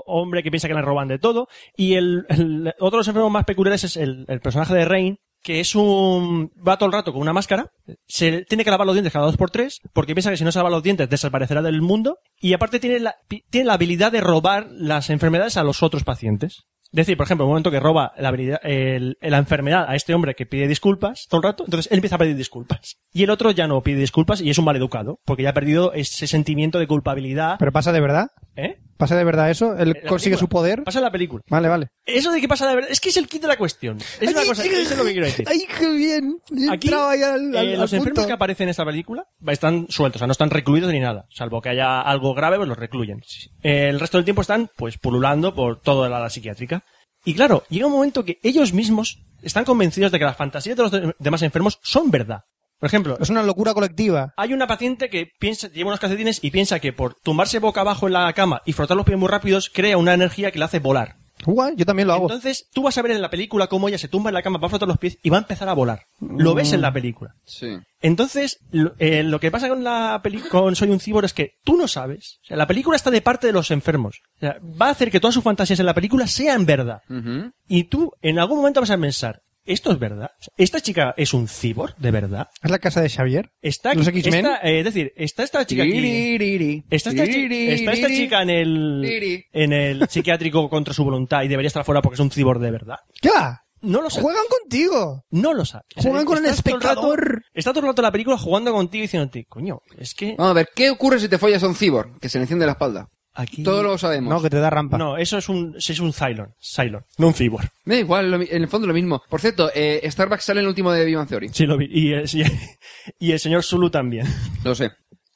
Speaker 7: hombre que piensa que le roban de todo. Y el, el- otro de los enfermos más peculiares es el, el personaje de Rain, que es un... va todo el rato con una máscara. Se tiene que lavar los dientes cada dos por tres, porque piensa que si no se lava los dientes desaparecerá del mundo. Y aparte tiene la, pi- tiene la habilidad de robar las enfermedades a los otros pacientes. Es decir, por ejemplo, en el momento que roba la, habilidad- el- la enfermedad a este hombre que pide disculpas todo el rato, entonces él empieza a pedir disculpas. Y el otro ya no pide disculpas y es un maleducado, porque ya ha perdido ese sentimiento de culpabilidad.
Speaker 8: ¿Pero pasa de verdad?
Speaker 7: ¿Eh?
Speaker 8: ¿Pasa de verdad eso? ¿Él
Speaker 7: La
Speaker 8: consigue
Speaker 7: película.
Speaker 8: su poder?
Speaker 7: Pasa en la película.
Speaker 8: Vale, vale.
Speaker 7: Eso de que pasa de verdad, es que es el kit de la cuestión. Es una cosa, eso es lo que quiero decir.
Speaker 8: ¡Ay, qué bien! He
Speaker 7: Aquí,
Speaker 8: entrado ahí al- al-
Speaker 7: eh,
Speaker 8: al
Speaker 7: los enfermos
Speaker 8: punto.
Speaker 7: que aparecen en esta película están sueltos, o sea, no están recluidos ni nada. Salvo que haya algo grave, pues los recluyen. Eh, El resto del tiempo están, pues, pululando por toda la ala psiquiátrica. Y claro, llega un momento que ellos mismos están convencidos de que las fantasías de los de- demás enfermos son verdad. Por ejemplo,
Speaker 8: Es una locura colectiva.
Speaker 7: hay una paciente que piensa, lleva unos calcetines y piensa que por tumbarse boca abajo en la cama y frotar los pies muy rápidos crea una energía que la hace volar.
Speaker 8: Guay, yo también lo hago.
Speaker 7: Entonces, tú vas a ver en la película cómo ella se tumba en la cama, va a frotar los pies y va a empezar a volar. Lo ves en la película.
Speaker 9: Sí.
Speaker 7: Entonces, lo, eh, lo que pasa con la peli con Soy un cibor es que tú no sabes. O sea, la película está de parte de los enfermos. O sea, va a hacer que todas sus fantasías en la película sean verdad.
Speaker 9: Ujú.
Speaker 7: Y tú, en algún momento vas a pensar, ¿esto es verdad? O sea, ¿Esta chica es un cibor, de verdad?
Speaker 8: ¿Es la casa de Xavier?
Speaker 7: Está,
Speaker 8: ¿Los X-Men?
Speaker 7: está- eh, es decir, está esta chica aquí...
Speaker 9: Tiririri.
Speaker 7: Está esta, chi-
Speaker 9: Tiririri.
Speaker 7: está esta chica en el,
Speaker 9: Tiri.
Speaker 7: en el psiquiátrico contra su voluntad y debería estar fuera porque es un cibor de verdad.
Speaker 8: ¿Qué va?
Speaker 7: No lo sé.
Speaker 8: ¡Juegan contigo!
Speaker 7: No lo sabe.
Speaker 8: Juegan con el
Speaker 7: estás todo rato-
Speaker 8: espectador.
Speaker 7: está todo el rato la película jugando contigo y diciéndote, coño, es que
Speaker 9: Vamos a ver, ¿qué ocurre si te follas a un cibor? Que se le enciende la espalda.
Speaker 7: aquí...
Speaker 9: Todos lo sabemos.
Speaker 8: No, que te da rampa.
Speaker 7: No, eso es un, eso es un Cylon. Cylon. No un Cibor.
Speaker 9: Me da igual, lo mi- en el fondo lo mismo. Por cierto, eh, Starbucks sale en el último de Big Bang Theory.
Speaker 7: Sí, lo vi. Y, el- sí, y el señor Zulu también.
Speaker 9: Lo sé.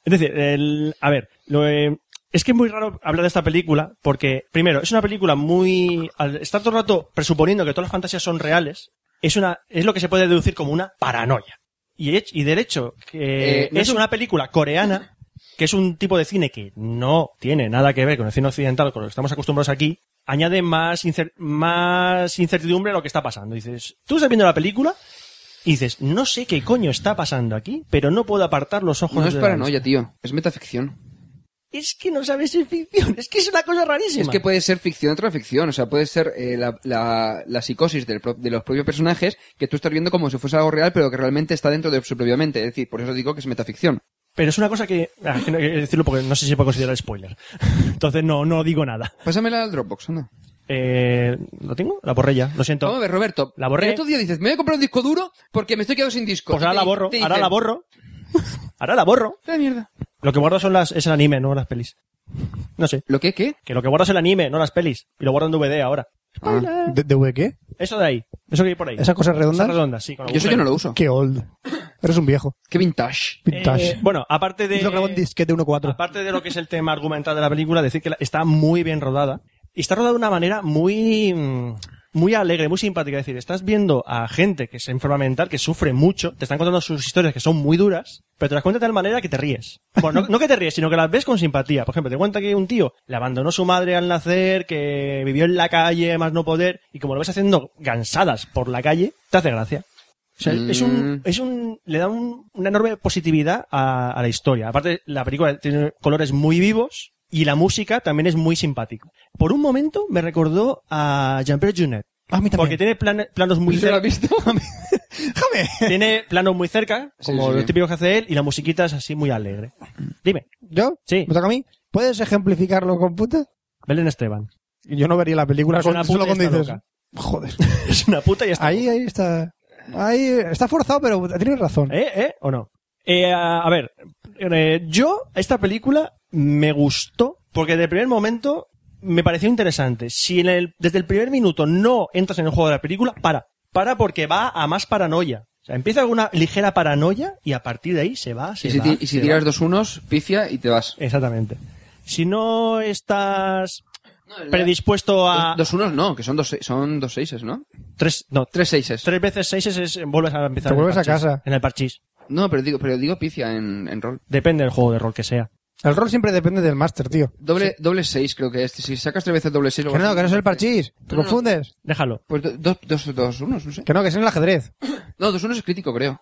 Speaker 7: Es decir, el- a ver, lo, eh, es que es muy raro hablar de esta película porque, primero, es una película muy... Al estar todo el rato presuponiendo que todas las fantasías son reales, es, una, es lo que se puede deducir como una paranoia. Y, hech- y de hecho, que
Speaker 9: Eh, no
Speaker 7: es
Speaker 9: es un-
Speaker 7: una película coreana, que es un tipo de cine que no tiene nada que ver con el cine occidental, con lo que estamos acostumbrados aquí, añade más, incer- más incertidumbre a lo que está pasando. Dices, tú estás viendo la película y dices, no sé qué coño está pasando aquí, pero no puedo apartar los ojos
Speaker 9: No es
Speaker 7: de la vista".
Speaker 9: paranoia, tío. Es metaficción.
Speaker 7: es que no sabes si es ficción. Es que es una cosa rarísima.
Speaker 9: Es que puede ser ficción dentro de ficción, o sea, puede ser eh, la, la- la psicosis del pro- de los propios personajes que tú estás viendo como si fuese algo real, pero que realmente está dentro de su propia mente. Es decir, por eso digo que es metaficción.
Speaker 7: Pero es una cosa que... ah, que no hay que decirlo porque no sé si se puede considerar spoiler. Entonces no, no digo nada.
Speaker 9: Pásamela al Dropbox, anda.
Speaker 7: Eh, ¿Lo tengo? La borré ya, lo siento.
Speaker 9: Vamos a ver, Roberto.
Speaker 7: La borré.
Speaker 9: El otro día dices, me voy a comprar un disco duro porque me estoy quedando sin disco.
Speaker 7: Pues
Speaker 9: Y
Speaker 7: ahora
Speaker 9: te-
Speaker 7: la borro,
Speaker 9: te
Speaker 7: ahora
Speaker 9: dicen,
Speaker 7: la borro. Ahora la borro.
Speaker 9: "Vete a la mierda.
Speaker 7: Lo que guardo son las, es el anime, no las pelis. No sé.
Speaker 9: ¿Lo qué? ¿Qué?
Speaker 7: Que lo que guardo es el anime, no las pelis. Y lo guardo en DVD ahora.
Speaker 9: Ah.
Speaker 8: ¿De, de V qué?
Speaker 7: Eso de ahí. Eso que hay por ahí.
Speaker 8: ¿Esas cosas redondas?
Speaker 7: Esas redondas, sí. con
Speaker 9: Yo eso yo no lo uso.
Speaker 8: Qué old. Eres un viejo.
Speaker 9: Qué vintage.
Speaker 8: Vintage.
Speaker 7: Eh, bueno, aparte de...
Speaker 8: Yo lo grabo en disquete 1.4.
Speaker 7: Aparte de lo que es el tema argumental de la película, decir que la- está muy bien rodada. Y está rodada de una manera muy, mm, muy alegre, muy simpática. Es decir, estás viendo a gente que es enferma mental, que sufre mucho, te están contando sus historias que son muy duras, pero te las cuentan de tal manera que te ríes. Bueno, no, no que te ríes, sino que las ves con simpatía. Por ejemplo, te cuenta que un tío le abandonó su madre al nacer, que vivió en la calle, más no poder, y como lo ves haciendo gansadas por la calle, te hace gracia. O sea, es un,
Speaker 9: Mm.
Speaker 7: es un, le da un- una enorme positividad a, a la historia. Aparte, la película tiene colores muy vivos y la música también es muy simpática. Por un momento me recordó a Jean-Pierre Junet.
Speaker 8: Ah, a mí también.
Speaker 7: Porque tiene plane- planos muy
Speaker 9: ¿Usted lo has
Speaker 7: cerca,
Speaker 9: visto?
Speaker 8: ¡Déjame!
Speaker 7: tiene planos muy cerca,
Speaker 9: Sí,
Speaker 7: como
Speaker 9: sí,
Speaker 7: lo
Speaker 9: sí.
Speaker 7: típico que hace él, y la musiquita es así muy alegre. Dime,
Speaker 8: ¿Yo?
Speaker 7: Sí.
Speaker 8: ¿Me toca a mí? ¿Puedes ejemplificarlo con puta?
Speaker 7: Belén Esteban.
Speaker 8: Yo no vería la película
Speaker 7: Es
Speaker 8: con,
Speaker 7: una puta
Speaker 8: solo
Speaker 7: y
Speaker 8: cuando
Speaker 7: está
Speaker 8: dices...
Speaker 7: loca.
Speaker 8: Joder.
Speaker 7: Es una puta y está.
Speaker 8: Ahí, ahí está... Ahí está forzado, pero tienes razón.
Speaker 7: ¿Eh? ¿Eh? ¿O no? Eh, a a ver, eh, yo, esta película me gustó porque desde el primer momento me pareció interesante. Si en el- desde el primer minuto no entras en el juego de la película, para. Para porque va a más paranoia. O sea, empieza con una ligera paranoia y a partir de ahí se va, se
Speaker 9: Y si,
Speaker 7: va,
Speaker 9: ti- y si
Speaker 7: se
Speaker 9: tiras
Speaker 7: va.
Speaker 9: dos unos, pifia y te vas.
Speaker 7: Exactamente. Si no estás
Speaker 9: No, el-
Speaker 7: predispuesto a...
Speaker 9: Dos, dos unos no, que son dos, se- son dos seises, ¿no?
Speaker 7: tres, no, tres,
Speaker 9: Tres seises.
Speaker 7: tres veces seis es, es- vuelves a empezar.
Speaker 8: Te
Speaker 7: en el
Speaker 8: vuelves a
Speaker 7: parchís,
Speaker 8: casa.
Speaker 7: En el parchís.
Speaker 9: No, pero digo, pero digo pifia en, en rol.
Speaker 7: Depende del juego de rol que sea.
Speaker 8: El rol siempre depende del máster, tío.
Speaker 9: Doble, doble seis creo que es. Si sacas tres veces doble seis...
Speaker 8: Que
Speaker 9: luego-
Speaker 8: no, que no es el parchís. Te
Speaker 9: No, no.
Speaker 8: confundes.
Speaker 7: Déjalo.
Speaker 9: Pues do- dos, dos, dos unos, no sé.
Speaker 8: Que no, que es en el ajedrez.
Speaker 9: No, dos unos es crítico, creo.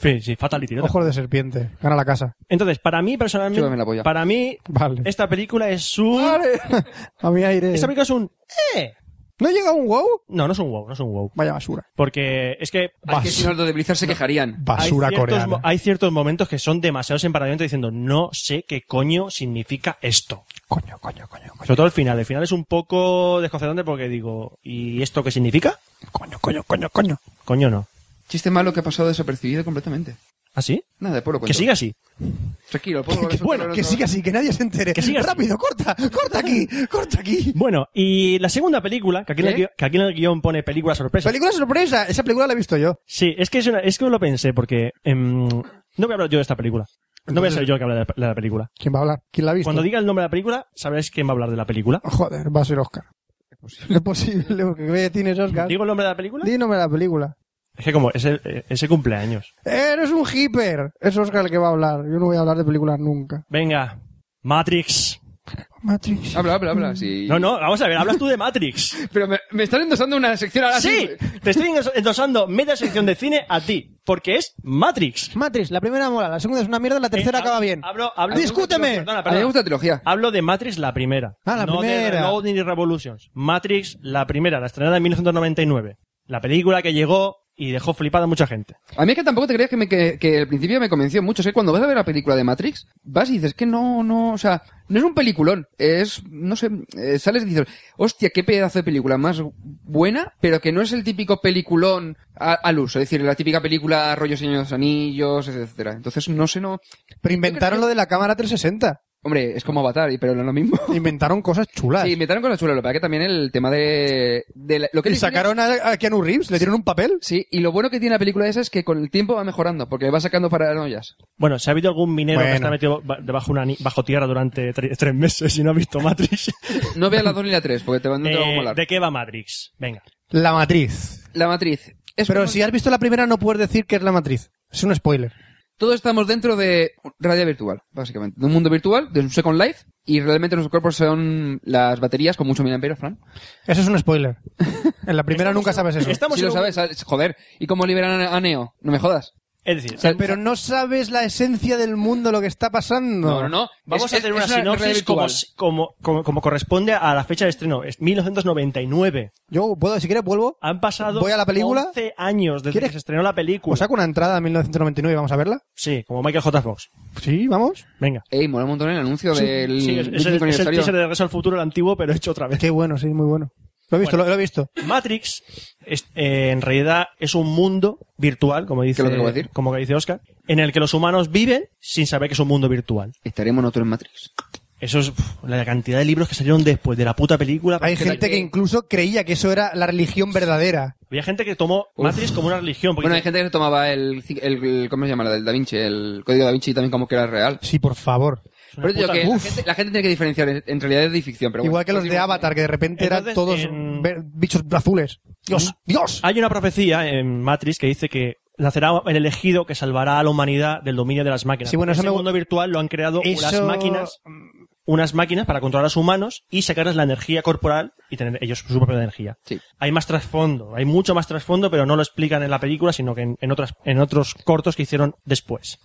Speaker 7: Sí, sí, fatality. ¿no?
Speaker 8: Ojos de serpiente. Gana la casa.
Speaker 7: Entonces, para mí personalmente,
Speaker 9: Chúpame la polla.
Speaker 7: para mí
Speaker 8: Vale.
Speaker 7: esta película es un
Speaker 8: a mi aire.
Speaker 7: esta película es un eh.
Speaker 8: ¿No llega un wow?
Speaker 7: No, no es un wow, no es un wow,
Speaker 8: Vaya basura.
Speaker 7: porque es que
Speaker 9: Es que si no, los de Blizzard se quejarían.
Speaker 8: Basura
Speaker 7: hay ciertos,
Speaker 8: coreana.
Speaker 7: mo- hay ciertos momentos que son demasiados en paralelo diciendo no sé qué coño significa esto.
Speaker 8: Coño, coño, coño, coño.
Speaker 7: Sobre todo el final, el final es un poco desconcertante porque digo, ¿y esto qué significa?
Speaker 8: Coño, coño, coño, coño.
Speaker 7: Coño no.
Speaker 9: Chiste malo que ha pasado desapercibido completamente.
Speaker 7: ¿Así?
Speaker 9: Nada, después lo cuento.
Speaker 7: que siga así.
Speaker 9: Tranquilo, puedo volver a
Speaker 8: Que- bueno,
Speaker 9: soltarlo
Speaker 8: que
Speaker 9: otra
Speaker 8: siga
Speaker 9: vez.
Speaker 8: así, que nadie se entere.
Speaker 7: Que siga así.
Speaker 8: Rápido, corta, corta aquí, corta aquí.
Speaker 7: Bueno, y la segunda película, que aquí, en el
Speaker 9: ¿Qué?
Speaker 7: guión, que aquí en el guión pone película sorpresa.
Speaker 8: Película sorpresa, esa película la he visto yo.
Speaker 7: Sí, es que es, una- es que lo pensé porque em, no voy a hablar yo de esta película. No voy a ser yo el que hable de la, de la película.
Speaker 8: ¿Quién va a hablar? ¿Quién la ha visto? Oh,
Speaker 7: Cuando diga el nombre de la película, sabréis quién va a hablar de la película.
Speaker 8: Joder, va a ser Oscar. Es posible, porque ve tienes Oscar.
Speaker 7: ¿Digo el nombre de la película?
Speaker 8: Dígame la película.
Speaker 7: Es que como ese, ese cumpleaños.
Speaker 8: Eres un hiper. Es Oscar el que va a hablar. Yo no voy a hablar de películas nunca.
Speaker 7: Venga, Matrix.
Speaker 8: Matrix.
Speaker 9: Habla, habla, habla. Sí.
Speaker 7: No, no, vamos a ver, hablas tú de Matrix.
Speaker 9: Pero me, me están endosando una sección
Speaker 8: Ah,
Speaker 9: ahora
Speaker 7: Sí, te estoy endosando media sección de cine a ti, porque es Matrix.
Speaker 8: Matrix, la primera mola, la segunda es una mierda, la tercera
Speaker 7: Eh, hab-
Speaker 8: acaba bien.
Speaker 7: Hablo, hablo-
Speaker 8: Discúteme.
Speaker 7: Perdona,
Speaker 9: A mí
Speaker 7: perdona.
Speaker 9: me gusta la trilogía.
Speaker 7: Hablo de Matrix la primera.
Speaker 8: Ah, la
Speaker 7: no
Speaker 8: primera.
Speaker 7: De Reload ni de Revolutions. Matrix la primera, la estrenada en 1999. La película que llegó y dejó flipada a mucha gente.
Speaker 9: A mí es que tampoco te creas que, me, que, que al principio me convenció mucho. Es que cuando vas a ver la película de Matrix, vas y dices que no, no, o sea, no es un peliculón. Es, no sé, eh, sales y dices, hostia, qué pedazo de película más buena, pero que no es el típico peliculón a- al uso. Es decir, la típica película rollo Señor de los Anillos, etcétera. Entonces, no sé, no.
Speaker 8: Pero inventaron lo de la cámara 360.
Speaker 9: Hombre, es como Avatar, y- pero no es lo mismo.
Speaker 8: Inventaron cosas chulas.
Speaker 9: Sí, inventaron cosas chulas. Lo que pasa que también el tema de... de la- lo que
Speaker 8: y
Speaker 9: le-
Speaker 8: sacaron a, a Keanu Reeves, le dieron un papel.
Speaker 9: Sí, y lo bueno que tiene la película esa es que con el tiempo va mejorando, porque le va sacando paranoias.
Speaker 7: Bueno, si ha habido algún minero que
Speaker 8: Bueno.
Speaker 7: está metido ba- debajo, una ni- bajo tierra durante tre- tres meses y no ha visto Matrix.
Speaker 9: No veas la 2 ni la 3, porque te van, no te va a
Speaker 7: Eh,
Speaker 9: molar.
Speaker 7: ¿De qué va Matrix? Venga.
Speaker 8: La matriz.
Speaker 9: La matriz. Es
Speaker 8: Pero
Speaker 9: como-
Speaker 8: si has visto la primera, no puedes decir que es la matriz. Es un spoiler.
Speaker 9: Todos estamos dentro de realidad virtual, básicamente. De un mundo virtual, de un Second Life, y realmente nuestros cuerpos son las baterías con mucho miliamperios, Fran.
Speaker 8: Eso es un spoiler. En la primera nunca sabes eso.
Speaker 7: Estamos
Speaker 9: Si
Speaker 7: en
Speaker 9: lo
Speaker 7: un-
Speaker 9: sabes, sabes, joder. ¿Y cómo liberan a Neo? No me jodas.
Speaker 7: Es decir,
Speaker 8: O sea, pero no sabes la esencia del mundo, lo que está pasando.
Speaker 9: No, no, no.
Speaker 7: Vamos
Speaker 9: Es-
Speaker 7: a
Speaker 9: es-
Speaker 7: hacer una
Speaker 9: es regla
Speaker 7: sinopsis como,
Speaker 9: habitual.
Speaker 7: como, como, como corresponde a la fecha de estreno. Es 1999.
Speaker 8: Yo puedo, si quieres, vuelvo.
Speaker 7: Han pasado
Speaker 8: Voy a la película.
Speaker 7: 11 años desde
Speaker 8: ¿Quieres?
Speaker 7: que se estrenó la película.
Speaker 8: Os saco una entrada a 1999, vamos a verla.
Speaker 7: Sí, como Michael J. Fox.
Speaker 8: Sí, vamos.
Speaker 7: Venga.
Speaker 9: Ey, mola un montón el anuncio del
Speaker 7: Sí, es, es el,
Speaker 9: 25
Speaker 7: es el
Speaker 9: aniversario.
Speaker 7: teaser de Regreso al Futuro, el antiguo, pero hecho otra vez.
Speaker 8: Qué bueno, sí, muy bueno. Lo he visto,
Speaker 7: Bueno.
Speaker 8: lo, lo he visto.
Speaker 7: Matrix es- eh, en realidad es un mundo virtual, como dice,
Speaker 9: ¿Qué es lo que acabo de decir?
Speaker 7: como que dice Oscar, en el que los humanos viven sin saber que es un mundo virtual.
Speaker 9: Estaremos nosotros en Matrix.
Speaker 7: Eso es uf, la cantidad de libros que salieron después de la puta película.
Speaker 8: Hay
Speaker 7: Porque
Speaker 8: gente que incluso creía que eso era la religión verdadera.
Speaker 7: Había gente que tomó Matrix como una religión. porque
Speaker 9: Bueno, hay
Speaker 7: dice,
Speaker 9: gente que se tomaba el, el, el- ¿cómo se llama? La del Da Vinci, el código Da Vinci también como que era real.
Speaker 8: Sí, por favor.
Speaker 7: "Es una
Speaker 9: Pero digo
Speaker 7: puta
Speaker 9: que
Speaker 7: mierda".
Speaker 9: la gente, la gente tiene que diferenciar en- en realidad y ficción. Pero bueno,
Speaker 8: Igual que los de
Speaker 9: Continúa.
Speaker 8: Avatar, que de repente eran
Speaker 7: pues Entonces,
Speaker 8: todos
Speaker 7: en- ¿Mm? Ah.
Speaker 8: ver- bichos azules. Dios, Dios.
Speaker 7: Hay una profecía en Matrix que dice que nacerá el elegido que salvará a la humanidad del dominio de las máquinas.
Speaker 8: Sí, bueno, eso
Speaker 7: Ese
Speaker 8: me-
Speaker 7: mundo virtual lo han creado unas
Speaker 8: Eso- mm.
Speaker 7: máquinas, unas máquinas para controlar a los humanos y sacarles la energía corporal y tener ellos su propia energía.
Speaker 9: Sí.
Speaker 7: Hay más trasfondo, hay mucho más trasfondo, pero no lo explican en la película, sino que en, en otras, en otros cortos que hicieron después.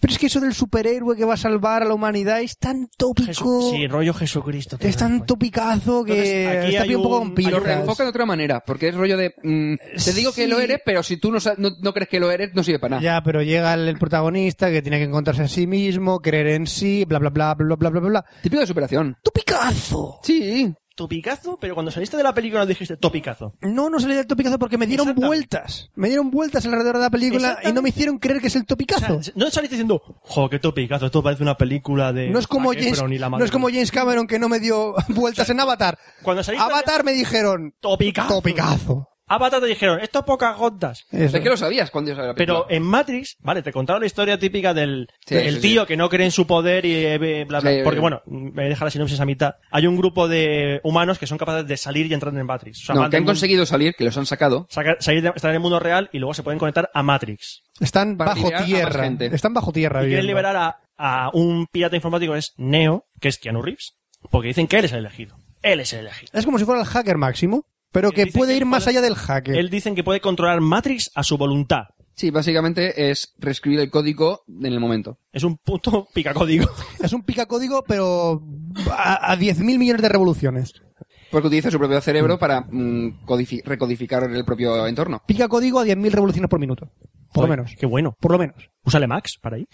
Speaker 8: Pero es que eso del superhéroe que va a salvar a la humanidad es tan
Speaker 7: Jesu-
Speaker 8: tópico.
Speaker 7: sí, rollo Jesucristo. tío.
Speaker 8: Es tan topicazo que
Speaker 7: Entonces, aquí
Speaker 8: está
Speaker 7: hay
Speaker 8: bien un poco
Speaker 7: un-
Speaker 8: con
Speaker 9: Lo
Speaker 7: hay un
Speaker 8: pinzas.
Speaker 9: reenfoca de otra manera, porque es rollo de. mm, te digo que lo eres, pero si tú no, sa- no, no crees que lo eres, no sirve para nada.
Speaker 8: Ya, pero llega el, el protagonista que tiene que encontrarse a sí mismo, creer en sí, bla, bla, bla, bla, bla, bla, bla, bla.
Speaker 9: Típico de superación.
Speaker 8: ¡Topicazo!
Speaker 9: Sí.
Speaker 7: Topicazo, pero cuando saliste de la película dijiste topicazo.
Speaker 8: No, no salí del topicazo porque me dieron
Speaker 7: Exactamente.
Speaker 8: vueltas. Me dieron vueltas alrededor de la película y no me
Speaker 7: Exactamente.
Speaker 8: hicieron creer que es el
Speaker 7: O sea,
Speaker 8: topicazo.
Speaker 7: no saliste diciendo, jo, qué topicazo, esto parece una película de...
Speaker 8: no es como
Speaker 7: Zac
Speaker 8: James,
Speaker 7: Efron y la
Speaker 8: no
Speaker 7: madre
Speaker 8: es como
Speaker 7: de-
Speaker 8: James Cameron que no me dio vueltas en Avatar.
Speaker 7: Cuando saliste
Speaker 8: Avatar me dijeron
Speaker 7: Topicazo.
Speaker 8: topicazo.
Speaker 7: Avatar te dijeron, esto es pocas gotas.
Speaker 8: Eso.
Speaker 9: Es que lo sabías cuando yo sabía la película.
Speaker 7: Pero en Matrix, vale, te contaron la historia típica del,
Speaker 9: Sí,
Speaker 7: del
Speaker 9: sí,
Speaker 7: tío
Speaker 9: sí.
Speaker 7: que no cree en su poder y eh, eh, bla, bla.
Speaker 9: Sí,
Speaker 7: porque
Speaker 9: eh.
Speaker 7: bueno, me deja la sinopsis a mitad. Hay un grupo de humanos que son capaces de salir y entrar en Matrix. O sea, van
Speaker 9: no, que
Speaker 7: del
Speaker 9: han
Speaker 7: mundo-
Speaker 9: conseguido salir, que los han sacado.
Speaker 7: saca- salir de- estar en el mundo real y luego se pueden conectar a Matrix.
Speaker 8: Están
Speaker 9: Para
Speaker 8: bajo
Speaker 9: liberar a
Speaker 8: tierra.
Speaker 9: más gente.
Speaker 8: Están bajo tierra.
Speaker 7: Y quieren
Speaker 8: viviendo.
Speaker 7: liberar a, a un pirata informático que es Neo, que es Keanu Reeves, porque dicen que él es el elegido. Él es el elegido.
Speaker 8: Es como si fuera el hacker máximo, pero
Speaker 7: Él
Speaker 8: que
Speaker 7: dice
Speaker 8: puede
Speaker 7: que
Speaker 8: ir más
Speaker 7: puede-
Speaker 8: allá del hacker.
Speaker 7: Él dicen que puede controlar Matrix a su voluntad.
Speaker 9: Sí, básicamente es reescribir el código en el momento.
Speaker 7: Es un puto picacódigo.
Speaker 8: Es un picacódigo, pero a, a 10.000 millones de revoluciones.
Speaker 9: Porque utiliza su propio cerebro para mm, codifi- recodificar el propio entorno.
Speaker 8: Picacódigo a 10.000 revoluciones por minuto. Por lo
Speaker 7: Joder,
Speaker 8: menos.
Speaker 7: Qué bueno.
Speaker 8: Por lo menos.
Speaker 7: Úsale Max para ahí.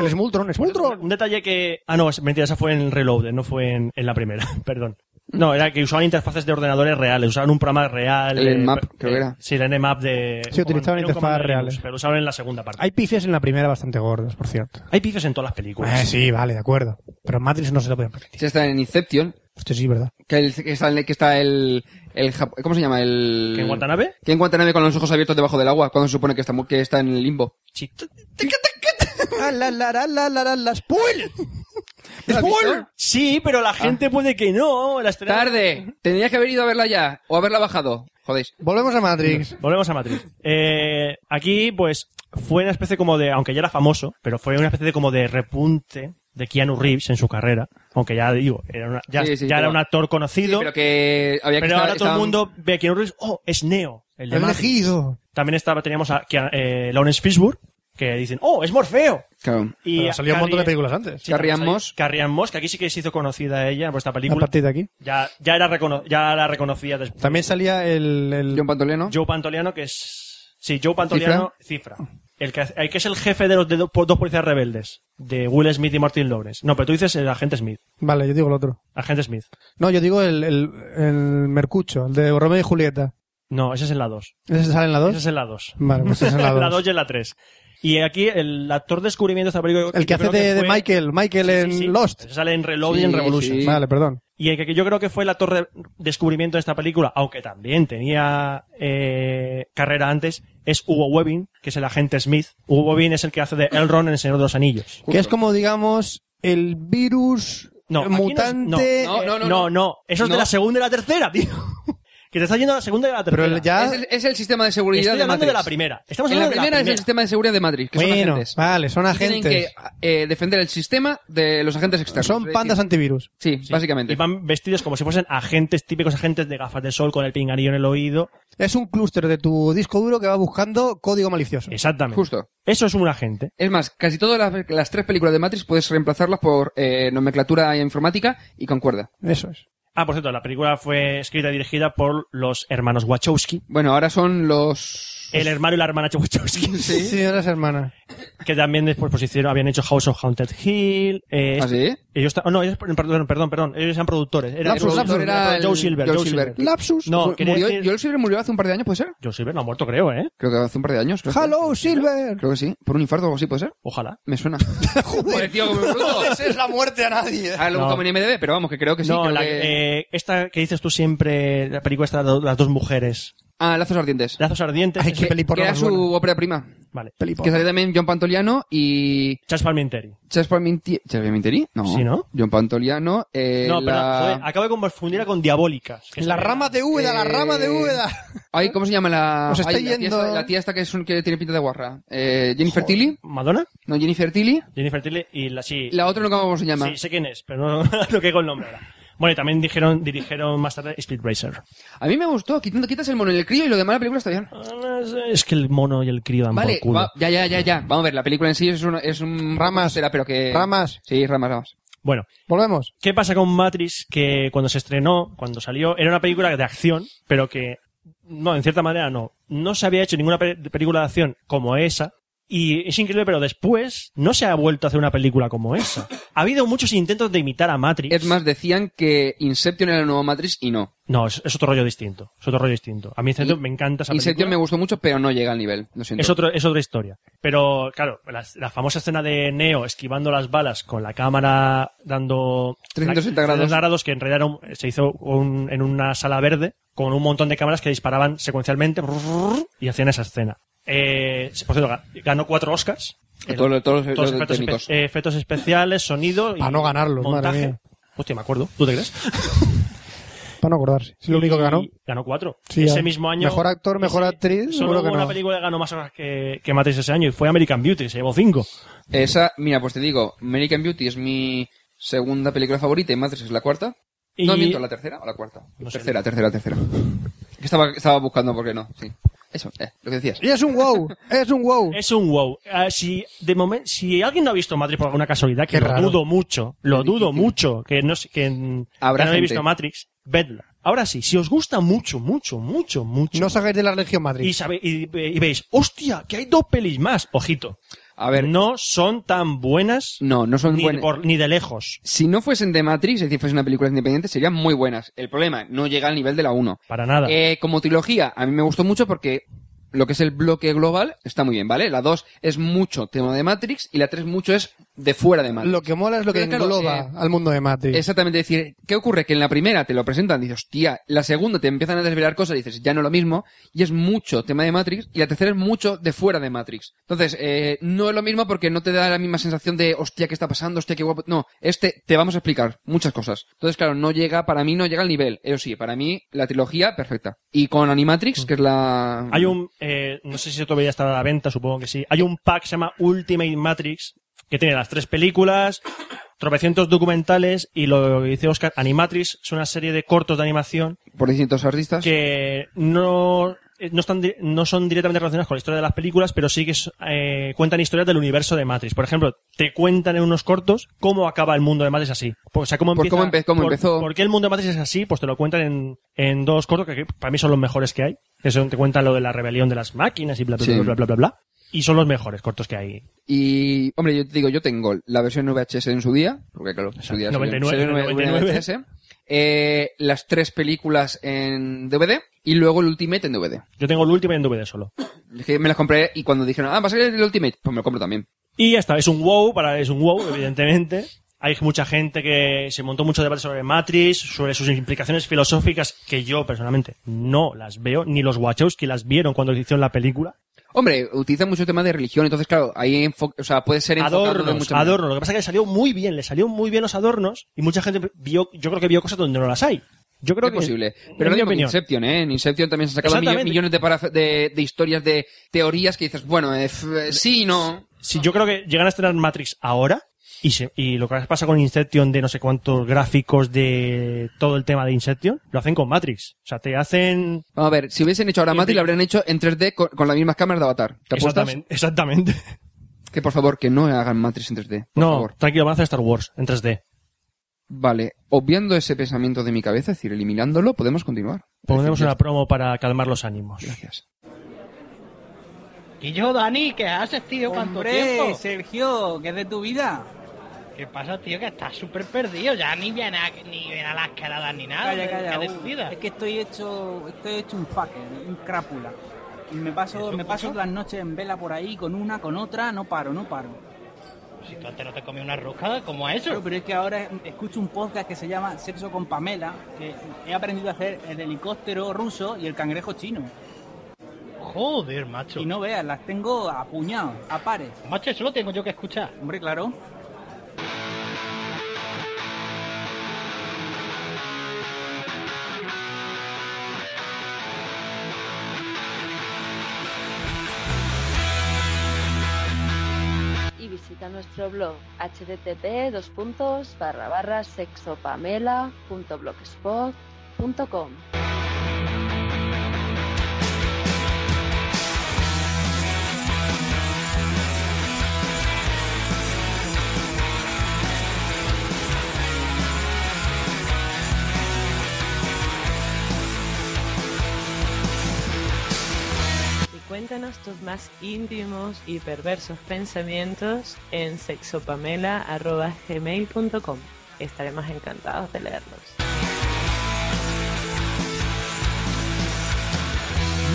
Speaker 8: El Smultron, Smultron.
Speaker 7: Un detalle que. Ah, no, es- mentira, esa fue en Reloaded, no fue en, en la primera, perdón. No, era que usaban interfaces de ordenadores reales, usaban un programa real.
Speaker 9: El
Speaker 7: eh,
Speaker 9: Nmap,
Speaker 7: per-
Speaker 9: creo que era.
Speaker 7: Sí, el Nmap de.
Speaker 8: Sí,
Speaker 7: un comando- eh,
Speaker 8: utilizaban
Speaker 7: era un comando
Speaker 8: interfaces
Speaker 7: de Linux,
Speaker 8: reales.
Speaker 7: Pero lo usaban en la segunda parte. Hay,
Speaker 8: Hay pifias en la primera bastante gordas, por cierto.
Speaker 7: pifes en todas las películas.
Speaker 8: Eh, sí, vale, de acuerdo. Pero en Matrix no se lo pueden permitir.
Speaker 9: Si está en Inception,
Speaker 8: Esto sí, ¿verdad?
Speaker 9: que, el- que está, que está el, el Jap- ¿Cómo se llama? El...
Speaker 7: ¿Que en Watanabe?
Speaker 9: Que en Guantanamo con los ojos abiertos debajo del agua, cuando se supone que está, mu- que está en el limbo.
Speaker 7: Sí.
Speaker 8: Ah, la, la, la, la, la, la, la, spoil.
Speaker 9: ¿Lo has
Speaker 8: Spoil.
Speaker 9: visto?
Speaker 7: Sí, pero
Speaker 9: Ah.
Speaker 7: la gente puede que no. La estrella-
Speaker 9: Tarde. Tendrías que haber ido a verla ya, o haberla bajado. Jodéis.
Speaker 8: Volvemos a Matrix.
Speaker 7: Volvemos a Matrix. Eh, aquí, pues, fue una especie como de, aunque ya era famoso, pero fue una especie de como de repunte de Keanu Reeves en su carrera. Aunque ya digo, era una- ya,
Speaker 9: Sí, sí,
Speaker 7: ya era
Speaker 9: pero-
Speaker 7: un actor conocido,
Speaker 9: Pero
Speaker 7: pero,
Speaker 9: que había que estar-
Speaker 7: ahora todo el
Speaker 9: estaban-
Speaker 7: mundo ve a Keanu Reeves, oh, es Neo, el de
Speaker 8: El
Speaker 7: Matrix.
Speaker 8: elegido.
Speaker 7: También estaba, teníamos a Kea- eh, Lawrence Fishburne, que dicen, oh, es Morfeo.
Speaker 9: Claro.
Speaker 7: Y
Speaker 8: Pero
Speaker 7: a-
Speaker 8: salió un montón de
Speaker 7: Carrie-
Speaker 8: películas antes.
Speaker 7: sí, también
Speaker 9: Carrie Ann
Speaker 7: salió-
Speaker 9: Moss.
Speaker 7: Carrie Ann Moss, que aquí sí que se hizo conocida ella por esta
Speaker 8: A
Speaker 7: película.
Speaker 8: partir de aquí.
Speaker 7: Ya, ya, era recono- ya la reconocía después.
Speaker 8: También salía el... el-
Speaker 9: John Pantoliano.
Speaker 7: Joe Pantoliano, que es. Sí, Joe Pantoliano, cifra. El, que, el que es el jefe de los de do- dos policías rebeldes, de Will Smith y Martin Lawrence. No, pero tú dices el agente Smith.
Speaker 8: Vale, yo digo el otro.
Speaker 7: Agente Smith.
Speaker 8: No, yo digo el, el, el Mercucho, el de Romeo y Julieta.
Speaker 7: No, ese es en la 2.
Speaker 8: ¿Ese sale en la 2?
Speaker 7: Ese es en la 2.
Speaker 8: Vale, pues esa es la 2.
Speaker 7: la 2 y en la 3. Y aquí el actor de descubrimiento de esta película.
Speaker 8: El que
Speaker 7: yo
Speaker 8: hace
Speaker 7: creo que
Speaker 8: de, de
Speaker 7: fue-
Speaker 8: Michael, Michael
Speaker 7: Sí, sí,
Speaker 8: en
Speaker 7: sí.
Speaker 8: Lost.
Speaker 7: Ese sale en Reload y en
Speaker 9: Sí,
Speaker 7: Revolution.
Speaker 9: sí.
Speaker 8: Vale, perdón.
Speaker 7: Y el que yo creo que fue el actor de descubrimiento de esta película, aunque también tenía eh, carrera antes, es Hugo Webbing, que es el agente Smith. Hugo Webbing es el que hace de Elrond en El Señor de los Anillos.
Speaker 8: Que es como, digamos, el virus
Speaker 7: No,
Speaker 8: eh,
Speaker 7: aquí no es-
Speaker 8: mutante.
Speaker 7: no,
Speaker 9: No, no, no,
Speaker 7: no,
Speaker 9: no.
Speaker 7: Eso es de
Speaker 9: No.
Speaker 7: la segunda y la tercera, tío. Que te está yendo a la segunda y a la tercera.
Speaker 8: Pero ya-
Speaker 9: Es, el, es el sistema de seguridad
Speaker 7: Estoy
Speaker 9: de
Speaker 7: hablando
Speaker 9: Matrix.
Speaker 7: de la primera. Estamos
Speaker 9: En la
Speaker 7: hablando de la
Speaker 9: primera es el
Speaker 7: primera.
Speaker 9: sistema de seguridad de Matrix, que son
Speaker 8: Bueno,
Speaker 9: agentes.
Speaker 8: vale, son
Speaker 9: Y Tienen
Speaker 8: agentes.
Speaker 9: que eh, defender el sistema de los agentes externos.
Speaker 8: Son
Speaker 9: Es decir,
Speaker 8: pandas antivirus.
Speaker 9: Sí,
Speaker 7: Sí.
Speaker 9: básicamente.
Speaker 7: Y van vestidos como si fuesen agentes, típicos agentes de gafas de sol con el pinganillo en el oído.
Speaker 8: Es un clúster de tu disco duro que va buscando código malicioso.
Speaker 7: Exactamente.
Speaker 9: Justo.
Speaker 7: Eso es un agente.
Speaker 9: Es más, casi todas las, las tres películas de Matrix puedes reemplazarlas por eh, nomenclatura informática y concuerda.
Speaker 8: Eso es.
Speaker 7: Ah, por cierto, la película fue escrita y dirigida por los hermanos Wachowski.
Speaker 9: Bueno, ahora son los...
Speaker 7: El hermano y la hermana Wachowski.
Speaker 8: Sí, señoras hermanas.
Speaker 7: Que también después pues, hicieron, habían hecho House of Haunted Hill. eh,
Speaker 9: ¿Ah, sí?
Speaker 7: Ellos ta- oh, no, ellos, perdón, perdón, perdón. Ellos eran productores. Era,
Speaker 9: Lapsus,
Speaker 7: Joe-
Speaker 9: lapsus,
Speaker 7: Joe-
Speaker 9: era el-
Speaker 7: Joe Silver.
Speaker 9: Joe
Speaker 7: Joe,
Speaker 9: Silver.
Speaker 7: Silver.
Speaker 8: Lapsus.
Speaker 7: No, quería
Speaker 9: Murió,
Speaker 7: decir-
Speaker 9: Joel Silver murió hace un par de años, ¿puede ser?
Speaker 7: Joe Silver no ha muerto, creo, ¿eh?
Speaker 9: Creo que hace un par de años. creo que-
Speaker 8: Hello, Silver.
Speaker 9: Creo que sí. Por un infarto o algo así, ¿puede ser?
Speaker 7: Ojalá.
Speaker 9: Me suena. Joder, tío, como bruto.
Speaker 2: es la muerte a nadie.
Speaker 9: Ahora lo
Speaker 7: No.
Speaker 9: buscamos en IMDb, pero vamos, que creo que sí.
Speaker 7: no,
Speaker 9: creo
Speaker 7: la,
Speaker 9: que-
Speaker 7: eh, esta que dices tú siempre, la película esta de las dos mujeres.
Speaker 9: Ah, Lazos Ardientes.
Speaker 7: Lazos ardientes.
Speaker 8: Ay, qué
Speaker 7: ese-
Speaker 8: peli
Speaker 9: que
Speaker 8: porno
Speaker 9: era
Speaker 8: más
Speaker 9: su
Speaker 8: buena.
Speaker 9: ópera prima.
Speaker 7: Vale.
Speaker 8: Peli porno.
Speaker 9: Que salía también John Pantoliano y...
Speaker 7: Charles Palminteri.
Speaker 9: ¿Charles Palmintieri? ¿Charles Palmintieri? No.
Speaker 7: Sí, ¿no?
Speaker 9: John Pantoliano, eh,
Speaker 7: No, pero
Speaker 9: la-
Speaker 7: joder, acabo de confundirla con Diabólicas. que es
Speaker 8: La
Speaker 7: una-
Speaker 8: rama de Úbeda, la
Speaker 9: Eh,
Speaker 8: rama de Úbeda.
Speaker 9: Ay, ¿cómo se llama la...?
Speaker 8: Os
Speaker 9: Ay,
Speaker 8: estoy
Speaker 9: la tía
Speaker 8: yendo.
Speaker 9: esta- la tía esta que, es un- que tiene pinta de guarra. Eh, Jennifer Tilly.
Speaker 7: ¿Madonna?
Speaker 9: No, Jennifer Tilly.
Speaker 7: Jennifer Tilly y la sí.
Speaker 9: La otra no sé cómo se llama.
Speaker 7: Sí, sé quién es, pero no, no caigo el nombre ahora. Bueno, y también dijeron, dirigieron más tarde Speed Racer.
Speaker 9: A mí me gustó. Quitando, quitas el mono y el crío y lo demás la película está bien.
Speaker 7: Es que el mono y el crío dan
Speaker 9: Vale,
Speaker 7: por culo.
Speaker 9: va- ya, ya, ya, ya. Vamos a ver, la película en sí es un... Es un
Speaker 8: Ramas.
Speaker 9: será, pero que...
Speaker 8: Ramas.
Speaker 9: Sí, ramas, ramas.
Speaker 7: Bueno,
Speaker 8: Volvemos.
Speaker 7: ¿Qué pasa con Matrix? Que cuando se estrenó, cuando salió, era una película de acción, pero que, no, en cierta manera no. No se había hecho ninguna pe- película de acción como esa. Y es increíble, pero después no se ha vuelto a hacer una película como esa. Ha habido muchos intentos de imitar a Matrix.
Speaker 9: Es más, decían que Inception era el nuevo Matrix y no.
Speaker 7: No, es, es otro rollo distinto. Es otro rollo distinto. A mí Inception
Speaker 9: Y-
Speaker 7: me encanta esa película.
Speaker 9: Inception me gustó mucho, pero no llega al nivel. Lo siento.
Speaker 7: es, otro, es otra historia. Pero, claro, la, la famosa escena de Neo esquivando las balas con la cámara dando...
Speaker 9: 360 grados.
Speaker 7: 360 grados, que en realidad era un- se hizo un- en una sala verde con un montón de cámaras que disparaban secuencialmente y hacían esa escena. Eh, por cierto, ga- ganó cuatro Oscars.
Speaker 9: A todo lo- todos los- los
Speaker 7: efectos,
Speaker 9: técnicos.
Speaker 7: espe- eh, efectos especiales, sonido y
Speaker 8: Para no ganarlos, madre
Speaker 7: montaje.
Speaker 8: mía.
Speaker 7: Hostia, me acuerdo. ¿Tú te crees?
Speaker 8: Para no acordarse. Es lo único que ganó.
Speaker 7: Y Ganó cuatro.
Speaker 8: Sí,
Speaker 7: ese
Speaker 8: ah.
Speaker 7: mismo año.
Speaker 8: Mejor actor, mejor
Speaker 7: ese-
Speaker 8: actriz,
Speaker 7: Solo
Speaker 8: seguro que
Speaker 7: hubo una
Speaker 8: no.
Speaker 7: película que ganó más horas que, que Matrix ese año y fue American Beauty, se llevó cinco.
Speaker 9: Esa, mira, pues te digo, American Beauty es mi segunda película favorita y Matrix es la cuarta.
Speaker 7: Y-
Speaker 9: No, miento, la tercera o la cuarta.
Speaker 7: No sé.
Speaker 9: tercera, tercera, tercera. Que estaba, estaba buscando porque no, sí. Eso, eh, lo que decías.
Speaker 8: Y es un wow. Es un wow.
Speaker 7: Es un wow. Ah, si, de momento, si alguien no ha visto Matrix por alguna casualidad, que
Speaker 8: Qué
Speaker 7: lo
Speaker 8: raro.
Speaker 7: dudo mucho, lo
Speaker 9: Qué
Speaker 7: dudo
Speaker 9: difícil.
Speaker 7: mucho, que no, sé- que, en-
Speaker 9: Habrá
Speaker 7: que no he
Speaker 9: gente.
Speaker 7: visto Matrix, vedla. Ahora sí, si os gusta mucho, mucho, mucho, mucho,
Speaker 8: No os hagáis de la religión
Speaker 7: y,
Speaker 8: Madrid.
Speaker 7: sabe- y, y veis, hostia, que hay dos pelis más, ojito.
Speaker 9: A ver, no,
Speaker 7: no son tan buenas
Speaker 9: no, son
Speaker 7: ni, de
Speaker 9: buenas.
Speaker 7: por- ni de lejos.
Speaker 9: Si no fuesen de Matrix, es decir, fuesen una película independiente, serían muy buenas. El problema, no llega al nivel de la 1.
Speaker 7: Para nada.
Speaker 9: Eh, como trilogía, a mí me gustó mucho porque lo que es el bloque global está muy bien, ¿vale? La 2 es mucho tema de Matrix y la 3 mucho es de fuera de Matrix.
Speaker 8: Lo que mola es lo que
Speaker 9: Pero claro,
Speaker 8: engloba
Speaker 9: eh,
Speaker 8: al mundo de Matrix.
Speaker 9: Exactamente, es decir, ¿qué ocurre? Que en la primera te lo presentan, dices, hostia, la segunda te empiezan a desvelar cosas y dices, ya no lo mismo, y es mucho tema de Matrix, y la tercera es mucho de fuera de Matrix. Entonces, eh, no es lo mismo porque no te da la misma sensación de, hostia, ¿qué está pasando? Hostia, qué guapo. No, este te vamos a explicar muchas cosas. Entonces, claro, no llega, para mí no llega al nivel, eso sí, para mí la trilogía perfecta. Y con Animatrix, que es la...
Speaker 7: Mm. Hay un, eh, no sé si todavía está a la venta, supongo que sí. Hay un pack que se llama Ultimate Matrix, que tiene las tres películas, tropecientos documentales y lo que dice Oscar, Animatrix es una serie de cortos de animación
Speaker 9: por distintos artistas.
Speaker 7: que no, eh, no, están, di- no son directamente relacionados con la historia de las películas, pero sí que es, eh, cuentan historias del universo de Matrix. Por ejemplo, te cuentan en unos cortos cómo acaba el mundo de Matrix así. O sea, cómo,
Speaker 9: Por
Speaker 7: empieza,
Speaker 9: cómo empe- cómo
Speaker 7: por-
Speaker 9: empezó.
Speaker 7: por qué el mundo de Matrix es así, pues te lo cuentan en, en dos cortos que, que para mí son los mejores que hay. Que son, te cuentan lo de la rebelión de las máquinas y bla, bla,
Speaker 9: Sí.
Speaker 7: bla, bla, bla, bla, bla. Y son los mejores cortos que hay.
Speaker 9: Y, hombre, yo te digo, yo tengo la versión VHS en su día, porque claro, en su día salió-
Speaker 7: 99,
Speaker 9: salió en
Speaker 7: 99.
Speaker 9: VHS, eh, las tres películas en DVD y luego el Ultimate en DVD.
Speaker 7: Yo tengo el último en DVD solo.
Speaker 9: Es que me las compré y cuando dijeron, ah, va a salir el Ultimate, pues me lo compro también.
Speaker 7: Y ya está, es un wow, para, es un wow, evidentemente. Hay mucha gente que se montó mucho debate sobre Matrix, sobre sus implicaciones filosóficas, que yo personalmente no las veo, ni los Wachowski las vieron cuando hicieron la película.
Speaker 9: Hombre, utiliza mucho tema de religión, entonces claro, ahí enfo- o sea, puede ser enfocado de
Speaker 7: Adornos,
Speaker 9: muchas maneras.
Speaker 7: adornos. Lo que pasa es que le salió muy bien, le salió muy bien los adornos, y mucha gente vio, yo creo que vio cosas donde no las hay. Yo creo
Speaker 9: es
Speaker 7: que
Speaker 9: posible.
Speaker 7: en
Speaker 9: Pero
Speaker 7: mi
Speaker 9: lo digo en
Speaker 7: opinión.
Speaker 9: Inception, ¿eh? En Inception también se han sacado millo-
Speaker 7: Exactamente.
Speaker 9: millones de, paraf- de, de historias, de teorías que dices, bueno, eh, f- eh, sí y no.
Speaker 7: Si yo creo que llegan a estrenar Matrix ahora y, se- y lo que pasa con Inception de no sé cuántos gráficos de todo el tema de Inception, lo hacen con Matrix. O sea, te hacen...
Speaker 9: Vamos a ver, si hubiesen hecho ahora Matrix, lo habrían hecho en 3D con, con las mismas cámaras de Avatar. ¿Te apuestas?
Speaker 7: Exactamente. exactamente.
Speaker 9: Que por favor, que no hagan Matrix en 3D. Por
Speaker 7: no,
Speaker 9: favor.
Speaker 7: tranquilo, van a hacer Star Wars en 3D.
Speaker 9: Vale, obviando ese pensamiento de mi cabeza, es decir, eliminándolo, podemos continuar.
Speaker 7: Pondremos
Speaker 9: Es decir,
Speaker 7: una promo para calmar los ánimos.
Speaker 9: Gracias.
Speaker 2: Y yo, Dani, ¿qué haces, tío? ¿Cuánto
Speaker 10: Hombre,
Speaker 2: tiempo?
Speaker 10: Sergio, ¿qué es de tu vida?
Speaker 2: ¿Qué pasa, tío? Que estás súper perdido. Ya ni viene a, ni viene a las caradas ni nada.
Speaker 10: Calla,
Speaker 2: ¿Qué
Speaker 10: calla.
Speaker 2: Ah, de tu
Speaker 10: uh,
Speaker 2: vida?
Speaker 10: es que estoy hecho, estoy hecho un fucker, un crápula. Y me paso,
Speaker 2: ¿Eso
Speaker 10: me paso
Speaker 2: mucho?
Speaker 10: las noches en vela por ahí, con una, con otra, no paro, no paro.
Speaker 2: Si tú antes no te comías una roscada, ¿cómo a
Speaker 10: Claro,
Speaker 2: eso?
Speaker 10: pero es que ahora escucho un podcast que se llama Sexo con Pamela, que he aprendido a hacer el helicóptero ruso y el cangrejo chino.
Speaker 2: Joder, macho.
Speaker 10: Y no veas, las tengo a puñados, a pares.
Speaker 2: Macho, eso lo tengo yo que escuchar.
Speaker 10: Hombre, claro.
Speaker 11: y visita nuestro blog http dos puntos barra barra sexopamela.blogspot.com.
Speaker 12: Y cuéntanos tus más íntimos y perversos pensamientos en sexopamela.gmail.com. Estaremos encantados de leerlos.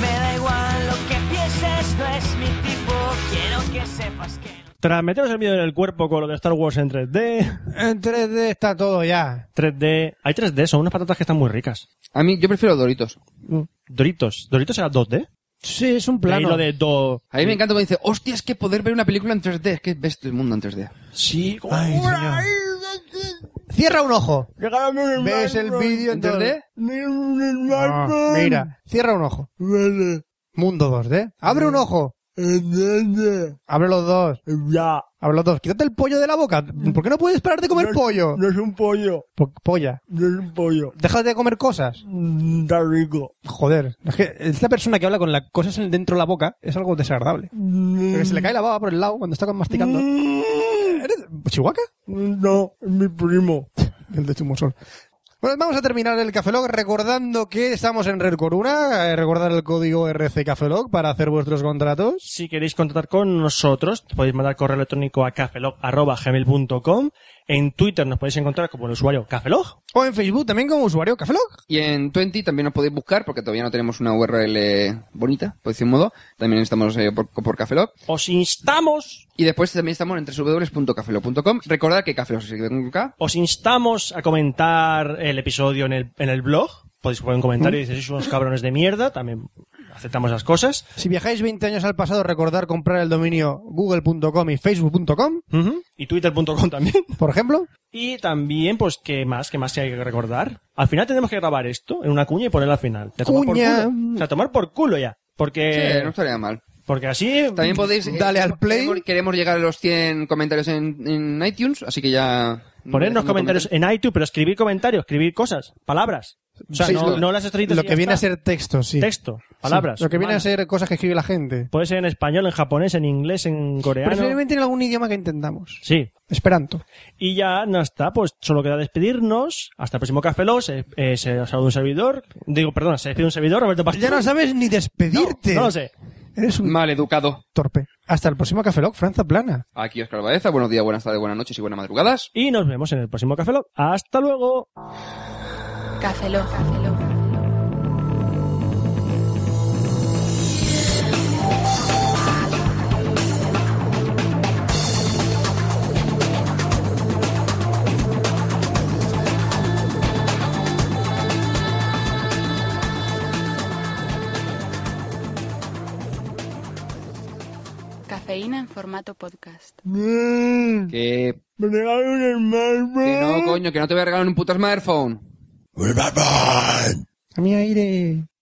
Speaker 13: Me da igual lo que pienses, no es mi tipo. Quiero que sepas que.
Speaker 7: Tras meternos el miedo en el cuerpo con lo de Star Wars en 3D...
Speaker 8: En 3D está todo ya.
Speaker 7: 3D... Hay 3D, son unas patatas que están muy ricas. Mm,
Speaker 9: A mí, yo prefiero Doritos.
Speaker 7: Doritos. ¿Doritos era 2D?
Speaker 8: Sí, es un
Speaker 7: De ahí lo
Speaker 8: plano.
Speaker 7: de do...
Speaker 9: A mí me encanta cuando dice, hostia, es que poder ver una película en 3D, es que ves todo el mundo en 3D.
Speaker 7: Sí,
Speaker 8: Ay, señor. Cierra un ojo. ¿Ves
Speaker 7: ¿Ves
Speaker 8: el vídeo en 3D?
Speaker 7: Ah,
Speaker 8: mira, cierra un ojo. Mundo 2D. Abre un ojo. Abre los dos.
Speaker 7: Ya.
Speaker 8: Abre los dos. Quítate el pollo de la boca. ¿Por qué no puedes parar de comer pollo?
Speaker 7: No es un pollo.
Speaker 8: Po- polla.
Speaker 7: No es un pollo. Mm,
Speaker 8: Déjate de comer cosas.
Speaker 7: Está rico.
Speaker 8: Joder. Es que esta persona que habla con las cosas en- dentro de la boca es algo desagradable.
Speaker 7: Mm.
Speaker 8: Porque se le cae la baba por el lado cuando está masticando. ¿Eres Chihuahua?
Speaker 7: No, es mi primo.
Speaker 8: El de Chumosol. Bueno, vamos a terminar el Cafelog recordando que estamos en Red Corona. eh, Recordar el código RC Cafelog para hacer vuestros contratos.
Speaker 7: Si queréis contratar con nosotros, podéis mandar correo electrónico a cafelog.gmail.com. En Twitter nos podéis encontrar como el usuario cafelog.
Speaker 8: O en Facebook también como usuario Cafelog.
Speaker 9: Y en 20 también nos podéis buscar, porque todavía no tenemos una URL bonita, por decir un modo. También estamos eh, por, por Cafelog.
Speaker 7: Os instamos,
Speaker 9: Y después también estamos en www.cafelog.com. Recordad que Cafelog se escribe con K.
Speaker 7: os instamos a comentar el episodio en el, en el blog. Podéis poner un comentario y decir, sois unos cabrones de mierda. También aceptamos las cosas.
Speaker 8: Si viajáis 20 años al pasado, recordar comprar el dominio google.com y facebook.com,
Speaker 7: Y twitter.com también.
Speaker 8: por ejemplo.
Speaker 7: Y también, pues, ¿qué más? ¿Qué más hay que recordar? Al final tenemos que grabar esto en una cuña y ponerla al final. Y a tomar por
Speaker 8: Cuña.
Speaker 7: culo. O sea, a tomar por culo ya. Porque,
Speaker 9: Sí, no estaría mal.
Speaker 7: porque así...
Speaker 9: También podéis... eh,
Speaker 8: Dale al play.
Speaker 9: Queremos, queremos llegar a los 100 comentarios en, en iTunes, así que ya...
Speaker 7: Ponernos
Speaker 9: dejadme
Speaker 7: comentarios en iTunes, pero escribir comentarios, escribir cosas, palabras. O sea,
Speaker 8: Sí,
Speaker 7: no,
Speaker 8: lo-
Speaker 7: no las estrellitas.
Speaker 8: Lo
Speaker 7: y
Speaker 8: que
Speaker 7: ya
Speaker 8: viene a
Speaker 7: está.
Speaker 8: ser texto, sí.
Speaker 7: Texto, palabras.
Speaker 8: Sí, Lo que viene a
Speaker 7: humanas.
Speaker 8: ser cosas que escribe la gente.
Speaker 7: Puede ser en español, en japonés, en inglés, en coreano.
Speaker 8: Preferiblemente en algún idioma que intentamos.
Speaker 7: Sí.
Speaker 8: Esperanto.
Speaker 7: Y ya no está, pues solo queda despedirnos. Hasta el próximo Café Lock. Se, eh, se saluda un servidor. Digo, perdón, se despide un servidor, Roberto Pastor.
Speaker 8: Ya no sabes ni despedirte.
Speaker 7: No lo sé.
Speaker 8: Eres un
Speaker 9: Mal educado.
Speaker 8: torpe. Hasta el próximo Cafelog, Franza Plana.
Speaker 9: Aquí Oscar Baeza. Buenos días, buenas tardes, buenas noches y buenas madrugadas.
Speaker 7: Y nos vemos en el próximo Café Lock. Hasta luego.
Speaker 6: Café Lock. Cafeína en formato podcast.
Speaker 9: Que... Que no, coño, que no te voy a regalar un puto smartphone.
Speaker 8: A mí aire.